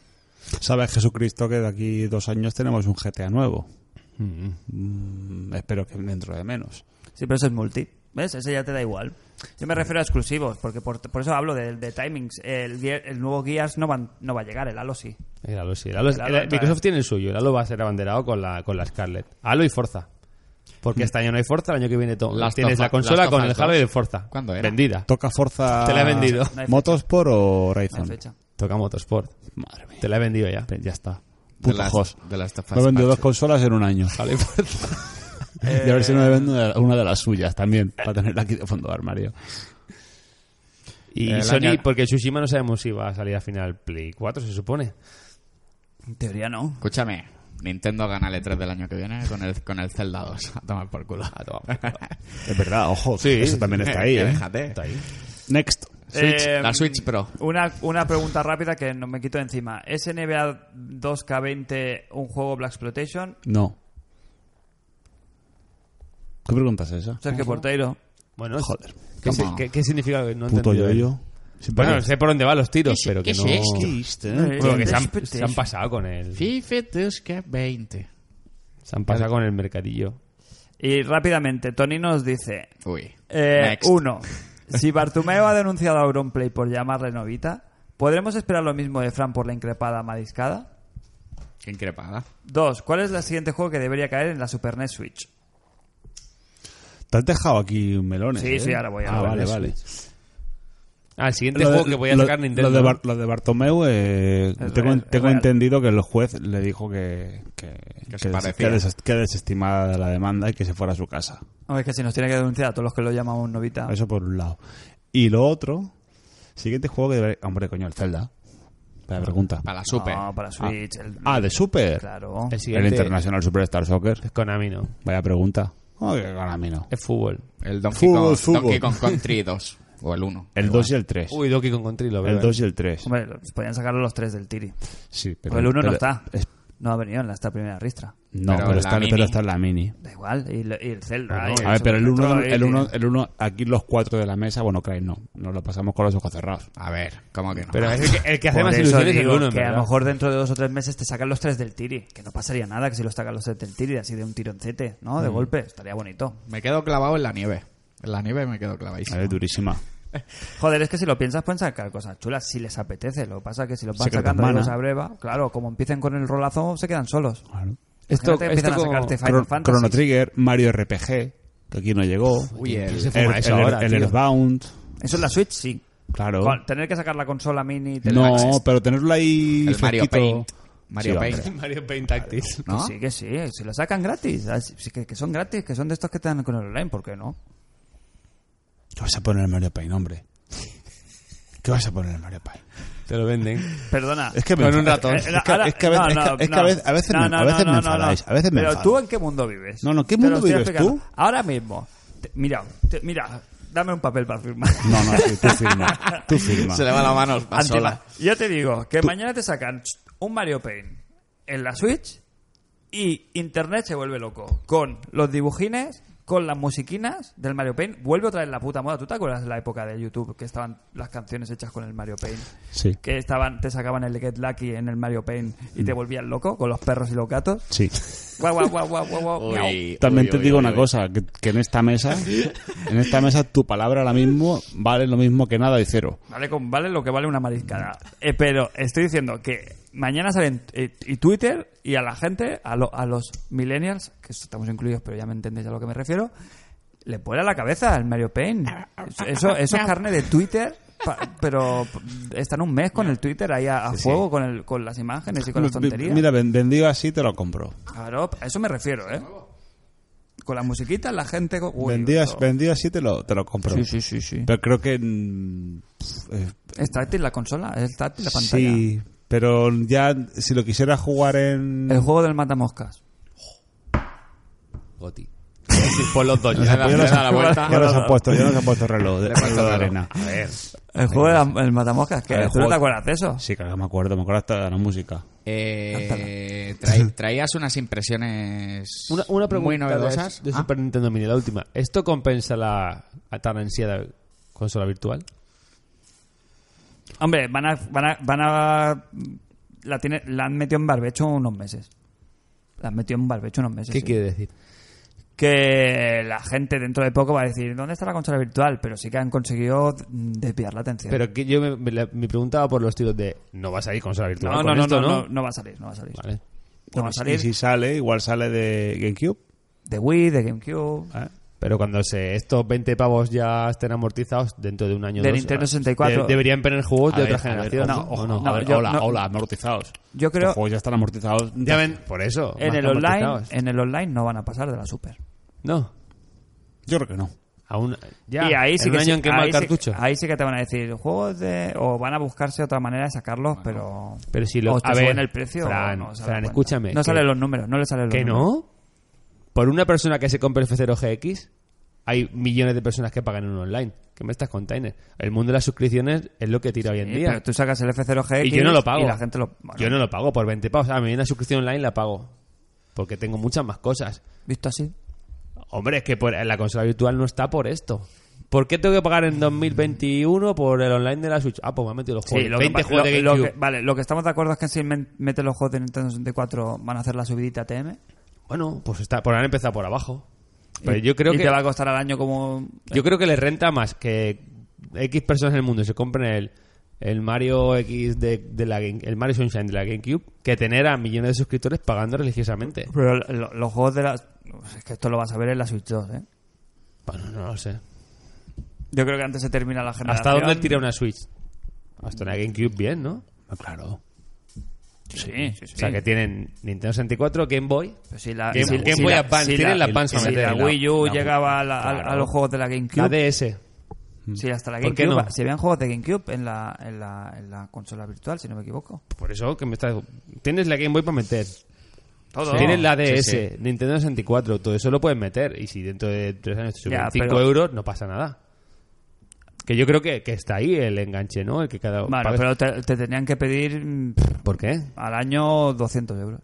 Sabes, Jesucristo, que de aquí dos años tenemos un GTA nuevo. Mm-hmm. Mm. Mm, espero que dentro de menos. Sí, pero eso es multi. ¿Ves? Ese ya te da igual. Yo me refiero a exclusivos, porque por, por eso hablo de, de timings. El, Gear- el nuevo Gears no, van, no va a llegar, el Halo sí. El Halo sí. El Halo- El Halo el- otra vez. Microsoft tiene el suyo. El Halo va a ser abanderado con la, con la Scarlett. Halo y Forza. Porque este año no hay Forza, el año que viene to- Last tienes of la Us- consola Last of con el Us Halo y 2. el Forza. ¿Cuándo era? Vendida. Toca Forza. Te la he vendido. No hay fecha. ¿Motorsport o No hay Rayzon? fecha. Toca Motorsport. Madre mía. Te la he vendido ya. Ya está. De Puto las, jos. de las Us Me he vendido dos Parches. consolas en un año. Halo y Forza. Y a ver si no me Eh. vendo una- una de las suyas también, para tenerla aquí de fondo de armario. Y El Sony, año- porque Tsushima no sabemos si va a salir al final Play 4, se supone. En teoría no. Escúchame, Nintendo gana el E3 del año que viene con el, con el Zelda 2. A tomar por culo. A tomar Es verdad, ojo. Sí. eso también está ahí, ¿eh? Déjate. Está ahí. Next. Switch, Eh, la Switch Pro. Una, una pregunta rápida que no me quito de encima. ¿Es NBA 2K20 un juego Black Exploitation? No. ¿Qué pregunta es esa? Sergio Porteiro. Bueno, Joder. ¿qué, Cómo. si- qué- qué significa? No he Puto entendido. yo-yo. Bueno, sé por dónde van los tiros, pero que no... Eh, eh. Bueno, que se han, Expectation. se han pasado con el... FIFA 2 que 20. Se han pasado con el mercadillo. Y rápidamente, Tony nos dice... Uy. eh, Next. uno, si Bartumeo ha denunciado a Auronplay por llamarle novita, ¿podremos esperar lo mismo de Fran por la increpada mariscada? Qué increpada. Dos, ¿cuál es el siguiente juego que debería caer en la Super NES Switch? Te has dejado aquí melones. Sí, ¿eh? sí, ahora voy, ahora Ah, voy. vale, vale. Ah, el siguiente juego que voy a lo- sacar Nintendo. Lo de, Bar- lo de Bartomeu, eh, Es tengo, real, es tengo real. entendido que el juez le dijo que, que, Que se que des- parecía. que des- que desestimada la demanda y que se fuera a su casa. Hombre, es que si nos tiene que denunciar a todos los que lo llamamos novita. Eso por un lado. Y lo otro, siguiente juego que... debe- Hombre, coño, el Zelda. La pregunta. Para la Super. No, para Switch. el- Ah, de Super. Claro. El El siguiente International Superstar Soccer. es Konami, ¿no? Vaya pregunta. Oh, que gana a mí no. Es fútbol. El Donkey Fútbol, Kong, fútbol. Donkey Kong Country 2. O el 1. El 2 y el 3. Uy, Donkey Kong Country lo veo. El 2 y el 3. Hombre, los- podían sacarlo los tres del Tiri. Sí, pero Pero el uno no pero- está. es- No ha venido en la- esta primera ristra. no, Pero pero, la está, pero mini. está en la mini. Da igual. Y, lo- y el Zelda. Bueno, y a ver, pero el Super 1, Metroid, el y- uno, el uno, aquí los cuatro de la mesa, bueno, Craig no, nos lo pasamos con los ojos cerrados. A ver, ¿cómo que no? Pero es el que, el que hace Por más eso ilusiones es el digo 1, que a lo mejor dentro de dos o tres meses te sacan los tres del Tiri. Que no pasaría nada que si los sacan los tres del Tiri, así de un tironcete, ¿no? De Mm. golpe. Estaría bonito. Me quedo clavado en la nieve. En la nieve me quedo A clavadísimo. ver, durísima. Joder, es que si lo piensas pueden sacar cosas chulas si les apetece. Lo que pasa es que si los van Secret of sacando de Mana. los a breva, claro, como empiecen con el rolazo se quedan solos. Esto, Imagínate que esto empiezan a como- sacarte Final Chron- Fantasy. Chrono Trigger, Mario RPG, que aquí no llegó. Uy, el- el, se fuma eso el- ahora, el tío. Earthbound, Eso en la Switch, sí. claro. Con- tener que sacar la consola mini. tener No, access. pero tenerlo ahí El Mario fresquito. Paint. Mario Sí, hombre. Paint, Mario Paint Tactics. ¿no? Que Ah, sí, que sí. Si lo sacan gratis. ah, sí, sí, que, que son gratis, que son de estos que te dan con el online, ¿por qué no? ¿Qué vas a poner en Mario Paint, hombre? ¿Qué vas a poner en Mario Paint? Te lo venden. Perdona. Es que me Con un enfada- ratón. Es que, es que a veces- es que- es que a veces- a veces me- a veces me enfadáis. A veces me Pero enfado. tú en qué mundo vives. No, no, ¿qué Te lo mundo estoy vives explicando. tú? Ahora mismo. te- mira, te- mira, dame un papel para firmar. No, no, sí, tú firma. Tú firma. Se le va la mano al Antima, sola. Yo te digo que mañana te sacan un Mario Paint en la Switch y Internet se vuelve loco con los dibujines, con las musiquinas del Mario Paint. Vuelve otra vez la puta moda. ¿Tú te acuerdas de la época de YouTube que estaban las canciones hechas con el Mario Paint? Sí. Que estaban, te sacaban el Get Lucky en el Mario Paint y Mm. te volvían loco con los perros y los gatos. Sí. Guau, guau, guau, guau, guau, guau, miau. También te digo una cosa, que, que en esta mesa, en esta mesa tu palabra ahora mismo vale lo mismo que nada y cero. Vale, con, vale lo que vale una mariscada. Eh, pero estoy diciendo que mañana salen eh, y Twitter y a la gente, a, lo- a los millennials, que estamos incluidos, pero ya me entendéis a lo que me refiero, le pone a la cabeza el Mario Payne. Eso, eso es carne de Twitter. pa- Pero están un mes con el Twitter ahí a, a fuego con, el, con las imágenes y con las tonterías. Mira, ven- vendido así te lo compro. Claro, a eso me refiero, ¿eh? Con las musiquitas, la gente. con- uy, vendido, as- esto- vendido así te lo, te lo compro. Sí, sí, sí. sí. Pero creo que... mm, pf, eh, Es táctil la consola, es táctil la pantalla. sí, pero ya si lo quisiera jugar en... El juego del matamoscas. Goti. Por los dos. Ya le nos da la vuelta. ya nos han puesto, ya nos han puesto reloj de, Le pasa reloj de nada. arena. A ver. El juego del el matamoscas, que El tú no juego- te acuerdas de eso. Sí, claro, me acuerdo, me acuerdo hasta de la música. Eh, traí- traías unas impresiones Una, una pregunta muy de- novedosas. de, Ah, Super Nintendo Mini, la última. ¿Esto compensa la, la tan ansiada consola virtual? Hombre, van a, van a, van a la, tiene, la han metido en barbecho unos meses. La han metido en barbecho unos meses. ¿Qué sí. quiere decir? Que la gente dentro de poco va a decir, ¿dónde está la consola virtual? Pero sí que han conseguido mm, desviar la atención. Pero que yo me, me la- me preguntaba por los tiros de no vas a ir consola virtual. no, con no, no, esto, no, no, no, no va a salir, no va a salir. Vale. Pues, No Y va a si- salir Y si sale, igual sale de GameCube. de Wii, de GameCube, ¿eh? Pero cuando se, estos 20 pavos ya estén amortizados dentro de un año o de dos, Nintendo de- 64. deberían tener juegos de A otra ver, a ver, generación. ojo, ¿o ojo, no? a ver, yo- hola, no. hola, amortizados. Yo creo- Los juegos ya están amortizados. Ya ven, por eso. Este en más que el online, eh, amortizados. en el online no van a pasar de la Super. No. Yo creo que no. Aún, ya. y ahí sí en que un sí- año en quema ahí el sí- cartucho. ahí sí que te van a decir juegos de o van a buscarse otra manera de sacarlos, pero Pero si lo- o te a suben ver, el precio. Fran, o no se dan Fran, cuenta. escúchame, No que- salen los números, no le salen los ¿Que números. no? Por una persona que se compre el F0 GX, hay millones de personas que pagan en un online. ¿Qué me estás contando? El mundo de las suscripciones es lo que tira hoy en Sí, día. pero tú sacas el F0G Y yo no lo pago. y la gente lo bueno, Yo no lo pago por 20 pavos. A mí una suscripción online la pago. Porque tengo muchas más cosas. visto así. Hombre, es que por- la consola virtual no está por esto. ¿Por qué tengo que pagar en 2021 por el online de la Switch? Ah, pues me han metido los juegos. lo que 20 pa- juegos lo- de lo GameCube. que- vale, lo que estamos de acuerdo es que si men- meten los juegos de Nintendo 64 van a hacer la subidita TM. Bueno, pues está, por han empezado por abajo. Pero Pues yo creo y que te va a costar al año como Yo creo que les renta más que X personas en el mundo se compren el, el Mario X de, de la Game- el Mario Sunshine de la GameCube que tener a millones de suscriptores pagando religiosamente. pero lo- los juegos de las es que esto lo vas a ver en la Switch 2, ¿eh? Bueno, no lo sé. Yo creo que antes se termina la generación. ¿Hasta dónde tira una Switch? Hasta una GameCube bien, ¿no? Claro. Sí, Ah, sí, sí. O sea, que tienen Nintendo 64, Game Boy. Pero si la, Game- si- Game si Boy la- Advance, si tienen la si panza si metida la en la- Wii U la- llegaba a, la- a- Claro. a los juegos de la GameCube, La DS. si hasta la ¿Por qué GameCube, no? si habían juegos de GameCube en la, en, la, en la consola virtual, si no me equivoco. Por eso que me estás... Tienes la Game Boy para meter. Todo. Tienes la DS, Sí, sí. Nintendo 64, todo eso lo puedes meter. Y si dentro de tres años te suben Ya, 5 pero- euros, no pasa nada. Que yo creo que, que está ahí el enganche, ¿no? El que cada Bueno, pagues- pero te, te tenían que pedir mm, ¿Por qué? al año 200 euros.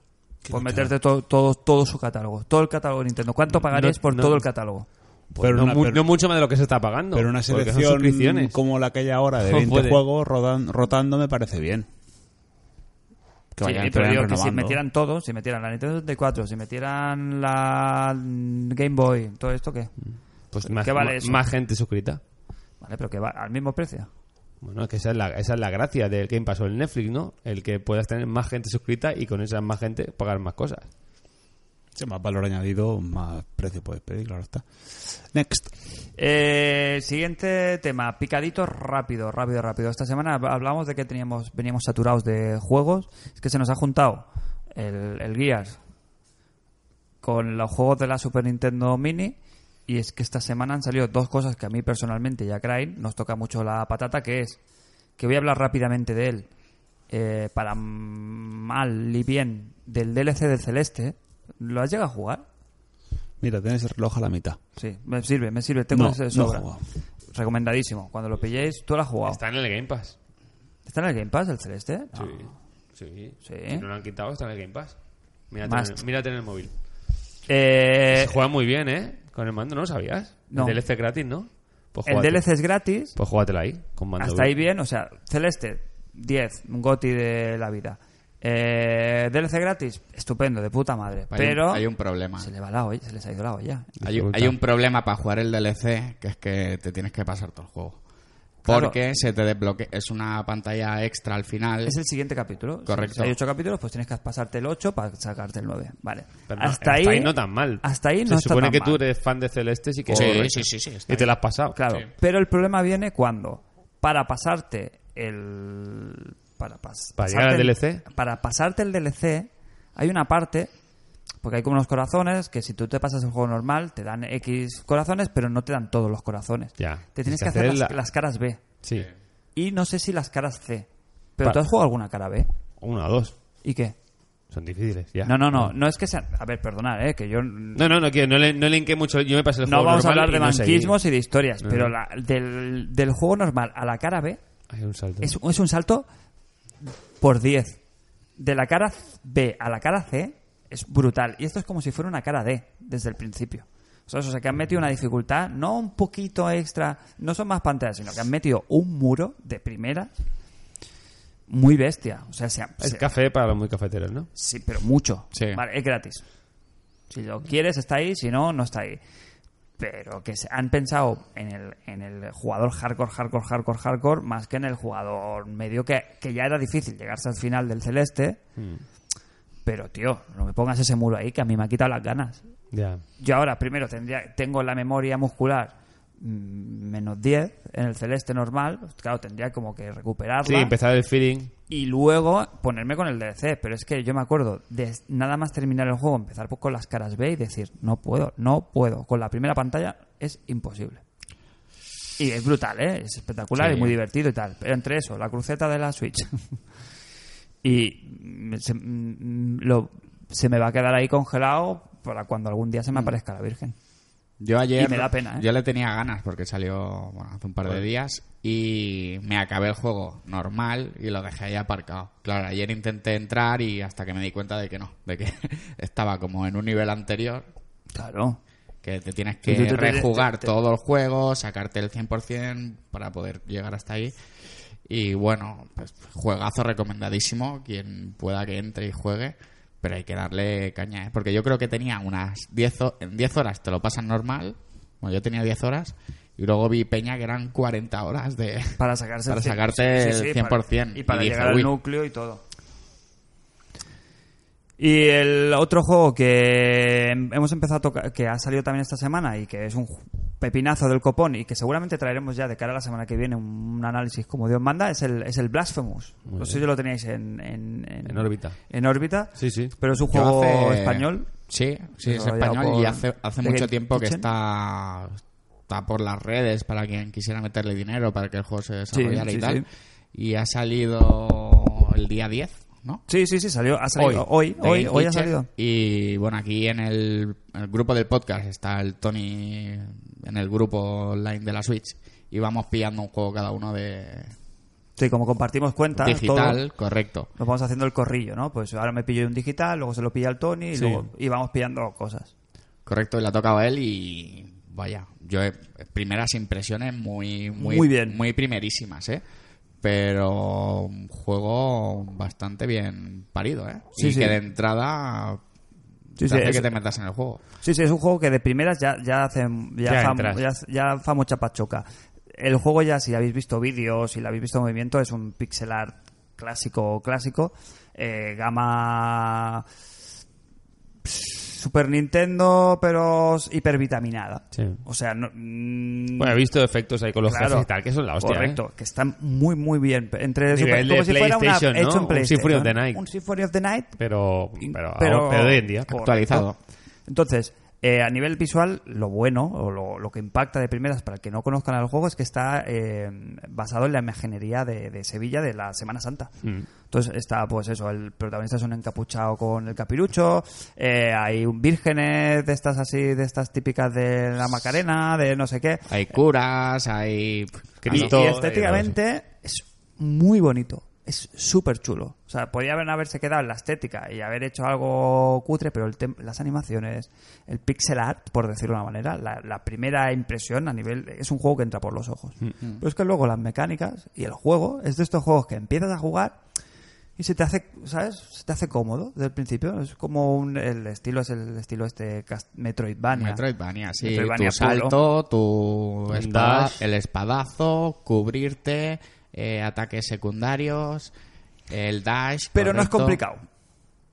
Por meterte to- todo, todo su catálogo, todo el catálogo de Nintendo. ¿Cuánto pagarías por no. todo el catálogo? Pues Pero no, una- mu- pero- no mucho más de lo que se está pagando. Pero una porque son selección suscripciones. como la que hay ahora de No 20 puede. juegos rodan- rotando me parece bien. Que Sí, vayan- que pero vayan digo que si renovando. metieran todo, si metieran la Nintendo 64, si metieran la mm, Game Boy, todo esto, ¿qué? Pues más, ¿Qué vale ma- eso? más gente suscrita. Vale, pero que va al mismo precio. Bueno, es que esa es, la, esa es la gracia del Game Pass o el Netflix, ¿no? El que puedas tener más gente suscrita y con esa más gente pagar más cosas. Sí, más valor añadido, más precio puedes pedir, claro está. Next. Eh, siguiente tema, picadito rápido, rápido, rápido. Esta semana hablamos de que teníamos, veníamos saturados de juegos. Es que se nos ha juntado el, el Gears con los juegos de la Super Nintendo Mini. Y es que esta semana han salido dos cosas que a mí personalmente y a Crane nos toca mucho la patata, que es que voy a hablar rápidamente de él. eh, para mal y bien del DLC de Celeste. ¿Lo has llegado a jugar? Mira, tienes el reloj a la mitad. Sí, me sirve, me sirve. Tengo No, ese no de he sobra. jugado. Recomendadísimo. Cuando lo pilléis, tú lo has jugado. ¿Está, Está en el Game Pass. en el Game Pass el Celeste? No. Sí. sí. Sí. Si no lo han quitado, está en el Game Pass. Mírate, Must. en el, mírate en el móvil. Eh, Se juega muy bien, ¿eh? Con el mando, ¿no lo sabías? No. El DLC es gratis, ¿no? Pues el jugátelo. DLC es gratis. Pues jugátela ahí, con mando. Hasta ahí bien. O sea, Celeste, 10. Un goti de la vida. Eh, DLC gratis, estupendo, de puta madre. Hay un- Pero hay un problema. se, le va la olla, se les ha ido la olla. Ah, Hay, un- Dificultad. hay un problema para jugar el DLC, que es que te tienes que pasar todo el juego. Claro. Porque se te desbloquea. Es una pantalla extra al final. Es el siguiente capítulo. Correcto. Si hay ocho capítulos, pues tienes que pasarte el 8 para sacarte el 9. Vale. Pero no, hasta, ahí, no tan mal. Hasta ahí Se no está supone tan que mal. tú eres fan de Celeste y que Sí, correcto. sí, sí, sí, está Y te la has pasado. Claro, pero el problema viene cuando para pasarte el para, pas- ¿Para llegar al pasarte el- DLC? para pasarte el DLC hay una parte porque hay como unos corazones que si tú te pasas el juego normal te dan X corazones, pero no te dan todos los corazones. Ya. Te tienes Tienes que que hacer hacer las, la- las caras B Sí. y no sé si las caras C. Pero Pa- tú has jugado alguna cara B? Una o dos. ¿Y qué? Son difíciles, ya. No, no, no, no es que sea, a ver, perdonad, eh, que yo No, no, no, quiero, no le, no le hinqué mucho. Yo me pasé el no juego vamos a normal hablar de y no seguí. banquismos y de historias, No, pero no. la- del, del juego normal a la cara B Hay un salto. Es, es un salto por 10. De la cara B a la cara C es brutal. Y esto es como si fuera una cara D desde el principio. ¿Sabes? O sea, que han metido una dificultad, no un poquito extra, no son más pantallas, sino que han metido un muro de primera muy bestia. O sea, se ha- Es se- café para los muy cafeteros, ¿no? Sí, pero mucho. Sí. Vale, es gratis. Si lo quieres, está ahí. Si no, no está ahí. Pero que se han pensado en el, en el jugador hardcore, hardcore, hardcore, hardcore, más que en el jugador medio, que, que ya era difícil llegarse al final del celeste. Pero, tío, no me pongas ese muro ahí, que a mí me ha quitado las ganas. Ya. Yo ahora, primero, tendría, tengo la memoria muscular mm, menos 10 en el celeste normal. pues, Claro, tendría como que recuperarla Sí, empezar el feeling. y luego ponerme con el DLC. Pero es que yo me acuerdo de nada más terminar el juego, empezar pues con las caras B y decir, no puedo, no puedo. Con la primera pantalla es imposible. Y es brutal, ¿eh? Es espectacular Sí. y muy divertido y tal. Pero entre eso, la cruceta de la Switch. y mm, se, mm, lo- se me va a quedar ahí congelado para cuando algún día se me aparezca la Virgen. Yo ayer. Y me da pena, ¿eh? Yo le tenía ganas porque salió bueno, hace un par de días y me acabé el juego normal y lo dejé ahí aparcado. Claro, ayer intenté entrar y hasta que me di cuenta de que no, de que estaba como en un nivel anterior. Claro. Que te tienes que tú te- te- rejugar te- te- todo el juego, sacarte el 100% para poder llegar hasta ahí. Y bueno, pues juegazo recomendadísimo, quien pueda que entre y juegue, pero hay que darle caña, ¿eh? Porque yo creo que tenía unas 10, ho- en 10 horas, te lo pasan normal, bueno, yo tenía 10 horas, y luego vi Peña que eran 40 horas de... Para sacarse Para el cien- sí, sacarte sí, sí, el para- 100%. y para Y dije, llegar al "Uy". núcleo y todo. Y el otro juego que em, hemos empezado a tocar, que ha salido también esta semana y que es un ju- pepinazo del copón y que seguramente traeremos ya de cara a la semana que viene un análisis como Dios manda, es el, es el Blasphemous. No sé si lo teníais en, en, En órbita. En órbita. Sí, sí. Pero es un Yo juego hace- español. Sí, sí, es Desarrollado español y por hace, hace The mucho Game tiempo que Kitchen. está, está por las redes para quien quisiera meterle dinero para que el juego se Sí, desarrollara sí, y tal. sí. Y ha salido el día 10, ¿no? Sí, sí, sí, salió, ha salido hoy, The hoy, Game hoy ha Kitchen. salido. Y bueno, aquí en el, en el grupo del podcast está el Tony en el grupo online de la Switch y vamos pillando un juego cada uno de Sí, como compartimos cuentas, todo, digital, correcto. Nos vamos haciendo el corrillo, ¿no? Pues ahora me pillo un digital, luego se lo pilla el Tony y, Sí. luego, y vamos pillando cosas. Correcto, y la ha tocado él y vaya, yo he- primeras impresiones muy muy, Muy bien. muy primerísimas, ¿eh? Pero un juego bastante bien parido, ¿eh? Sí, y sí. que de entrada Sí, te sí, hace es, que te metas en el juego. sí, sí, es un juego que de primeras ya, ya hace ya, Ya fa, entras. ya, ya fa mucha pachoca. El juego ya, si habéis visto vídeos, si lo habéis visto en movimiento, es un pixel art clásico, clásico, eh, gama Super Nintendo, pero hipervitaminada. Sí. O sea, no, mm, Bueno, he visto efectos psicológicos Claro. y tal, que son la hostia. ¿eh? Correcto, que están muy, muy bien. Entre Nivel de como si fuera una, PlayStation, ¿no? hecho en Un PlayStation. Symphony of the Night. Un Symphony of the Night, ¿eh? Pero, pero, Pero- pero hoy en día. Correcto. Actualizado. Entonces, eh, a nivel visual, lo bueno o lo, lo que impacta de primeras para el que no conozcan al juego es que está eh, basado en la imaginería de, de Sevilla de la Semana Santa. Mm. Entonces está, pues eso, el protagonista es un encapuchado con el capirucho, eh, hay un vírgenes de estas así, de estas típicas de la Macarena, de no sé qué. Hay curas, hay... Cristo. Y, eh, y estéticamente es muy bonito. Es súper chulo. O sea, podía haber- haberse quedado en la estética y haber hecho algo cutre, pero el tem- las animaciones, el pixel art, por decirlo de una manera, la, la primera impresión a nivel. Es un juego que entra por los ojos. Mm. Pero es que luego las mecánicas y el juego es de estos juegos que empiezas a jugar y se te hace, ¿sabes? Se te hace cómodo desde el principio. Es como un. El estilo es el estilo este cast- Metroidvania. Metroidvania, sí. Metroidvania tu salto, tu espada- dash. el espadazo, cubrirte, eh, ataques secundarios, el dash. pero no es correcto. complicado.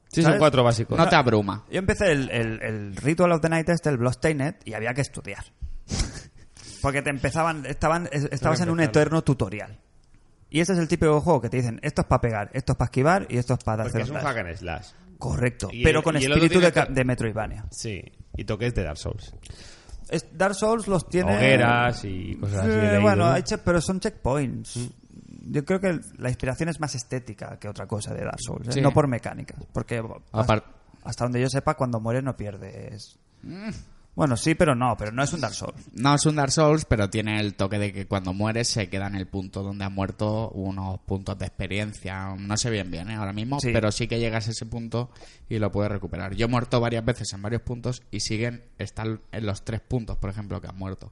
Sí, ¿sabes? son cuatro básicos. No te abruma. Yo empecé el, el- el Ritual of the Night este, el Bloodstained, y había que estudiar. Porque te empezaban, estaban, es- estabas en un eterno tutorial. Y ese es el típico juego que te dicen, esto es para pegar, esto es para esquivar y esto es para Porque hacer es un dash". hack and slash. Correcto, Y el- pero con y el otro espíritu de, tiene ca- que- de Metroidvania. Sí. Y toques de Dark Souls. Es- Dark Souls los tiene... Hogueras y cosas así. Eh, he leído, bueno, ¿no? Mm. hay che- pero son checkpoints. Yo creo que la inspiración es más estética que otra cosa de Dark Souls, ¿eh? Sí. no por mecánicas. Porque hasta, Apar- hasta donde yo sepa, cuando mueres no pierdes. Mm. Bueno, sí, pero no, pero no es un Dark Souls. No es un Dark Souls, pero tiene el toque de que cuando mueres se queda en el punto donde has muerto unos puntos de experiencia. No sé bien bien ¿eh? ahora mismo, Sí. pero sí que llegas a ese punto y lo puedes recuperar. Yo he muerto varias veces en varios puntos y siguen, están en los tres puntos, por ejemplo, que has muerto.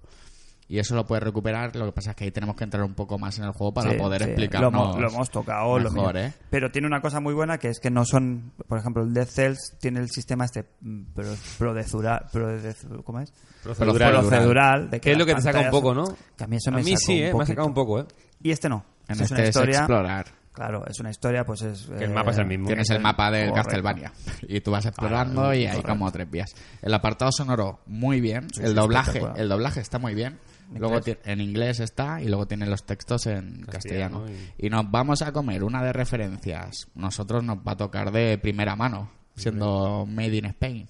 Y eso lo puedes recuperar, lo que pasa es que ahí tenemos que entrar un poco más en el juego para Sí, poder sí, explicar Lo, hemos- lo hemos tocado. lo mejor, mismo. ¿eh? Pero tiene una cosa muy buena que es que no son. Por ejemplo, el Dead Cells tiene el sistema este. mm, Pro, prodezura- prodezura- ¿Cómo es? Procedural. Procedural, de Que es lo que te saca un pantallas- poco, ¿no? Que a mí eso me a mí sacó sí, un eh, me ha sacado poquito. un poco, ¿eh? Y este no. En es una este es historia. explorar. Claro, es una historia, pues es. Que el mapa es el mismo. Tienes el mapa del Correcto. Castlevania y tú vas explorando y hay como tres vías. El apartado sonoro muy bien, Sí, sí, el doblaje, espectacular. el doblaje está muy bien. En luego inglés. ti- en inglés está y luego tienen los textos en castellano. Castellano Y nos vamos a comer una de referencias. Nosotros nos va a tocar de primera mano, siendo Made in Spain.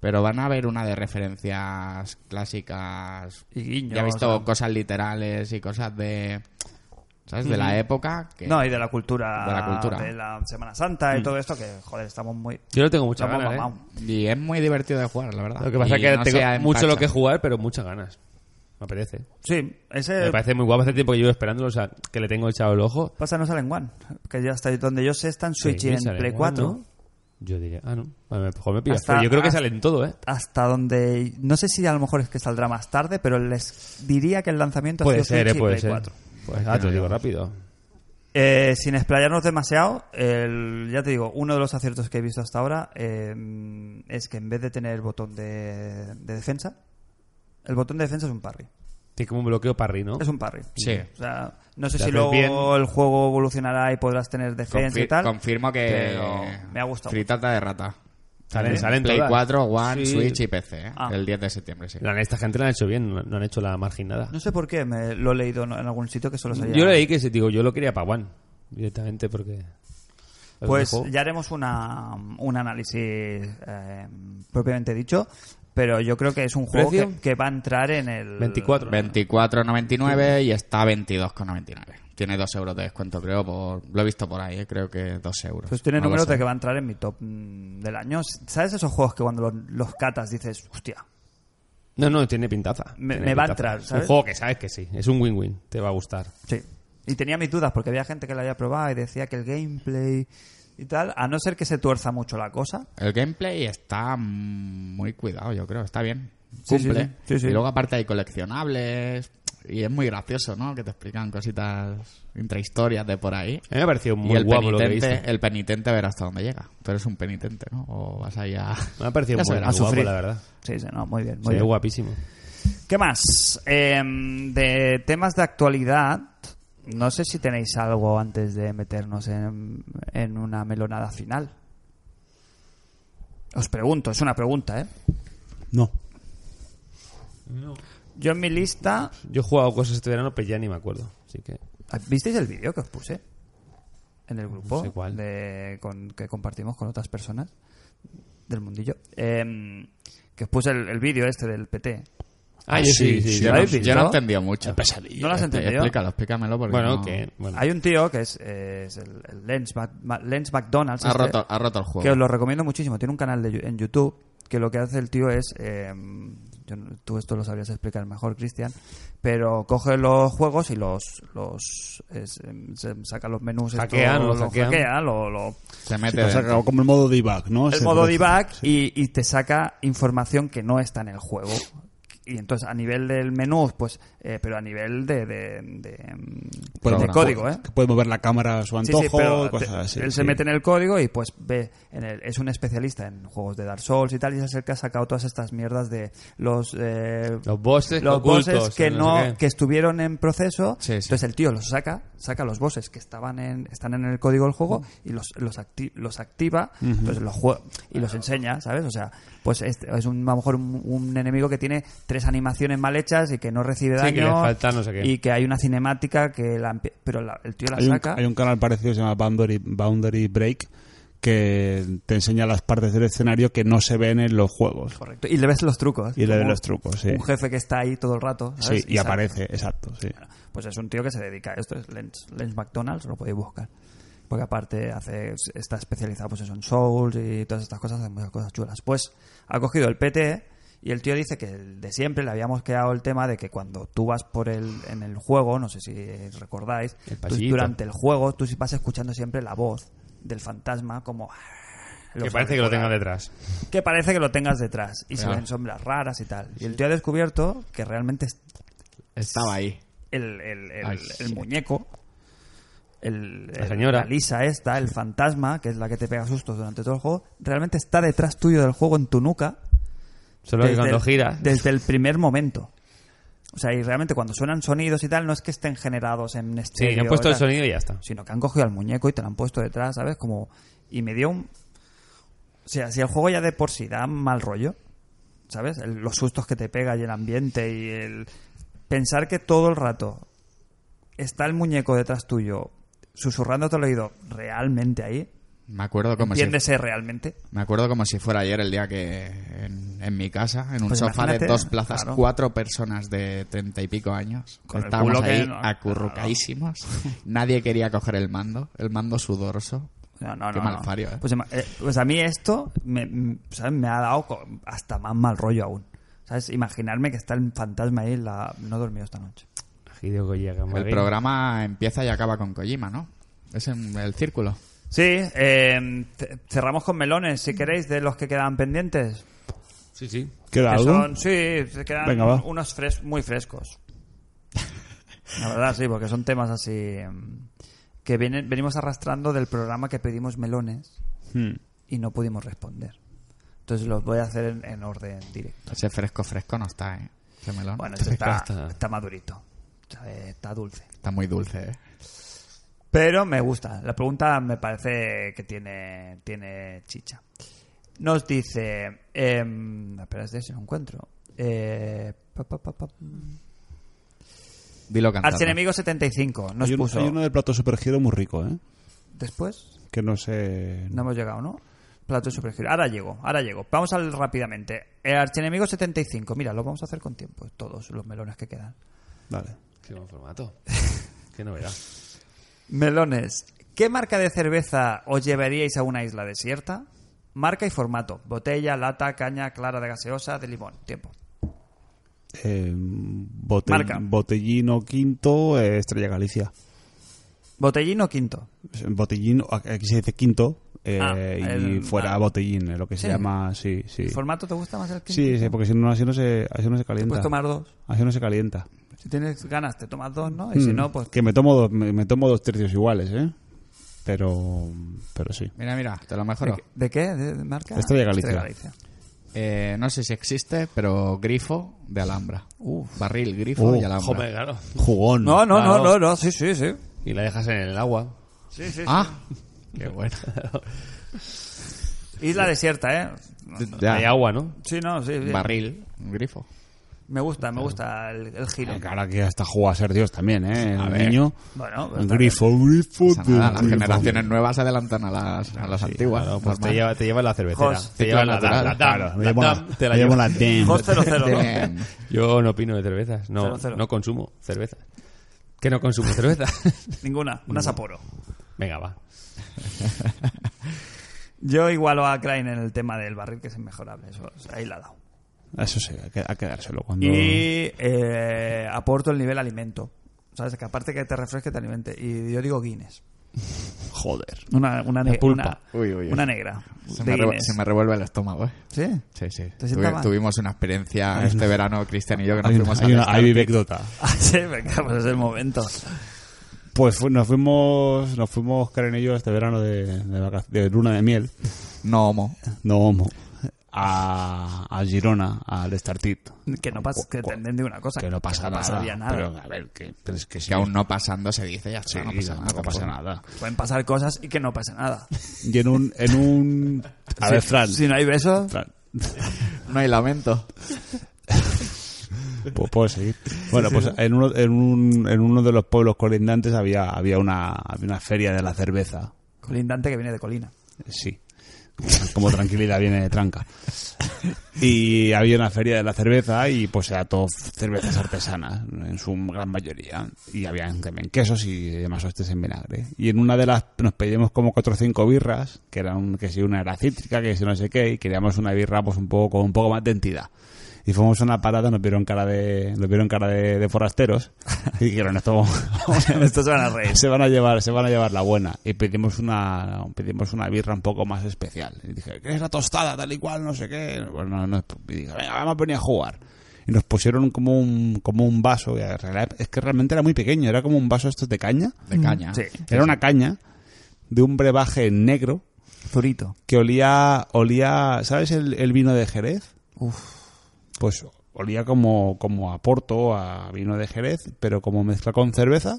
Pero van a haber una de referencias clásicas. Y guiños, ya he visto o sea. cosas literales y cosas de. ¿Sabes? De la época. Que... No, y de la cultura. De la cultura. Mm. de la Semana Santa y todo esto, que, joder, estamos muy. Yo lo tengo muchas estamos ganas. ¿eh? mamados. Y es muy divertido de jugar, la verdad. Lo que pasa Y es que no tengo sea en mucho lo que pacha. jugar, pero muchas ganas. Me apetece. Sí, ese. Me parece muy guapo. Hace tiempo que llevo esperándolo, o sea, que le tengo echado el ojo. Pasa no sale en One. Que ya está donde yo sé, está en Switch Sí, ¿eh? y en sale Play One, 4. ¿no? Yo diría, ah, no. Bueno, mejor me pillas. Hasta- Pero yo creo que hasta- salen todo, ¿eh? Hasta donde. No sé si a lo mejor es que saldrá más tarde, pero les diría que el lanzamiento Puede ha sido ser, Switch ¿eh? y Puede Play ser. 4. Pues, ah, te lo digo rápido. Eh, sin explayarnos demasiado, el- ya te digo, uno de los aciertos que he visto hasta ahora eh, es que en vez de tener el botón de, de defensa, el botón de defensa es un parry. Tiene como un bloqueo parry, ¿no? Es un parry. Sí. O sea, no sé Te si haces luego bien. el juego evolucionará y podrás tener defensa Confir- y tal. Confirmo que pero me ha gustado. Fritata de rata. Salen, salen Play todas. 4, One, Sí. Switch y PC. ¿eh? Ah. El 10 de septiembre, sí. La- Esta gente la han hecho bien, no no han hecho la marginada. No sé por qué, me lo he leído en algún sitio que solo salía. Yo leí que se digo, yo lo quería para One directamente porque Pues Juego. ya haremos una, un análisis eh, propiamente dicho, pero yo creo que es un juego ¿Precio? que, que va a entrar en el 24. 24,99 y está 22,99. Tiene 2 euros de descuento, creo. Por... Lo he visto por ahí, ¿eh? creo que 2 euros. Pues tiene No lo números de sé. que va a entrar en mi top mm, del año. ¿Sabes esos juegos que cuando los, los catas dices, hostia? No, no, tiene pintaza. Me- Tiene me va a pintaza. entrar, ¿sabes? Un juego que sabes que sí, es un win-win, te va a gustar. Sí. Y tenía mis dudas porque había gente que lo había probado y decía que el gameplay y tal, a no ser que se tuerza mucho la cosa. El gameplay está mm, muy cuidado, yo creo. Está bien. Sí, sí, Cumple. sí. Sí, sí. Y luego, aparte, hay coleccionables. Y es muy gracioso, ¿no? Que te explican cositas, intrahistorias de por ahí. A mí me ha parecido muy y el guapo lo que penitente, viste. el penitente verá hasta dónde llega. Tú eres un penitente, ¿no? O vas ahí a... Me ha parecido Ya muy, sabes, muy a guapo, sufrir. la verdad. Sí, sí, no, muy bien. Se Muy ve bien. guapísimo. ¿Qué más? Eh, de temas de actualidad, no sé si tenéis algo antes de meternos en, en una melonada final. Os pregunto, es una pregunta, ¿eh? No. Yo en mi lista... Yo he jugado cosas este verano, pero ya ni me acuerdo. Así que. ¿Visteis el vídeo que os puse? En el grupo sé cuál. de- con- que compartimos con otras personas del mundillo. Em, que os puse el, el vídeo este del PT. Ah, yo sí, sí, sí. yo, ¿Lo no, habéis yo visto? no he entendido mucho. ¿No lo has entendido? Explícalo, explícamelo porque Bueno, no- que. Bueno. Hay un tío que es, eh, es el, el Lens, Mac- Ma- Lens McDonald's. Ha este, roto, ha roto el Que os juego. lo recomiendo muchísimo. Tiene un canal de Yu- en YouTube que lo que hace el tío es... eh, yo no- tú esto lo sabrías explicar mejor, Cristian. Pero coge los juegos y los... los es, em, se- saca los menús... esto, Hackean, los lo hackean. hackea, lo- lo, Se mete O sea, dentro. como el modo debug, ¿no? el Se modo produce. debug y, y te saca información que no está en el juego. Y entonces a nivel del menú, pues, eh, pero a nivel de, de, de, mm, Puede de mover- código, ¿eh? Que puede mover la cámara a su Sí, antojo, sí, pero cosas te- así. él se sí. mete en el código y pues ve, en el- es un especialista en juegos de Dark Souls y tal, y es el que ha sacado todas estas mierdas de los... eh, Los bosses los ocultos, bosses que no no sé qué. que estuvieron en proceso Sí, sí. entonces el tío los saca saca los bosses que estaban en están en el código del juego y los los, acti- los activa entonces los jue- y los enseña sabes o sea pues este- es, un, a lo mejor un, un enemigo que tiene tres animaciones mal hechas y que no recibe Sí, daño que le falta no sé qué. y que hay una cinemática que la empie- pero la- el tío la Hay un, saca hay un canal parecido que se llama Boundary, Boundary Break que te enseña las partes del escenario que no se ven en los juegos. correcto y le ves los trucos Y le ves como los trucos, sí. un jefe que está ahí todo el rato Sí, ¿sabes? y, saca. aparece, exacto, sí. Pues es un tío que se dedica a esto, es Lens, Lens McDonald's, lo podéis buscar. Porque aparte hace, está especializado pues eso, en Souls y todas estas cosas, hace muchas cosas chulas. Pues ha cogido el PT y el tío dice que el de siempre le habíamos quedado el tema de que cuando tú vas por el, en el juego, no sé si recordáis, El tú pasillito. durante el juego tú sí vas escuchando siempre la voz del fantasma como... Que los parece que lo tenga auriculares detrás. que parece que lo tengas detrás y se Ah. ven sombras raras y tal. Y el tío ha descubierto que realmente es Estaba ahí. el, el- el- Ay, el sí. muñeco, el, La el- señora. la Lisa esta, el fantasma, que es la que te pega sustos durante todo el juego, realmente está detrás tuyo del juego en tu nuca Solo que cuando el, gira. desde el primer momento. O sea, y realmente cuando suenan sonidos y tal, no es que estén generados en Sí, estéreo. han puesto el tal, sonido y ya está. Sino que han cogido al muñeco y te lo han puesto detrás, ¿sabes? Como... Y me dio un... O sea, si el juego ya de por sí da mal rollo, ¿sabes? El- los sustos que te pega y el ambiente y el... Pensar que todo el rato está el muñeco detrás tuyo susurrándote al oído realmente ahí. Me acuerdo como si ¿Entiéndese realmente? Me acuerdo como si fuera ayer el día que en, en mi casa, en un Pues sofá de imagínate, dos plazas, claro. cuatro personas de treinta y pico años. Con el Estábamos culo que ahí no- acurrucaísimos. Nadie quería coger el mando, el mando sudoroso. No, no, Qué no, mal no. fario, ¿eh? Pues, ima- eh, pues a mí esto me, mm, ¿sabes? me ha dado co- hasta más mal rollo aún. ¿Sabes? Imaginarme que está el fantasma ahí, la... no he dormido esta noche. Hideo Kojima, El Kamagai. programa empieza y acaba con Kojima, ¿no? Es en el círculo. Sí, eh, ce- cerramos con melones, si queréis, de los que quedan pendientes. Sí, sí. ¿Queda Que algo? son, sí, se quedan Venga, va. unos fres- muy frescos. La verdad, sí, porque son temas así mm, que vienen, venimos arrastrando del programa que pedimos melones Hmm. y no pudimos responder. Entonces los voy a hacer en- en orden directo. Ese fresco fresco no está, ¿eh? Ese Ah, melón. Bueno, este está, Está- está madurito. Sabe, Está dulce. Está muy dulce, ¿eh? Pero me gusta. La pregunta me parece que tiene, tiene chicha. Nos dice. em, espera, este si lo encuentro. Eh, pa, pa, pa, pa. Dilo cantando. Archienemigo75 nos hay, un- puso. hay uno del plato supergiro muy rico, ¿eh? Después, Que no sé... no hemos llegado, ¿no? Plato de supergiro. Ahora llego, ahora llego. Vamos al rápidamente. Eh, El Archienemigo75, mira, lo vamos a hacer con tiempo. Todos los melones que quedan. Vale. Qué buen formato. Qué novedad. Melones. ¿Qué marca de cerveza os llevaríais a una isla desierta? Marca y formato. Botella, lata, caña, clara de gaseosa, de limón. Tiempo. Eh, bote- Marca. Botellino quinto, eh, Estrella Galicia. Botellín o quinto. Botellín, aquí se dice quinto, eh, Ah, y el- fuera ah. botellín, eh, lo que se Sí. llama, sí, sí. ¿El formato te gusta más el quinto? Sí, sí, porque si no, así no se, así no se calienta. Puedes tomar dos. Así no se calienta. Si tienes ganas, te tomas dos, ¿no? Y si Mm, no, pues... Que me tomo, dos, me, me tomo dos tercios iguales, ¿eh? Pero, pero sí. Mira, mira, te lo ¿De, mejoro. qué- de qué? ¿De, de marca? Estrella Galicia. Eh, no sé si existe, pero grifo de alhambra. Uf. Barril, grifo Oh, y alhambra. Joder, claro. Jugón. No, no, no, Claro. no, no. Sí, sí, sí. Ah. Y la dejas en el agua. Sí, sí. Ah, qué bueno. Isla desierta, ¿eh? Ya. Hay agua, ¿no? Sí, no, sí. sí. Barril, un grifo. Me gusta, me gusta el, el giro. Eh, Claro que hasta jugó a ser Dios también, ¿eh? A El ver. niño. Bueno, Un está grifo, un grifo. O sea, nada, las un grifo. generaciones nuevas se adelantan a las, a las antiguas. Claro, pues te normal. lleva, te lleva la cervecera. Jos. te lleva Ciclo la, la, natural, la, Claro, me la llevo dam, la, te la me llevo lleva. la damn. Jos 00, ¿no? Bien. Yo no opino de cervezas. No, Cero, cero. no consumo cerveza. Que no consumo cerveza. Ninguna, una Sapporo. Venga, va. Yo igualo a Klein en el tema del barril, que es inmejorable. Eso, o sea, ahí la he dado. Eso sí, hay que, a quedárselo cuando... Y eh, aporto el nivel alimento. ¿Sabes? Que aparte que te refresque, te alimente. Y yo digo Guinness. Joder. Una, una, ne- pulpa. una- Uy, uy, uy. una negra. Se de me, revu- Guinness. se me revuelve el estómago, ¿eh? ¿Sí? Sí, sí. ¿Te sienta Tuvi- mal? tuvimos una experiencia este verano, Cristian y yo, que nos Hay una, fuimos a hay una, hay Descartes. anécdota. Ah, sí, venga, pues es el momento. Pues fu- nos fuimos, nos fuimos Karen y yo este verano de, de, vaca- de luna de miel, No homo. no homo, a, a Girona, al Startit. Que no pasa, que te entiende una cosa. Que no pasa nada. pasaría nada. Pero a ver, que, pero es que sí. Que aún no pasando se dice, ya Sí, está, no pasa nada. tampoco. nada. Pueden pasar cosas y que no pase nada. Y en un... En un a ver, Fran. Si no hay besos, Fran, No hay lamento. Pu- puedo Pues seguir. Bueno, pues en uno, en, un, en uno de los pueblos colindantes había, había, una, había una feria de la cerveza. colindante que viene de colina. Sí. Como tranquilidad viene de tranca. Y había una feria de la cerveza y pues era todo cervezas artesanas, en su gran mayoría. Y habían también quesos y demás hostes en vinagre. Y en una de las nos pedimos como cuatro o cinco birras, que eran, que si una era cítrica, que si no sé qué, y queríamos una birra pues un poco con un poco más de entidad. Y fuimos a una parada, nos vieron cara de, nos vieron cara de, de forasteros y dijeron esto Estos se van a reír. se van a llevar se van a llevar la buena y pedimos una pedimos una birra un poco más especial y dije ¿qué es la tostada tal y cual no sé qué bueno, no, no, y dije venga vamos a venir a jugar y nos pusieron como un como un vaso y en realidad es que realmente era muy pequeño era como un vaso estos de caña De caña. Sí. era una caña de un brebaje negro Zurito. que olía olía sabes el, el vino de Jerez Uf. pues olía como como a porto a vino de Jerez pero como mezcla con cerveza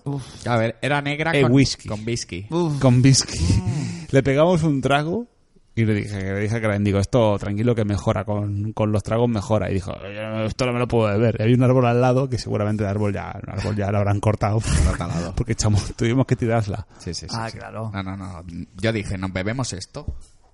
A ver, era negra Eh, con whisky. Con whisky. con whisky. Mm. Le pegamos un trago y le dije, le dije a Karen, digo, esto tranquilo que mejora, con, con los tragos mejora. Y dijo, "Eh, esto no me lo puedo beber. Y había un árbol al lado que seguramente el árbol ya, el árbol ya lo habrán cortado. talado. Porque echamos, tuvimos que tirarla. Sí, sí, sí. Ah, sí. claro. No, no, no. Yo dije, nos bebemos esto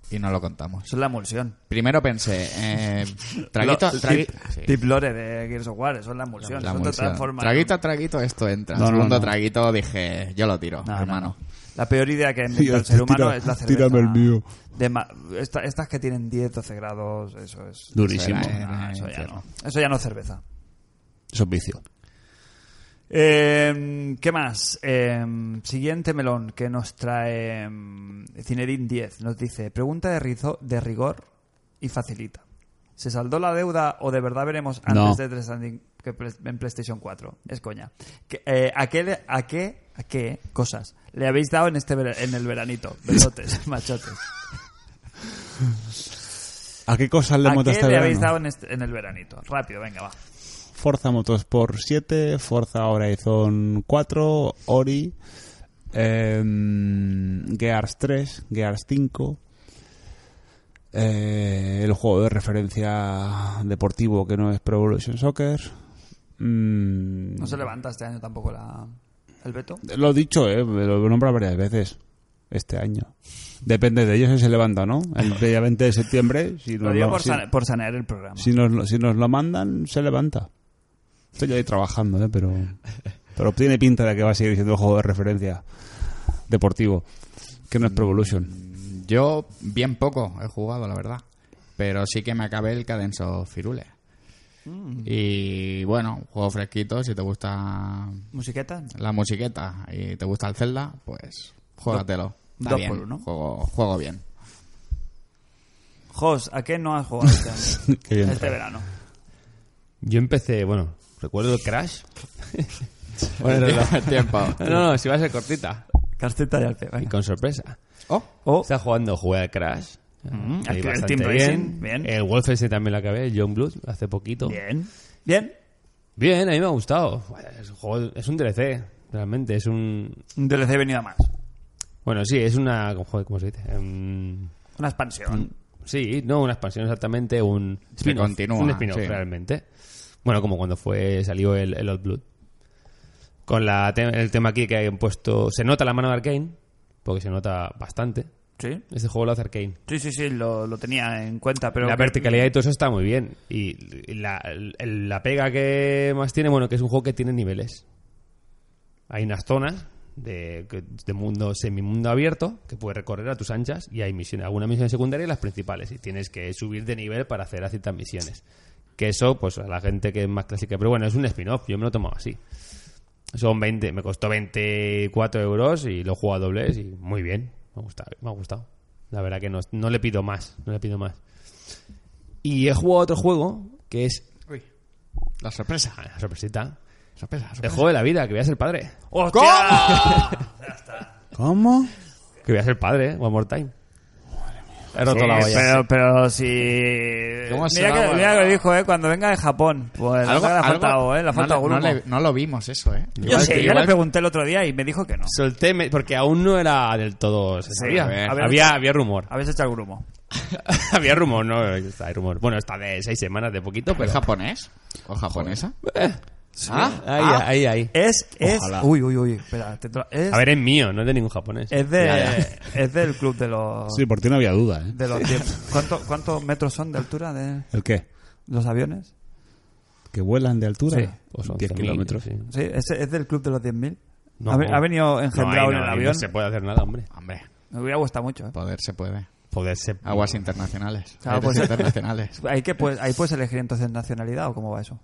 y no lo contamos. Eso es la emulsión. Primero pensé, eh, traguito, Lo- tragui- tip, sí. tip lore de Gears of War. Eso es la emulsión. eso La te emulsión. transforma en- Traguito a traguito esto entra. No, no, Segundo no. traguito dije, yo lo tiro, No, no, hermano. no. La peor idea que ha inventado el ser humano Tira- es la cerveza. tírame el mío. de ma- esta- estas que tienen 10, 12 grados, eso es... Durísimo. Eso era, eh. Ah, eso, ya infierno. no. Eso ya no es cerveza. Eso es vicio. Eh, ¿Qué más? Eh, siguiente melón que nos trae mm, Cinerin 10. Nos dice, pregunta de, rizo, de rigor y facilita. ¿Se saldó la deuda o de verdad veremos antes No. de Death Stranding que pres- en PlayStation 4? Es coña. Que, eh, ¿a, qué, le- a, qué, ¿A qué cosas le habéis dado en, este vera- en el veranito? Besotes, machotes. ¿A qué cosas le ¿A montaste qué este le habéis verano? dado en, este- en el veranito? Rápido, venga, va. Forza Motorsport 7, Forza Horizon 4, Ori, em, Gears 3, Gears 5, eh, el juego de referencia deportivo que no es Pro Evolution Soccer. mm, No se levanta este año tampoco la... ¿El veto? Lo he dicho, eh, lo he nombrado varias veces este año. Depende de ellos si se levanta o no. El día 20 de septiembre, si Lo nos digo lo- por, si- sane- por sanear el programa. si nos, lo- si nos lo mandan, se levanta. Estoy ahí trabajando, ¿eh? pero, pero tiene pinta de que va a seguir siendo el juego de referencia deportivo, que no es Pro Evolution. Yo bien poco he jugado, la verdad. Pero sí que me acabé el Cadence of Firule. Mm. Y bueno, un juego fresquito, si te gusta ¿Musiqueta? la musiqueta y te gusta el Zelda, pues juégatelo. Está dos bien, por uno. juego, juego bien. Jos, ¿a qué no has jugado este, año? Qué bien Este trae. verano? Yo empecé, bueno, recuerdo el Crash. Bueno, tiempo. No, no, si va a ser cortita. Casteta de Alpe, Y venga. con sorpresa. Oh, Oh, Está jugando, jugué al Crash. Mm, Ahí el bastante Team Racing, bien. El Wolfenstein también lo acabé, el John Blood, hace poquito. bien. Bien. Bien, a mí me ha gustado. Bueno, Es un, juego- es un DLC, realmente. Es un. Un DLC venido a más. Bueno, sí, es una. joder, ¿Cómo se dice? Em, Una expansión. Sí, no una expansión exactamente, un Se spin-off. continúa, un spin-off sí. realmente. Bueno, como cuando fue salió el, el Old Blood. Con la te- el tema aquí que han puesto... Se nota la mano de Arkane, porque se nota bastante. Sí, Este juego lo hace Arkane. sí, sí, sí, lo, lo tenía en cuenta, pero... la que- verticalidad y todo eso está muy bien. Y la, el- la pega que más tiene, bueno, que es un juego que tiene niveles. Hay unas zonas de, que- de mundo semimundo abierto que puedes recorrer a tus anchas y hay misiones, algunas misiones secundarias y las principales. Y tienes que subir de nivel para hacer a ciertas misiones. Que eso, pues a la gente que es más clásica. Pero bueno, es un spin-off, yo me lo tomo así. Son 20, me costó 24 euros y lo juego a dobles y muy bien. Me ha gustado, me ha gustado. La verdad que no, no le pido más, no le pido más. Y he jugado a otro juego que es. La sorpresa. Ah, la sorpresita. Sorpresa, El sorpresa. juego de la vida, que voy a ser padre. ¡Hostia! ¿Cómo? Que voy a ser padre, eh, One More Time. He roto Sí, la olla. pero, pero si... ¿Cómo se Mira va, que, bueno? mira que lo dijo, ¿eh? Cuando venga de Japón. Pues algo, le ha faltado, ¿eh? Le ha faltado no, le- grumo. no le- no lo vimos eso, ¿eh? Yo Igual sé, que- yo le igual- pregunté el otro día y me dijo que no. Solté, me- porque aún no era del todo. se Sí, sabía. a ver. había, había rumor. Habéis echado el grumo. había rumor, no. Está, hay rumor. Bueno, está de seis semanas, de poquito, ¿Es pero. japonés? ¿O japonesa? Ah, ahí, ah. ahí, ahí. Es... es Ojalá. uy, uy, uy. Espera, te tra- es, A ver, es mío, no es de ningún japonés. es, de, Ya, es del club de los... Sí, por ti no había duda, ¿eh? De los diez- ¿Cuánto- ¿Cuántos metros son de altura de ¿El qué? los aviones? ¿Que vuelan de altura? Sí, o son 10 11.000, kilómetros. Pues sí. ¿Sí? ¿Es, es del club de los 10.000? No. ha, ve- ha venido engendrado No, ahí en no, el ahí avión. No se puede hacer nada, hombre. Hombre, Me hubiera gustado mucho. ¿eh? poder se puede. Poder ser. Aguas internacionales. Claro, Aires pues- internacionales. Ahí, que, pues, ahí puedes elegir entonces nacionalidad o cómo va eso.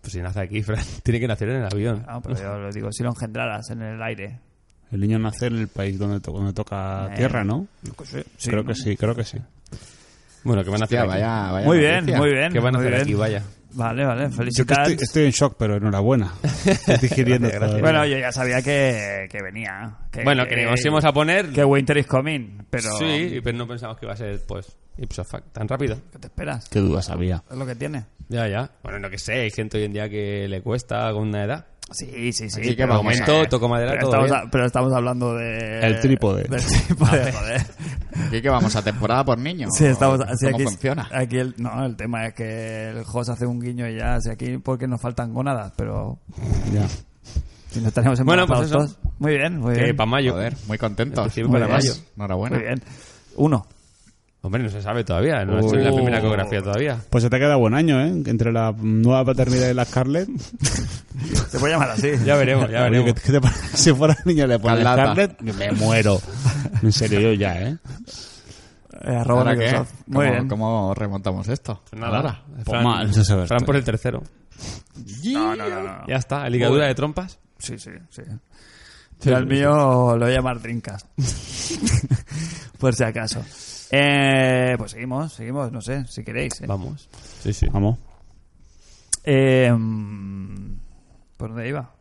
Pues si nace aquí, Fran, tiene que nacer en el avión. Ah, pero yo lo digo, si lo engendraras en el aire. El niño nace en el país donde, to- donde toca Eh, tierra, ¿no? Sí, creo ¿no? que sí, creo que sí. Bueno, que van a hacer Hostia, aquí? vaya, vaya Muy bien, noticia. muy bien. ¿Qué van a muy hacer bien. aquí? Vaya. Vale, vale, Yo que estoy, felicidades. estoy en shock, pero enhorabuena. Estoy digiriendo Gracias, todo. Bueno, yo ya sabía que, que venía. que- Bueno, que, que nos íbamos a poner. que Winter is coming, pero... Sí, pero no pensamos que iba a ser, pues, ipso fact, tan rápido. ¿Qué te esperas? Qué dudas había. Es lo que tiene. Ya, ya. Bueno, no que sé, hay gente hoy en día que le cuesta con una edad. Sí, sí, sí. Así pero- que De vamos a momento, ver. toco madera, pero, todo estamos bien. a- pero estamos hablando de... El trípode. Del trípode, joder. ¿Y qué vamos a temporada por niños? Sí, estamos... sí, ¿Cómo aquí, funciona? Aquí el, no, el tema es que el host hace un guiño y ya, si aquí porque nos faltan gónadas, pero Ya. si no estaremos Bueno, pues embarazados eso. todos. Muy bien, muy Que bien. para Eh, mayo. Joder, muy contentos. En principio Muy para bien. mayo. Enhorabuena. Muy bien. Uno. Hombre, no se sabe todavía. No ha hecho ni la Uh. primera ecografía todavía. Pues se te queda buen año, ¿eh? Entre la nueva paternidad y la Scarlett. Te puedo llamar así. Ya veremos, ya Oye, veremos. ¿qué- qué te parece? si fuera niña le pones Carlata. Scarlett, me muero. En serio, yo ya, ¿eh? Eh, arroba ¿Ahora qué? Microsoft. Muy ¿Cómo, bien. cómo remontamos esto? Ahora. Nada. Pues mal, eso se ve. Fran por el tercero. No, no, no, no. Ya está, la ligadura de trompas. Sí, sí, sí. Yo al mío lo voy a llamar Drinkas. Por si acaso. Eh, pues seguimos, seguimos, no sé, si queréis. ¿eh? Vamos. Sí, sí. Vamos. Eh, mm, ¿Por dónde iba?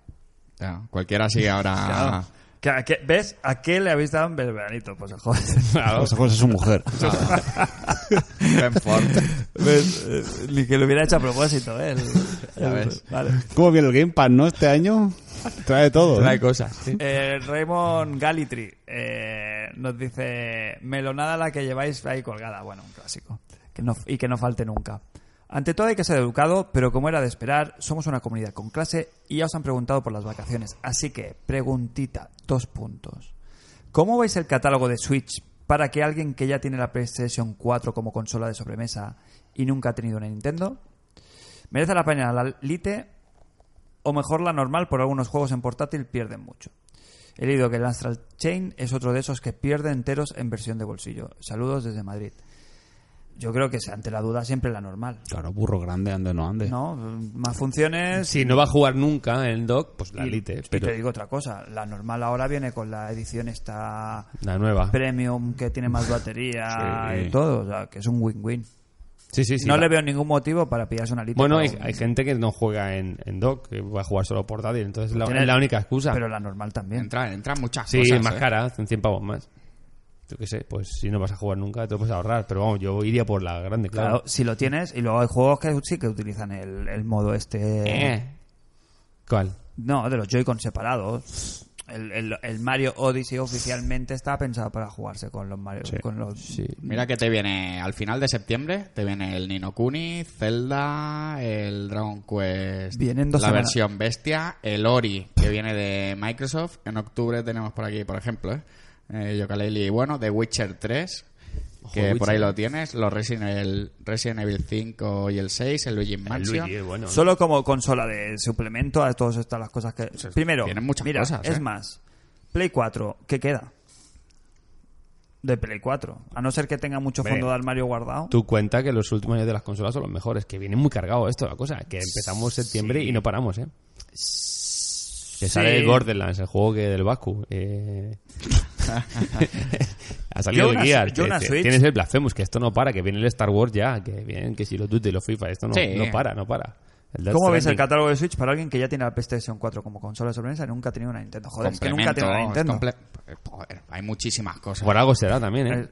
Ya, cualquiera sigue ahora. Claro. ¿Que a qué- ¿Ves? ¿A qué le habéis dado un verberanito? Pues a joder. Claro. Esa cosa es su mujer. Benford. ¿Ves? Eh, Ni que lo hubiera hecho a propósito, ¿eh? El- Ya el- ves. Vale. ¿Cómo viene el Game Pass, no? Este año trae todo. Trae ¿eh? cosas. sí. Eh, Raymond Galitri eh, nos dice: Melonada la que lleváis ahí colgada. Bueno, un clásico. Que no, y que no falte nunca. Ante todo hay que ser educado, pero como era de esperar, somos una comunidad con clase y ya os han preguntado por las vacaciones. Así que, preguntita, dos puntos. ¿Cómo veis el catálogo de Switch para que alguien que ya tiene la PlayStation 4 como consola de sobremesa y nunca ha tenido una Nintendo? ¿Merece la pena la Lite o mejor la normal por algunos juegos en portátil pierden mucho? He leído que el Astral Chain es otro de esos que pierde enteros en versión de bolsillo. Saludos desde Madrid. Yo creo que ante la duda siempre la normal. Claro, burro grande, ande o no ande. ¿No? Más funciones. Si no va a jugar nunca en doc, pues la Y- elite. y Pero te digo otra cosa. La normal ahora viene con la edición esta la nueva. premium que tiene más batería Sí. y todo. O sea, que es un win-win. Sí, sí, sí. no va. le veo ningún motivo para pillarse una lita. Bueno, hay, pero- hay gente que no juega en, en dock, que va a jugar solo portátil, entonces la- Tiene- es la única excusa. Pero la normal también. Entran, entran muchas sí, cosas. más ¿eh? cara, en 100 pavos más. Yo qué sé, pues si no vas a jugar nunca, te lo puedes ahorrar, pero vamos, yo iría por la grande, Claro, claro. si lo tienes. Y luego hay juegos que sí que utilizan el, el modo este. Eh. ¿Cuál? No, de los Joy-Con separados. el, el- el Mario Odyssey oficialmente está pensado para jugarse con los Mario. Sí. Con los, Mira que te viene al final de septiembre, te viene el Nino Kuni, Zelda, el Dragon Quest, Vienen dos la semanas. versión bestia, el Ori que viene de Microsoft. En octubre tenemos por aquí, por ejemplo, ¿eh? eh, Yooka-Laylee, bueno, The Witcher 3, que Witcher. por ahí lo tienes, los Resident, el Resident Evil 5 y el 6, el Luigi El Mansion. Luigi, eh. bueno. Solo como consola de suplemento a todas estas las cosas que... Primero, tienen muchas mira, cosas, es ¿eh? más, Play 4, ¿qué queda? De Play 4. A no ser que tenga mucho Hombre, fondo de armario guardado. Tú cuenta que los últimos años de las consolas son los mejores, que viene muy cargado esto, la cosa, que empezamos septiembre y no paramos, ¿eh? Que sale el Borderlands, el juego que del Baku. eh. ha salido Yo el una- Gear. yo una que- que Switch. Tienes el Blasphemous, que esto no para, que viene el Star Wars ya, que vienen, que si los Duty y los FIFA, esto no, Sí. no para, no para. El Death ¿Cómo ves el Stranding. catálogo de Switch para alguien que ya tiene la PlayStation 4 como consola de sobremesa y nunca ha tenido una Nintendo? Joder, es que nunca ha tenido una complementos, Nintendo. comple- eh, Joder, hay muchísimas cosas. Por algo será también, ¿eh? Eh,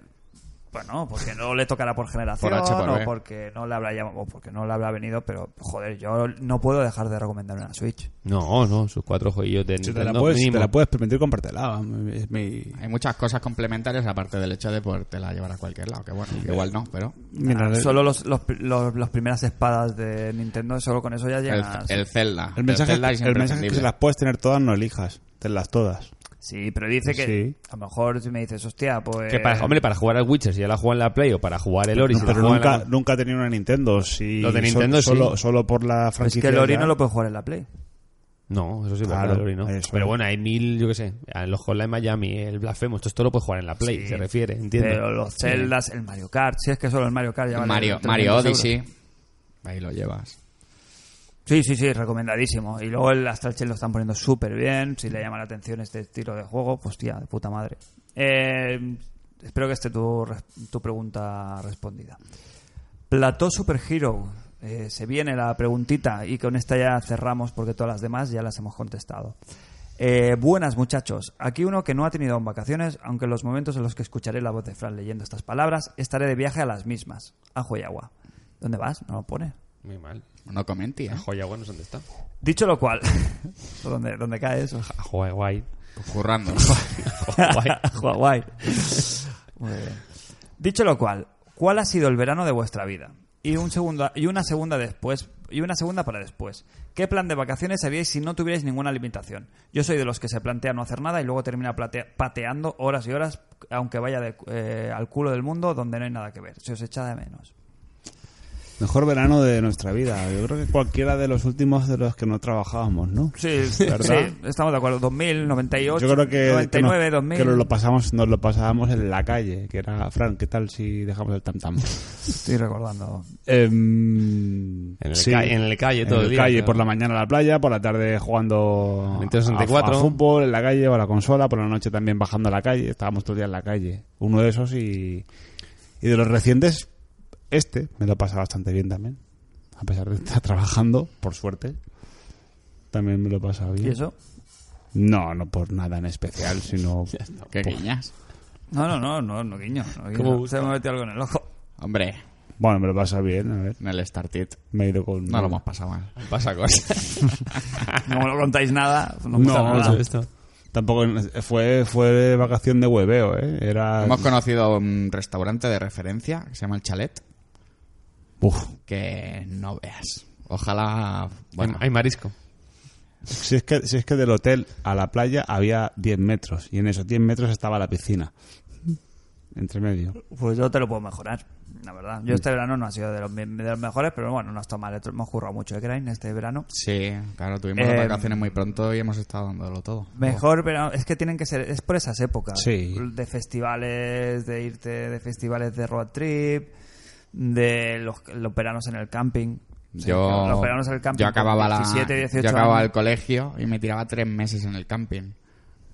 Bueno, porque no le tocará por generación H por o B. porque no le habrá llamado, o porque no le habrá venido, pero joder, yo no puedo dejar de recomendar una Switch. No, no, sus cuatro jueguillos de Si te, la Nintendo puedes, si mínimo. te la puedes permitir, compártela. Es mi- Hay muchas cosas complementarias aparte del hecho de podértela llevar a cualquier lado, que bueno, igual no, pero... Mientras Ah, el- solo los, los, los- las primeras espadas de Nintendo, solo con eso ya El, llegas. el Zelda. el mensaje, Zelda es el mensaje es que imprescindible. si las puedes tener todas, no elijas. Tenlas todas. Sí, pero dice que Sí. a lo mejor si me dices, hostia, pues... Que para, hombre, para jugar al Witcher, si ya la juega en la Play, o para jugar el Ori, si la pero juega en la- nunca, nunca he tenido una Nintendo. Si Lo de so- Nintendo, sí. solo, solo por la es franquicia. que el Ori ya- no lo puedes jugar en la Play. No, eso sí, Claro, claro, el Ori no. eso. Pero bueno, hay mil, yo qué sé, a los Hotline Miami, el Blasphemous, todo esto lo puedes jugar en la Play, Sí. se refiere, entiendo. Pero los Zeldas, el Mario Kart, si es que solo el Mario Kart ya vale Mario, 300 Mario euros. Odyssey. Ahí lo llevas. Sí, sí, sí, recomendadísimo. Y luego el Astral Chain lo están poniendo súper bien. Si le llama la atención este estilo de juego, pues tía, de puta madre. Eh, espero que esté tu, res- tu pregunta respondida. Plató Super Hero. Eh, se viene la preguntita y con esta ya cerramos porque todas las demás ya las hemos contestado. Eh, buenas muchachos, aquí uno que no ha tenido aún vacaciones, aunque en los momentos en los que escucharé la voz de Fran leyendo estas palabras, estaré de viaje a las mismas, ajo y agua. ¿Dónde vas? No lo pone. Muy mal. No comenti, ¿eh? Joya, bueno, ¿dónde está? Dicho lo cual, ¿dónde, dónde cae eso? Joya, guay. Currando. Huawei. Muy bien. Dicho lo cual, ¿cuál ha sido el verano de vuestra vida? Y, un segundo, y una segunda después, y una segunda para después. ¿Qué plan de vacaciones haríais si no tuvierais ninguna limitación? Yo soy de los que se plantea no hacer nada y luego termina platea- pateando horas y horas, aunque vaya de- eh, al culo del mundo donde no hay nada que ver. Se os echa de menos. Mejor verano de nuestra vida. Yo creo que cualquiera de los últimos de los que no trabajábamos, ¿no? Sí, ¿Verdad? estamos de acuerdo. 2000, 98, Yo creo que, 99, que, nos, 2000. que nos lo pasamos, nos lo pasábamos en la calle, que era, Fran, ¿qué tal si dejamos el tam tam? Estoy recordando. en, Em, En el ca- en el calle todo en el día, calle, claro. por la mañana a la playa, por la tarde jugando Nintendo 64. a- a fútbol en la calle o a la consola, por la noche también bajando a la calle, estábamos todo el día en la calle. Uno de esos y, y de los recientes, este me lo pasa bastante bien también, a pesar de estar trabajando, por suerte. También me lo pasa bien. ¿Y eso? No, no por nada en especial, sino Qué guiñas. No, no, no, no, no guiño. No guiño. ¿Cómo gusta? Se me ha metido algo en el ojo. Hombre, Bueno, me lo pasa bien, a ver. en el Start It. Me he ido con. No lo hemos pasado mal. Pasa cosas. No me lo contáis nada. No, No, pasa nada. no. Tampoco fue, fue vacación de hueveo, ¿eh? Era. hemos conocido un restaurante de referencia que se llama El Chalet, Uf. que no veas. Ojalá... Bueno, Bueno, hay marisco. Si es, que, si es que del hotel a la playa había 10 metros y en esos 10 metros estaba la piscina. Entre medio. Pues yo te lo puedo mejorar, la verdad. Yo este verano no ha sido de los, me- de los mejores, pero bueno, no está mal. Hemos currado mucho de Crane este verano. sí, claro, tuvimos Eh, las vacaciones muy pronto y hemos estado dándolo todo. Mejor verano, es que tienen que ser, es por esas épocas. Sí. De festivales, de irte de festivales de road trip, de los, los veranos en el camping. O sea, Yo, los veranos en el camping yo acababa, con la- 17, 18 yo acababa años. el colegio y me tiraba tres meses en el camping.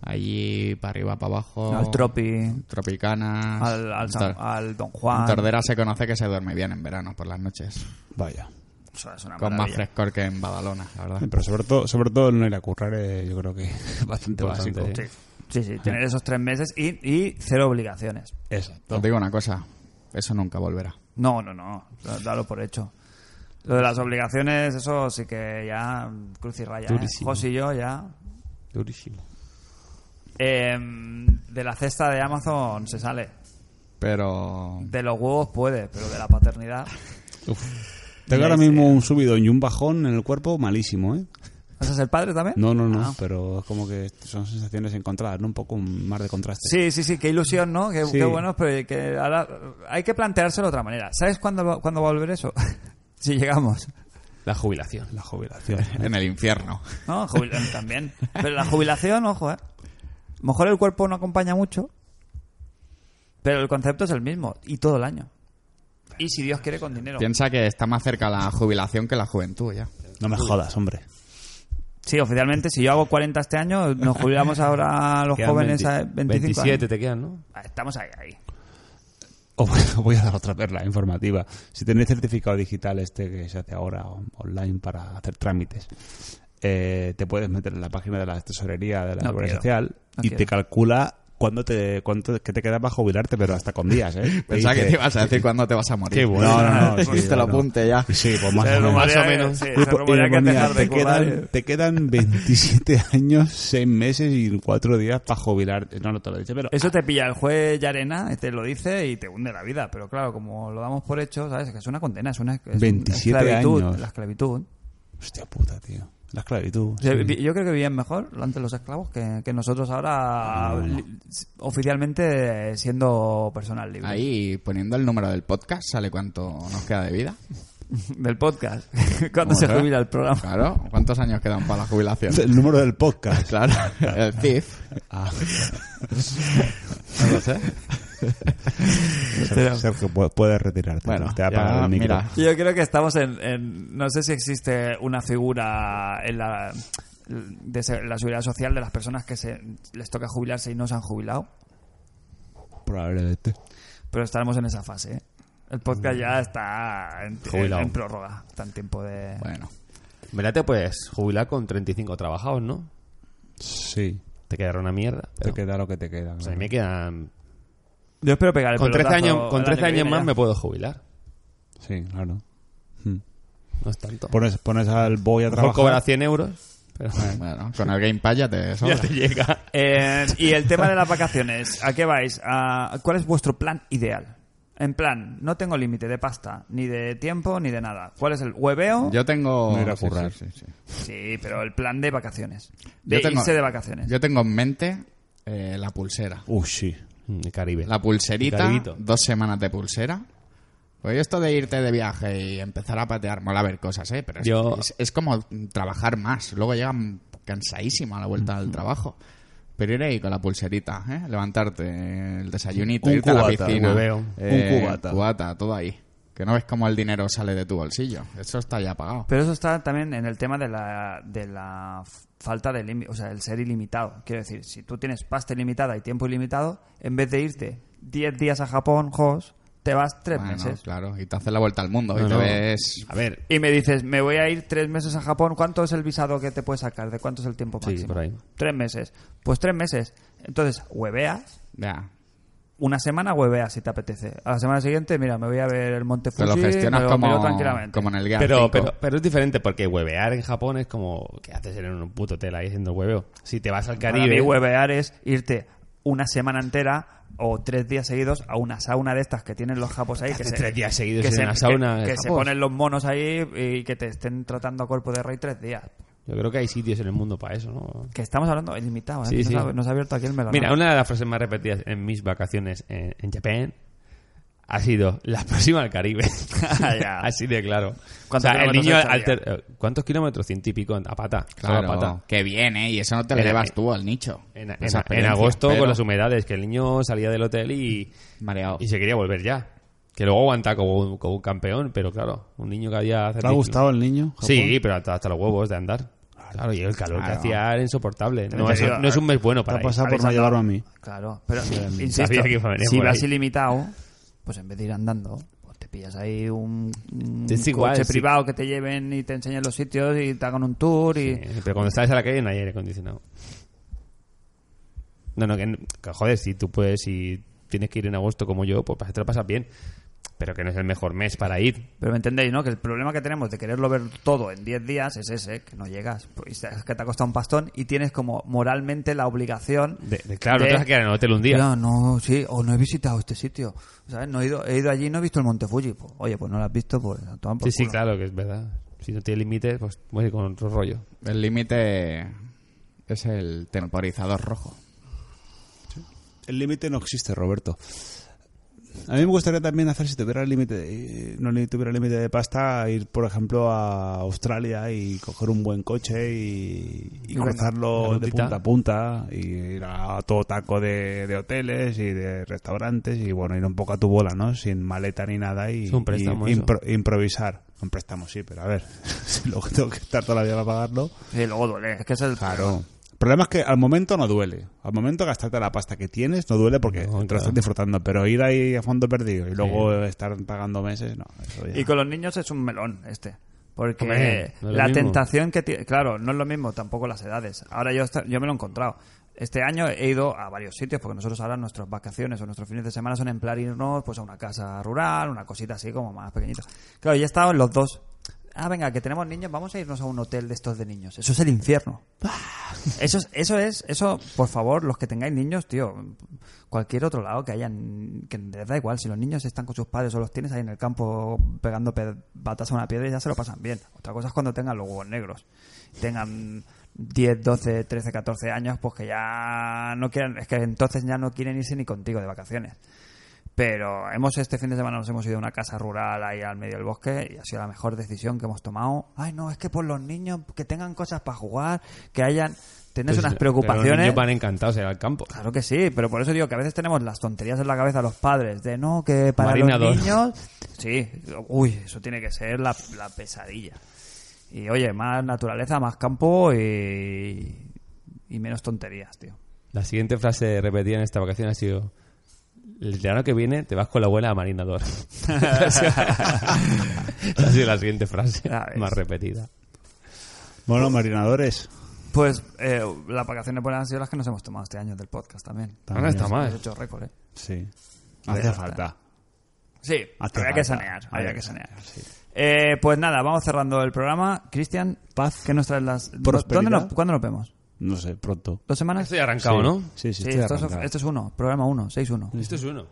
Allí, para arriba, para abajo. al Tropi, Tropicanas. al, al, San- Tor- al Don Ah, en Juan. Tordera se conoce que se duerme bien en verano por las noches. Vaya. O sea, es una Con más Ah, maravilla. frescor que en Badalona, la verdad. Pero sobre todo, sobre todo el no ir a currar, eh, yo creo que es bastante Importante, básico. sí. Sí, sí, tener esos tres meses y, y cero obligaciones. Exacto. Os digo una cosa, eso nunca volverá. No, no, no, da- dalo por hecho. Lo de las obligaciones, eso sí que ya mm, cruz y raya. ¿eh? Durísimo. Jos y yo ya. Durísimo. Eh, de la cesta de Amazon se sale. Pero. De los huevos puede, pero de la paternidad. Tengo ahora mismo un subidón y un bajón en el cuerpo malísimo, ¿eh? ¿Vas a ser padre también? No, no, Ah. no, pero es como que son sensaciones encontradas, ¿no? Un poco un mar de contraste. Sí, sí, sí, qué ilusión, ¿no? Qué, Sí. qué bueno, pero que ahora hay que planteárselo de otra manera. ¿Sabes cuándo, va- cuándo va a volver eso? si llegamos. La jubilación. La jubilación. En el infierno. No, jubilación también. Pero la jubilación, ojo, ¿eh? A lo mejor el cuerpo no acompaña mucho, pero el concepto es el mismo, y todo el año. Y si Dios quiere, con dinero. Piensa que está más cerca la jubilación que la juventud ya. No me jodas, hombre. Sí, oficialmente, si yo hago 40 este año, nos jubilamos ahora los Quedan jóvenes 20, a 25 27 años. te quedan, ¿no? Ah, Estamos ahí, ahí. O voy a dar otra perla informativa. Si tenéis certificado digital este que se hace ahora on- online para hacer trámites, eh, te puedes meter en la página de la tesorería de la No Seguridad quiero. Social No y quiero. te calcula cuándo te cuánto que te queda para jubilarte, pero hasta con días, ¿eh? Te Pensaba que dice- te ibas a decir cuándo te vas a morir. Qué bueno. No, no, no, Pues sí, te lo no. apunte ya. Sí, pues más o menos. rumorea- o menos. Sí, Y se po- y rumorea que ponía, dejar de te, cobrar. quedan, te quedan 27 años, 6 meses y 4 días para jubilarte. No, no te lo dice, pero Eso te pilla el juez Yarena, te lo dice y te hunde la vida. Pero claro, como lo damos por hecho, ¿sabes? Es que es una condena, es una es una 27 esclavitud. años. La esclavitud. Hostia puta, tío. La esclavitud. O sea, sí. Eh, vi- Yo creo que vivían mejor antes los esclavos que, que nosotros Ah, ahora, No, no. li- oficialmente siendo personal libre. Ahí poniendo el número del podcast, ¿sale cuánto nos queda de vida? Del podcast. Cuando ¿Cómo se será? jubila el programa. Claro, ¿cuántos años quedan para la jubilación? El número del podcast. Claro, el CIF. Ah. No lo sé. Sergio, Sergio, pu- puedes retirarte. Bueno, te ha ya, apagado el micro. mira. Yo creo que estamos en, en- No sé si existe una figura en la, de se- la seguridad social de las personas que se, les toca jubilarse y no se han jubilado. Probablemente. Pero estaremos en esa fase. ¿eh? El podcast ya está en, Jubilado. en prórroga. Está en tiempo de. Bueno, En verdad te puedes jubilar con 35 trabajados, ¿no? Sí, Te quedará una mierda. te pero- queda lo que te queda. o sea, a mí me quedan... Yo espero pegar el Con 13 pelotazo años, con el año 13 que años viene más ya. me puedo jubilar. Sí, claro. Hmm. No es tanto. Por Pones, pones al boy a mejor trabajar. cobrar 100 euros, pero bueno, con el Game Pass ya te sobra. ya te llega. Eh, y el tema de las vacaciones, ¿a qué vais? ¿A ¿Cuál es vuestro plan ideal? En plan, no tengo límite de pasta, ni de tiempo, ni de nada. ¿Cuál es el hueveo? Yo tengo... No ir a sí, currar. sí, sí, sí. Sí, pero el plan de vacaciones. De Yo tengo- irse de vacaciones. Yo tengo en mente eh, la pulsera. Uh, sí. Mm, Caribe. La pulserita, Carguito. dos semanas de pulsera. Pues esto de irte de viaje y empezar a patear, mola ver cosas, ¿eh? Pero es, Yo- es, es como trabajar más. Luego llegan cansadísimo a la vuelta del trabajo. Pero ir ahí con la pulserita, ¿eh? Levantarte el desayunito, Un irte a la cubata, piscina. hueveo. eh, Un cubata. todo ahí. Que no ves cómo el dinero sale de tu bolsillo. Eso está ya pagado. Pero eso está también en el tema de la, de la f- falta de límite, o sea, el ser ilimitado. Quiero decir, si tú tienes pasta ilimitada y tiempo ilimitado, en vez de irte 10 días a Japón, Jos, te vas 3 Bueno, meses. claro. Y te haces la vuelta al mundo y No, te no. ves... A ver, Y me dices, me voy a ir tres meses a Japón. ¿Cuánto es el visado que te puedes sacar? ¿De cuánto es el tiempo Sí, máximo? por ahí. Tres meses. Pues tres meses. Entonces, hueveas. Ya. Una semana hueveas si te apetece. A la semana siguiente, mira, me voy a ver el Monte Te Fuji. lo gestionas me miro como, tranquilamente. como en el Gear pero, 5. pero, pero es diferente porque huevear en Japón es como que haces en un puto hotel ahí haciendo hueveo. Si te vas al Para Caribe, mí, huevear es irte una semana entera o tres días seguidos a una sauna de estas que tienen los japos ahí. Que haces se, tres días seguidos que en se- una sauna que- de que se japos. ponen los monos ahí y que te estén tratando a cuerpo de rey tres días. yo creo que hay sitios en el mundo para eso, ¿no? Que estamos hablando ilimitado. ¿eh? Sí, nos, sí. Ha, nos ha abierto aquí el melón. Mira, una de las frases más repetidas en mis vacaciones eh, en, en Japón ha sido la próxima al Caribe. Ah, Ya. Así de claro. O ¿Cuántos sea, el kilómetros niño al día? alter- eh, ¿Cuántos kilómetros? Ciento y pico en- a pata. solo a Claro, pata. que viene y eso no te lo En- llevas tú al nicho. En, en- Esa en experiencia, agosto pero- con las humedades, que el niño salía del hotel y, Mareado. y se quería volver ya. Que luego aguanta como un, como un campeón, pero claro, un niño que había... ¿Te ha gustado el niño? Japón? Sí, pero hasta, hasta los huevos de andar. Claro, y el calor que Claro. hacía era insoportable. No, Te es, digo, no es un mes bueno Te ha para ir. pasado por no Avisando. llevarlo a mí. Claro, pero insisto, sabía que iba a venir si por vas ahí. ilimitado, pues en vez de ir andando, pues te pillas ahí un, un Es coche igual, sí. privado que te lleven y te enseñen los sitios y te hagan un tour y... Eh, pero cuando sales a la calle no hay aire acondicionado. No, no, que, que joder, si tú puedes, si tienes que ir en agosto como yo, pues te lo pasas bien. pero que no es el mejor mes para ir. Pero me entendéis, ¿no? Que el problema que tenemos de quererlo ver todo en 10 días es ese, que no llegas. Pues es que te ha costado un pastón y tienes como moralmente la obligación De, de- claro, no te vas a quedar en el hotel un día. Ya, no, sí, o no he visitado este sitio. ¿Sabes? No he ido, he ido allí y no he visto el Monte Fuji. Pues, oye, pues no lo has visto, pues a tomar por sí, sí, culo. claro, que es verdad. Si no tiene límites, pues muere con otro rollo. El límite es el temporizador rojo. El límite no existe, Roberto. A mí me gustaría también hacer, si tuviera el límite, de- no li- tuviera límite de pasta, ir, por ejemplo, a Australia y coger un buen coche y, y Y bueno, cruzarlo de la rutita. punta a punta y ir a todo taco de, de hoteles y de restaurantes y, bueno, ir un poco a tu bola, ¿no? Sin maleta ni nada y, Es un préstamo y eso. impro- improvisar. Un préstamo, sí, pero a ver, si luego tengo que estar toda la vida para pagarlo... Sí, luego duele. Es que es el. Claro. El problema es que al momento no duele. Al momento gastarte la pasta que tienes no duele porque No, te lo claro. estás disfrutando. Pero ir ahí a fondo perdido y luego estar pagando meses, no. Eso ya. Y con los niños es un melón este. Porque Hombre, no es lo la mismo. tentación que tiene. Claro, no es lo mismo tampoco las edades. Ahora yo, esta- yo me lo he encontrado. Este año he ido a varios sitios porque nosotros ahora nuestras vacaciones o nuestros fines de semana son en plan irnos pues, a una casa rural, una cosita así como más pequeñita. Claro, ya he estado en los dos. Ah, venga, que tenemos niños, vamos a irnos a un hotel de estos de niños. Eso es el infierno. Eso es, eso es, eso, por favor, los que tengáis niños, tío, cualquier otro lado que hayan, que les da igual, si los niños están con sus padres o los tienes ahí en el campo pegando pe- batas a una piedra, ya se lo pasan bien. Otra cosa es cuando tengan los huevos negros, tengan 10, 12, 13, 14 años, pues que ya no quieran, es que entonces ya no quieren irse ni contigo de vacaciones. Pero hemos este fin de semana nos hemos ido a una casa rural ahí al medio del bosque y ha sido la mejor decisión que hemos tomado. Ay, no, es que por los niños que tengan cosas para jugar, que hayan tienes Entonces, unas Pues, pero los preocupaciones. niños van encantados a ir al campo. Claro que sí, pero por eso digo que a veces tenemos las tonterías en la cabeza los padres de no que para Marinador. los niños, sí, uy, eso tiene que ser la, la pesadilla. Y oye, más naturaleza, más campo y, y menos tonterías, tío. La siguiente frase repetida en esta vacación ha sido: El verano que viene te vas con la abuela a Marinador. Esa ha sido- esa ha sido la siguiente frase Ya ves. más repetida. Bueno, marinadores. Pues eh, las vacaciones buenas han sido las que nos hemos tomado este año del podcast también. También. Ah, está mal. Hemos hecho récord, ¿eh? Sí. Hace Hace falta. falta. Sí, Hace había falta. que sanear, había Había que que sanear. sí. Eh, pues nada, vamos cerrando el programa. Cristian, paz, ¿qué nos traes las... Prosperidad. ¿Dónde nos- ¿Cuándo nos vemos? No sé, pronto. ¿Dos semanas? Estoy arrancado, ¿no? Sí, sí, Sí, estoy esto, es, arrancado. esto es uno, programa 1, 6-1. Esto Este es uno.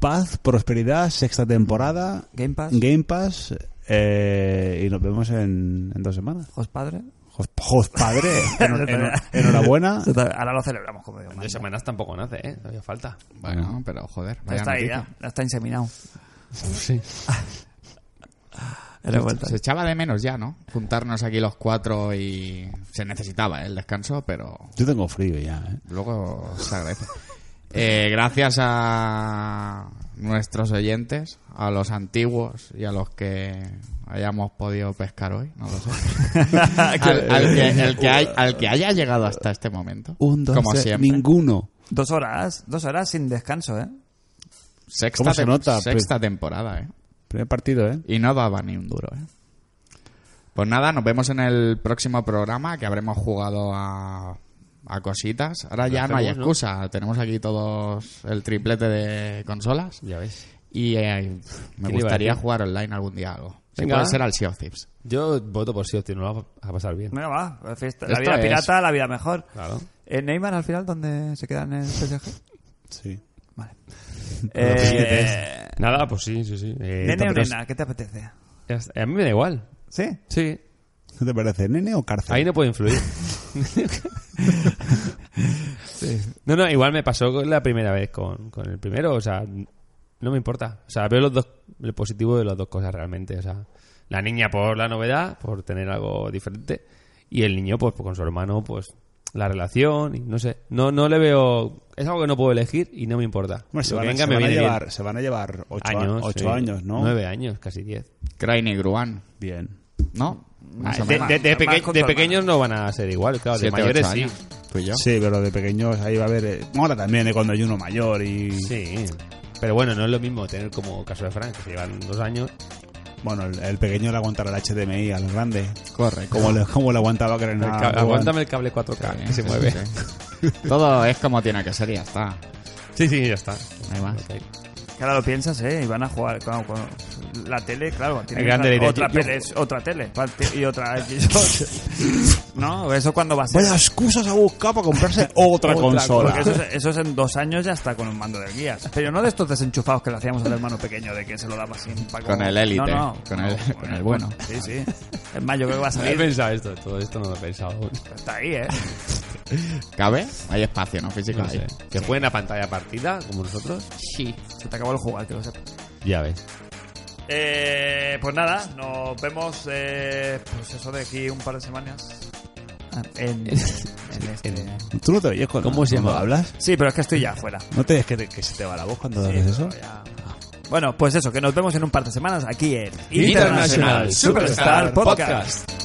Paz, prosperidad, sexta temporada, Game Pass, Game Pass eh, y nos vemos en, en dos semanas. Jos Padre. Jos- Jos padre, en- en- enhorabuena. Ahora lo celebramos, como digo. De semanas tampoco nace, ¿eh? Todavía falta. Bueno, pero joder. Ya vaya está ahí, noticia. ya, ya está inseminado. Sí. Era Se, vuelta. se echaba de menos ya, ¿no? Juntarnos aquí los cuatro y se necesitaba ¿eh? el descanso, pero Yo tengo frío ya, ¿eh? luego se agradece. Eh, gracias a nuestros oyentes, a los antiguos y a los que hayamos podido pescar hoy, no lo sé. al, al que, el que hay- al que haya llegado hasta este momento, Un, dos, eh, como tres, siempre. ninguno. Dos horas, dos horas sin descanso, ¿eh? Sexta, ¿Cómo se tem- nota? Pues- sexta temporada, ¿eh? Primer partido, ¿eh? Y no daba ni un duro, ¿eh? Pues nada, nos vemos en el próximo programa que habremos jugado a, a cositas. Ahora ya no hay hacemos, ¿no? excusa. Tenemos aquí todos el triplete de consolas. Ya ves. Y eh, ¿Qué le iba me a gustaría decir? jugar online algún día algo. Si Venga. puede ser al Sea of Thieves. Yo voto por sí, tío, no lo vas a pasar bien. Venga, va, la fiesta- la Esto vida es- pirata, la vida mejor. Claro. Eh, Neymar al final, ¿dónde se queda en el PSG? Sí. Vale. billetes. eh, Nada, pues sí, sí, sí. Eh, nene o pero- nena, ¿qué te apetece? ya está. A mí me da igual. ¿Sí? Sí. ¿Qué te parece, nene o cárcel? Ahí no puedo influir. No, no, igual me pasó con la primera vez con, con el primero, o sea, no me importa. O sea, veo los dos, el positivo de las dos cosas realmente. O sea, la niña por la novedad, por tener algo diferente, y el niño, pues con su hermano, pues la relación, y no sé. No, no le veo. Es algo que no puedo elegir y no me importa. Hombre, se, Lo que van, a- se venga me van a viene bien. llevar, se van a llevar ocho a- años, ocho sí. años, ¿no? Nueve años, casi diez. Crane y Gruan, Bien. ¿no? Más o De, menos. de- de Más peque- con tu de hermana. pequeños no van a ser igual, claro, Ah, de Siete, mayores ocho sí. años. Tú y yo. Sí, pero de pequeños ahí va a haber... eh, ahora también, eh, cuando hay uno mayor y... Sí. Pero bueno, no es lo mismo tener como caso de Frank, que se llevan dos años. Bueno, el, el pequeño le aguantará el HDMI al grande. Correcto. Como le, como le aguantaba que era El nada, ca- Juan. aguántame el cable 4K, Sí, que se sí, mueve. sí, sí. Todo es como tiene que ser y ya está. Sí, sí, ya está. No hay más. Ok. Que ahora lo piensas, ¿eh? Y van a jugar. claro, con- la tele, claro, tiene El que gran estar deleite. otra, Yo- tele, otra tele parte- y otra Xbox. ¿No? Eso cuando va a ser. Vaya excusas a buscar para comprarse otra, consola. Porque eso, es- eso es en dos años ya está con un mando de guías. Pero no de estos desenchufados que le hacíamos al hermano pequeño de que se lo daba sin para Con el Elite, No, no. con el- con el bueno. Sí, sí. En mayo creo que va a No he salir. pensado esto, todo esto no lo he pensado aún. Está ahí, ¿eh? ¿Cabe? Hay espacio, ¿no? Físico No hay. sé. Que jueguen a pantalla partida, como nosotros. Sí. Se te acabó el jugar, que lo sepas. Ya ves. Eh, pues nada, nos vemos eh, pues eso de aquí un par de semanas. Ah, En, en este. Tú no te oyes con ¿Cómo se cuando llama? hablas. Sí, pero es que estoy ya afuera. ¿No te es que, te- que se te va la voz cuando Sí, haces eso? pero ya- ah. Bueno, pues eso, que nos vemos en un par de semanas aquí en International Superstar Podcast.